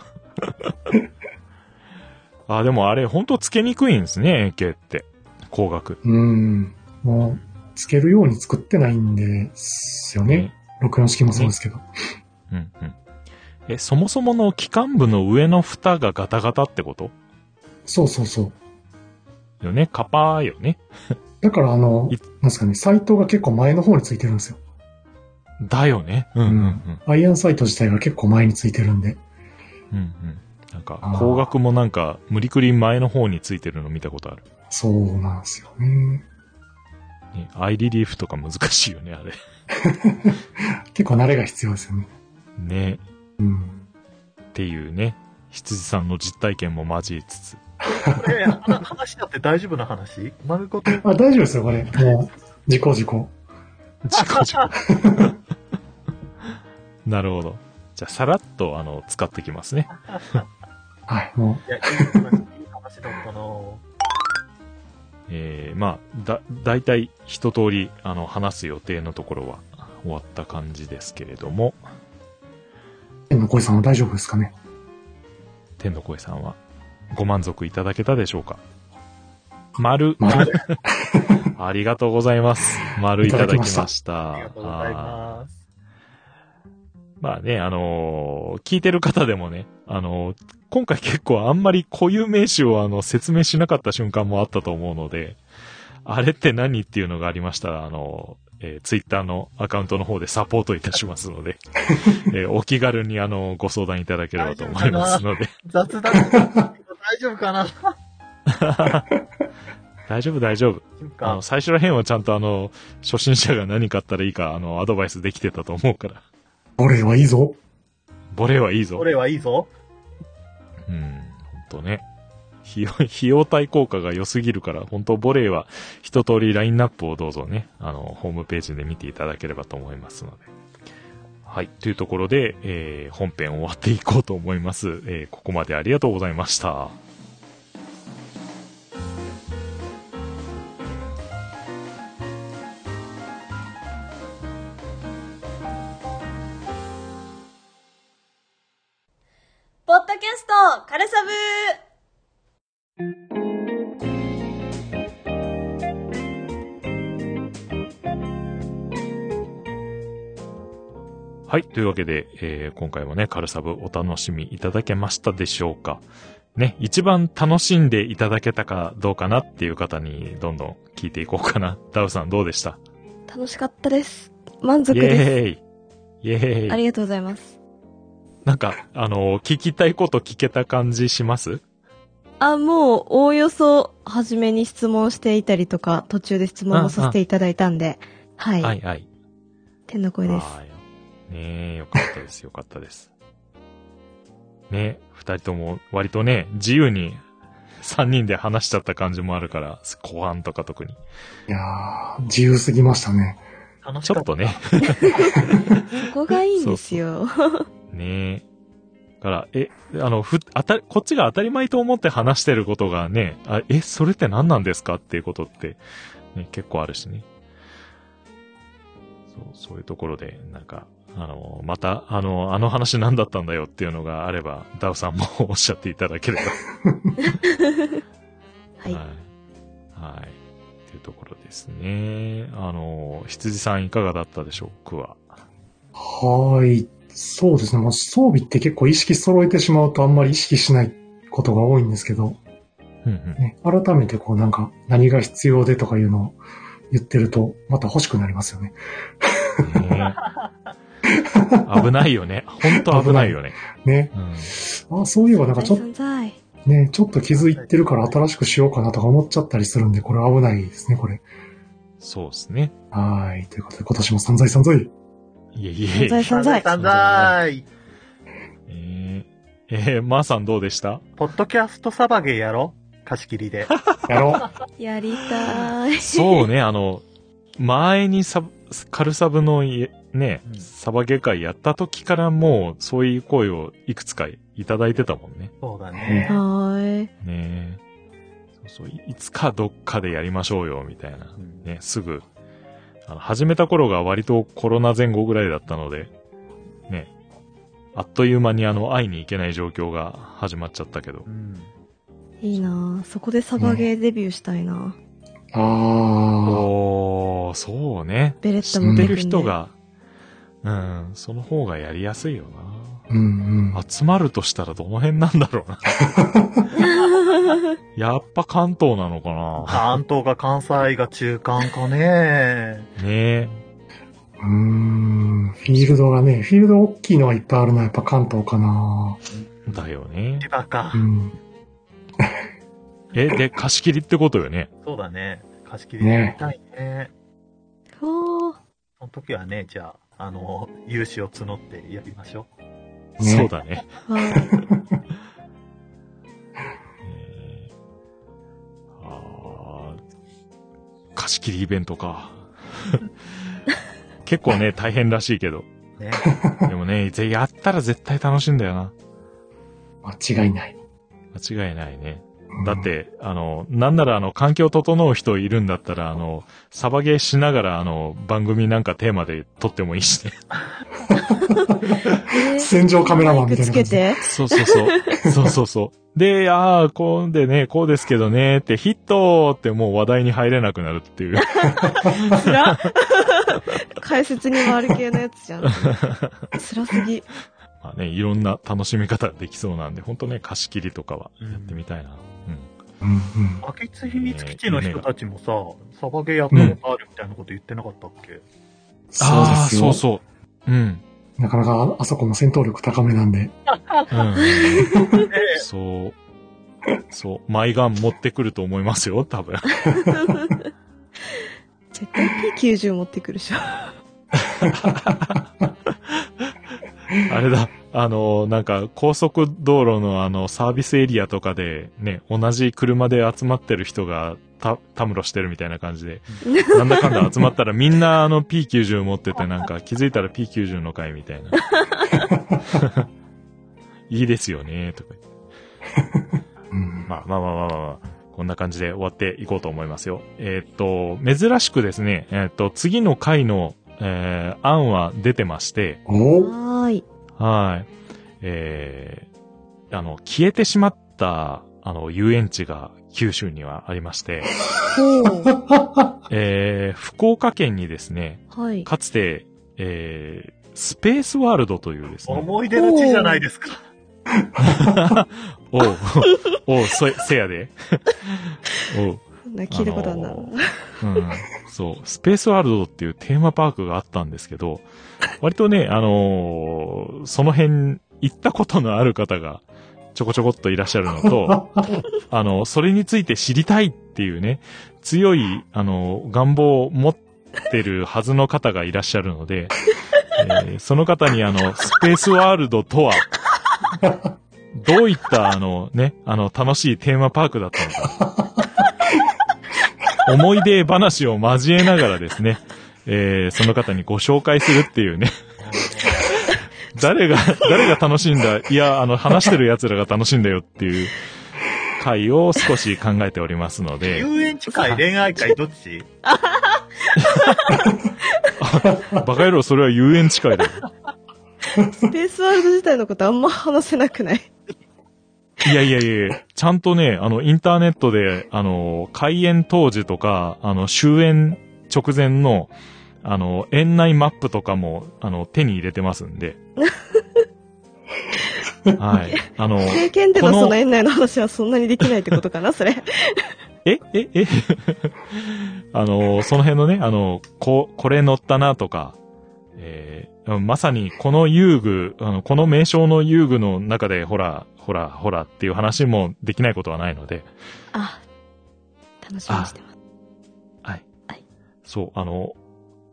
あ、でもあれ、本当つけにくいんですね、AK って。光学。
うん。もう、つけるように作ってないんですよね。64式もそうですけど。
うんうん。え、そもそもの機関部の上の蓋がガタガタってこと
そうそうそう。
よね。カパーよね。
だからあの
い、
なんですかね、サイトが結構前の方についてるんですよ。
だよね。うんうんうん。
アイアンサイト自体が結構前についてるんで。
うんうん。なんか、
あー
光学もなんか、無理くり前の方についてるの見たことある。
そうなんですよね。
ね、アイリリーフとか難しいよね、あれ。
結構慣れが必要ですよね。
ね。
うん。
っていうね。羊さんの実体験も交えつつ。
これ、はな話だって大丈夫な話丸ごと。 <laughs>
あ、大丈夫ですよ、これ。もう、事故事故。
自己自己。なるほど。じゃあ、さらっと、あの、使ってきますね。
はい、も
いや、いい話、いい話だったなぁ
えー、まあ、だ、だいたい一通り、あの、話す予定のところは終わった感じですけれども、
う、天の声さんは大丈夫ですかね。
天の声さんはご満足いただけたでしょうか丸、
丸
ありがとうございます。丸いただきました。
ありがとうござい
あ
ます。
ーまあね、あのー聞いてる方でもね、あのー今回結構あんまり固有名詞をあの説明しなかった瞬間もあったと思うので、あれって何っていうのがありましたら、あのーえツイッター Twitter のアカウントの方でサポートいたしますので、えーお気軽にあのご相談いただければと思いますので、
雑談だったけど大丈夫かな
大丈夫大丈夫。
大丈夫
あ
か
の、最初ら辺はちゃんとあの、初心者が何買ったらいいか、あの、アドバイスできてたと思うから。
俺はいいぞ。
ボレはいいぞ。
これはいいぞ。
うん、ほんとね。費用、 <laughs> 費用対効果が良すぎるから、本当ボレーは一通りラインナップをどうぞね、あの、ホームページで見ていただければと思いますので。はい。というところで、えー、本編終わっていこうと思います。えー、ここまでありがとうございました。
ポッドキャスト、カルサブ
はい。というわけで、えー今回もね、カルサブお楽しみいただけましたでしょうかね、一番楽しんでいただけたかどうかなっていう方にどんどん聞いていこうかな。ダウさんどうでした
楽しかったです。満足
イ
です。
エーイイエ
あ
ーイ
りがとうございます。
なんか、あのー聞きたいこと聞けた感じします
あ、もう、おおよそ、初めに質問していたりとか、途中で質問もさせていただいたんで、はい、
はいはい。
天の声です。
あーねえ、よかったです、よかったです。ね二人とも割とね、自由に三人で話しちゃった感じもあるから、後半とか特に。
いやー、自由すぎましたね。
楽し
ちょ
か
った
っ。
とね。
ここがいいんですよ。
ねえ。だから、え、あの、ふ、あた、こっちが当たり前と思って話してることがね、あ、え、それって何なんですかっていうことって、ね、結構あるしね。そう、そういうところで、なんか、あの、また、あの、あの話何だったんだよっていうのがあれば、ダウさんもおっしゃっていただけれ
は
ば。
い。
はい。はい。っていうところですね。あの、羊さんいかがだったでしょうかは。
はーい。そうですね。もう装備って結構意識揃えてしまうとあんまり意識しないことが多いんですけど、
うんうん。
ね、改めてこうなんか何が必要でとかいうのを言ってるとまた欲しくなりますよね。
ね危ないよね。本当危ないよね。
ね。
うん
あそういえばなんかちょっと
存在。
ね、ちょっと気づいてるから新しくしようかなとか思っちゃったりするんで、これ危ないですね、これ。
そうですね。
はーい。ということで、今年も散財散財。
いえいえ
存
い
在
え。
存在。
散財
えー、えー、まー、さんどうでした
ポッドキャストサバゲーやろ貸し切りで。
やろう。
やりたい。
そうね、あの、前にサブ、カルサブのいね
う、ん
サバゲ会やった時からもう、そういう声をいくつかいただいてたもんね。
そうだね。
はーい。
ねえそうそういいつかどっかでやりましょうよ、みたいな。ね、すぐ。あの、始めた頃が割とコロナ前後ぐらいだったので、ね、あっという間にあの、会いに行けない状況が始まっちゃったけど
う。ん。
いいなぁそこでサバゲーデビューしたいなぁ
あ
おー、そうね。
ベレッ
知
タも別
って
にね
る
<laughs>
人。が、うん、その方がやりやすいよな。
ー。うんうん。
集まるとしたらどの辺なんだろうな。やっぱ関東なのか
関東が関西が中間かね。
な。ね
うーん。フィールドがね、フィールド大きいのがいっぱいあるのはやっぱ関東かな
え。だよね。
千葉か
う。ん。
え、で、貸し切りってことよね。
そうだね。貸し切りでやりたいね。
ほー。
その時はね、じゃあ、あの、融資を募ってやりましょ
ね
そうだね。
はい。
えーあー貸し切りイベントか。 <laughs> 結構 <laughs> ね、大変らしいけど。
<laughs> う。ね。
でもね、ぜやったら絶対楽しいんだよな。
間違いない。
間違いないね。
うん
だっ。て、あの、なんならあの、環境整う人いるんだったら、あの、サバゲーしながら、あの、番組なんかテーマで撮ってもいいしね。
えー
戦場カメラマンみたい
マイクつ
な感
け
じ
て。
そうそうそう。 <laughs> そうそうそう。で、ああ、こうでね、こうですけどね、って、ヒットってもう話題に入れなくなるっていう。
つら解説に回る系のやつじゃん。つらすぎ。
まあね、いろんな楽しみ方ができそうなんで、ほんとね、貸し切りとかはやってみたいな。うん。
うんうん。
バケツ秘密基地の人たちもさ、サバゲーやったことあるみたいなこと言ってなかったっけ、
そうです
あ
よ
あ、そう。そう。うん。
なかなかあそこも戦闘力高めなんで。
うん。
ねえ
そう。そう。マイガン持ってくると思いますよ、多分。 <laughs>
絶対 P90 持ってくるでしょ。
あれだ、あの、なんか、高速道路のあの、サービスエリアとかで、ね、同じ車で集まってる人が、た、たむろしてるみたいな感じで、なんだかんだ集まったらみんなあの P90 持ってて、なんか気づいたら P90 の回みたいな。いいですよね、とか言って。
うん。
まあまあまあまあまあ、まあ、こんな感じで終わっていこうと思いますよ。えーっと、珍しくですね、えーっと、次の回の、えー案は出てまして、
お
はーい。
はい。えー、あの、消えてしまった、あの、遊園地が九州にはありまして、
ほう。
えー、福岡県にですね、
はい。
かつて、えー、スペースワールドというですね、
思い出の地じゃないですか。
おう、 <laughs> おう、そ、せやで。 <laughs> おう、
な聞いたことあるな。
あのうん。そう、スペースワールドっていうテーマパークがあったんですけど、割とね、あのーその辺行ったことのある方がちょこちょこっといらっしゃるのと、あの、それについて知りたいっていうね、強い、あの、願望を持ってるはずの方がいらっしゃるので、えーその方にあの、スペースワールドとは、どういったあのね、あの、楽しいテーマパークだったのか。思い出話を交えながらですね、えーその方にご紹介するっていうね、誰が、誰が楽しんだ、いや、あの、話してる奴らが楽しんだよっていう回を少し考えておりますので、
遊園地会、恋愛会、どっち
バカ野郎、それは遊園地会だよ。
スペースワールド自体のことあんま話せなくない。
いやいやいやいやちゃんとね、あの、インターネットで、あの、開園当時とか、あの、終園直前の、あの、園内マップとかも、あの、手に入れてますん <laughs> で。はい。あの、
経験での
この
その園内の話はそんなにできないってことかな、それ。
えええ <laughs> あの、その辺のね、あの、こ、これ乗ったなとか、ええーまさにこの遊具、あの、この名称の遊具の中で、ほら、ほら、ほらっていう話もできないことはないので、
あ、楽しみにしてます。
はい。
はい
そう、あの、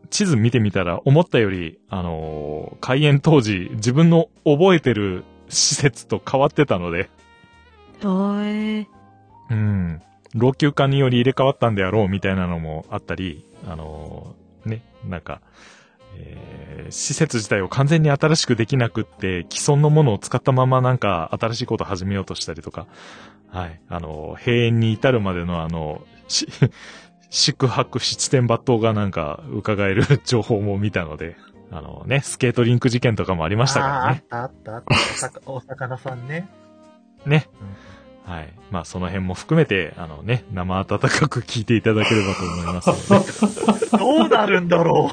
地図見てみたら、思ったより、あのー開園当時、自分の覚えてる施設と変わってたので、
おーえ
うん、老朽化により入れ替わったんであろうみたいなのもあったり、あのーね、なんか、えー施設自体を完全に新しくできなくって、既存のものを使ったままなんか新しいこと始めようとしたりとか、はい、あのー閉園に至るまでのあの、し宿泊七点抜刀がなんか伺える情報も見たので、あのね、スケートリンク事件とかもありましたからね。
あーあったあったあった。 <laughs> お魚さんね。
ね。はい。まあ、その辺も含めて、あのね、生温かく聞いていただければと思いますので。
どうなるんだろ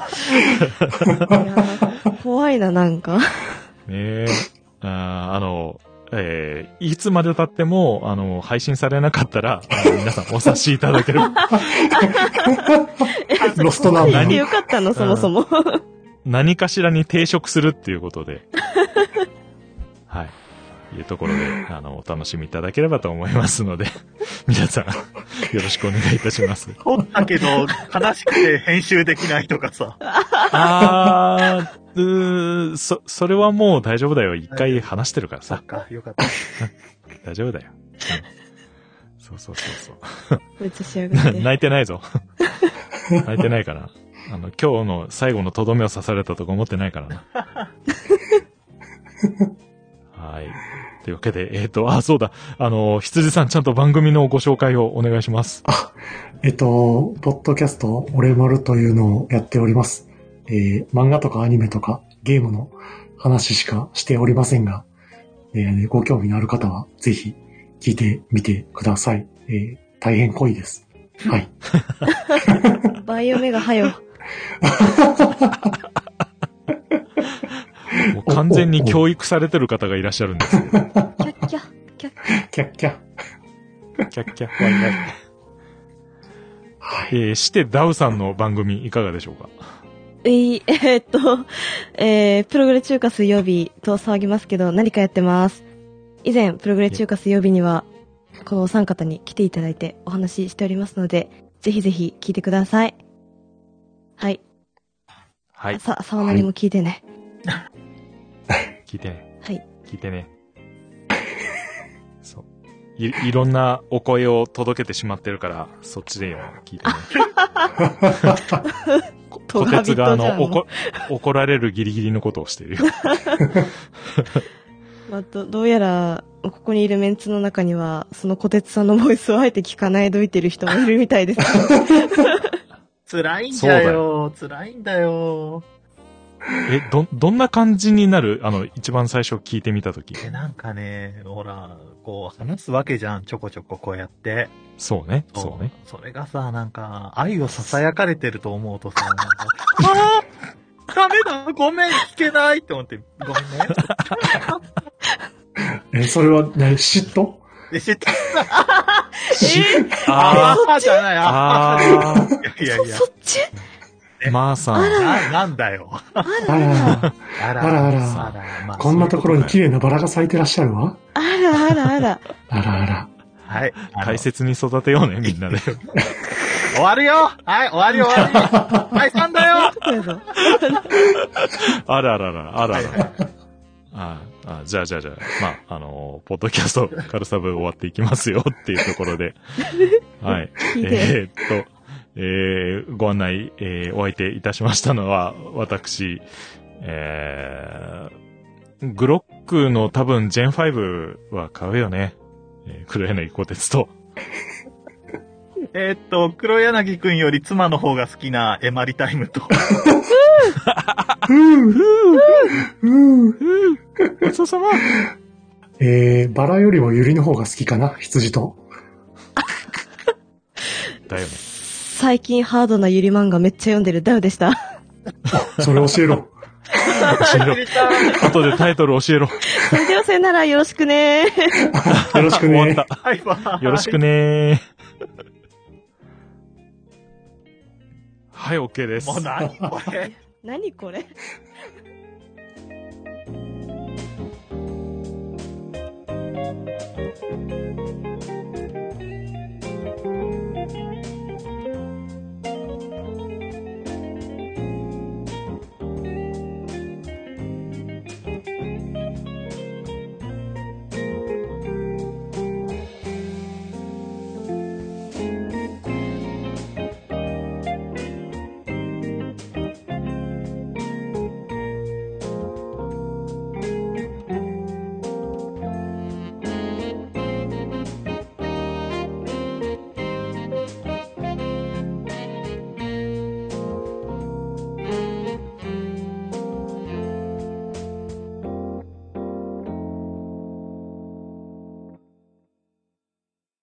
う。
いやー怖いな、なんか。
ねえ。 <laughs> あーあの、えーいつまで経っても、あの、配信されなかったら、あの皆さんお察しいただける。
ロストナンバ
行って <laughs>
ー。
よかったの、そもそも。
<laughs> 何かしらに抵触するっていうことで。 <laughs> はい。いうところで、あの、お楽しみいただければと思いますので、 <laughs> 皆さん、よろしくお願いいたします。
撮ったけど、悲しくて編集できないとかさ。
<laughs> あー、うーそ、それはもう大丈夫だよ。一回話してるから
そ
さ
っ。か、よかった。
大丈夫だよ。うんそうそうそうそう。
めっちゃ仕上が
<laughs>
って。
泣いてないぞ。泣いてないから。あの、今日の最後のとどめを刺されたとか思ってないからな。はい。というわけで、えっ、と、あ、そうだ。あの、羊さん、ちゃんと番組のご紹介をお願いします。
えっと、ポッドキャスト、俺丸というのをやっております。えー漫画とかアニメとかゲームの話しかしておりませんが、えーご興味のある方はぜひ聞いてみてください。えー大変濃いです。はい。
バイオメがはよ。
もう完全に教育されてる方がいらっしゃるんですけど。
キャッキャッ。
キャッキャ。
キャッキャッワイワイ。
はい。
えー、してダウさんの番組いかがでしょうか
えいえーっと、えー、プログレ中華水曜日と騒ぎますけど、何かやってます。以前、プログレ中華水曜日には、このお三方に来ていただいてお話ししておりますので、ぜひぜひ聞いてください。はい。
はい。
さ、沢なりも聞いてね。
聞いてね。
はい。
聞いてね。 <laughs> そう。い、いろんなお声を届けてしまってるから、そっちでよ、聞 <laughs> いてね。こ
ト
こ
ガビ
てつ
ット
が、あ
じゃん
の、怒、怒られるギリギリのことをしているよ。
まあ、ど、どうやら、ここにいるメンツの中には、その小鉄さんのボイスをあえて聞かないどいてる人もいるみたい
<laughs>
です。
辛いんだよ。辛いんだよ。
え、ど、どんな感じになるあの、一番最初聞いてみたとき。
え、なんかね、ほら、こう話すわけじゃん。ちょこちょここうやって。
そうね。そうね。
それがさ、なんか、愛を囁かれてると思うとさ、なんか、
<laughs>
あーダメだごめん聞けないって思って、ごめんね。
えーそれは、ね、嫉妬
で、知って、
あ
あーじゃない、あ
あー
ーいやいやいや
そ、っち
まあさん。
な、なんだよ。
あら、
<laughs> あら
あらあら
さあらまあ
こんなところに綺麗なバラが咲いてらっしゃるわ。
あらあらあら。
あらあら。
はい。あの
大切に育てようね、みんなで。
終わるよはい、終わり終わり解散だよ
どうぞ。
あらあらあら、あらあら。ああじゃあじゃあじゃあ、まあ、あのーポッドキャスト、カルサブ終わっていきますよっていうとこ
<laughs>
ろで。はい。
聞いて。
えーっと、えーご案内、えーお相手いたしましたのは、私、えーグロックの多分 Gen5 は買うよね。えー、黒柳小
<laughs>
鉄と。
えーっと、黒柳くんより妻の方が好きなエマリタイ
<laughs>
ムと、
ふうふうふう
ごちそうさま
えー、バラよりもユリの方が好きかな、羊と。
だよね。
最近ハードなゆり漫画めっちゃ読んでるダウでした。
それ教えろ。
教えろ。
<laughs>
後でタイトル教えろ。
それではさよならよろしくね
よろしく
終
<laughs>
わっ
ね。
た。
はい、バ
<laughs>
イ
よろしくねー。はい、OK です。
もう何これ
何これ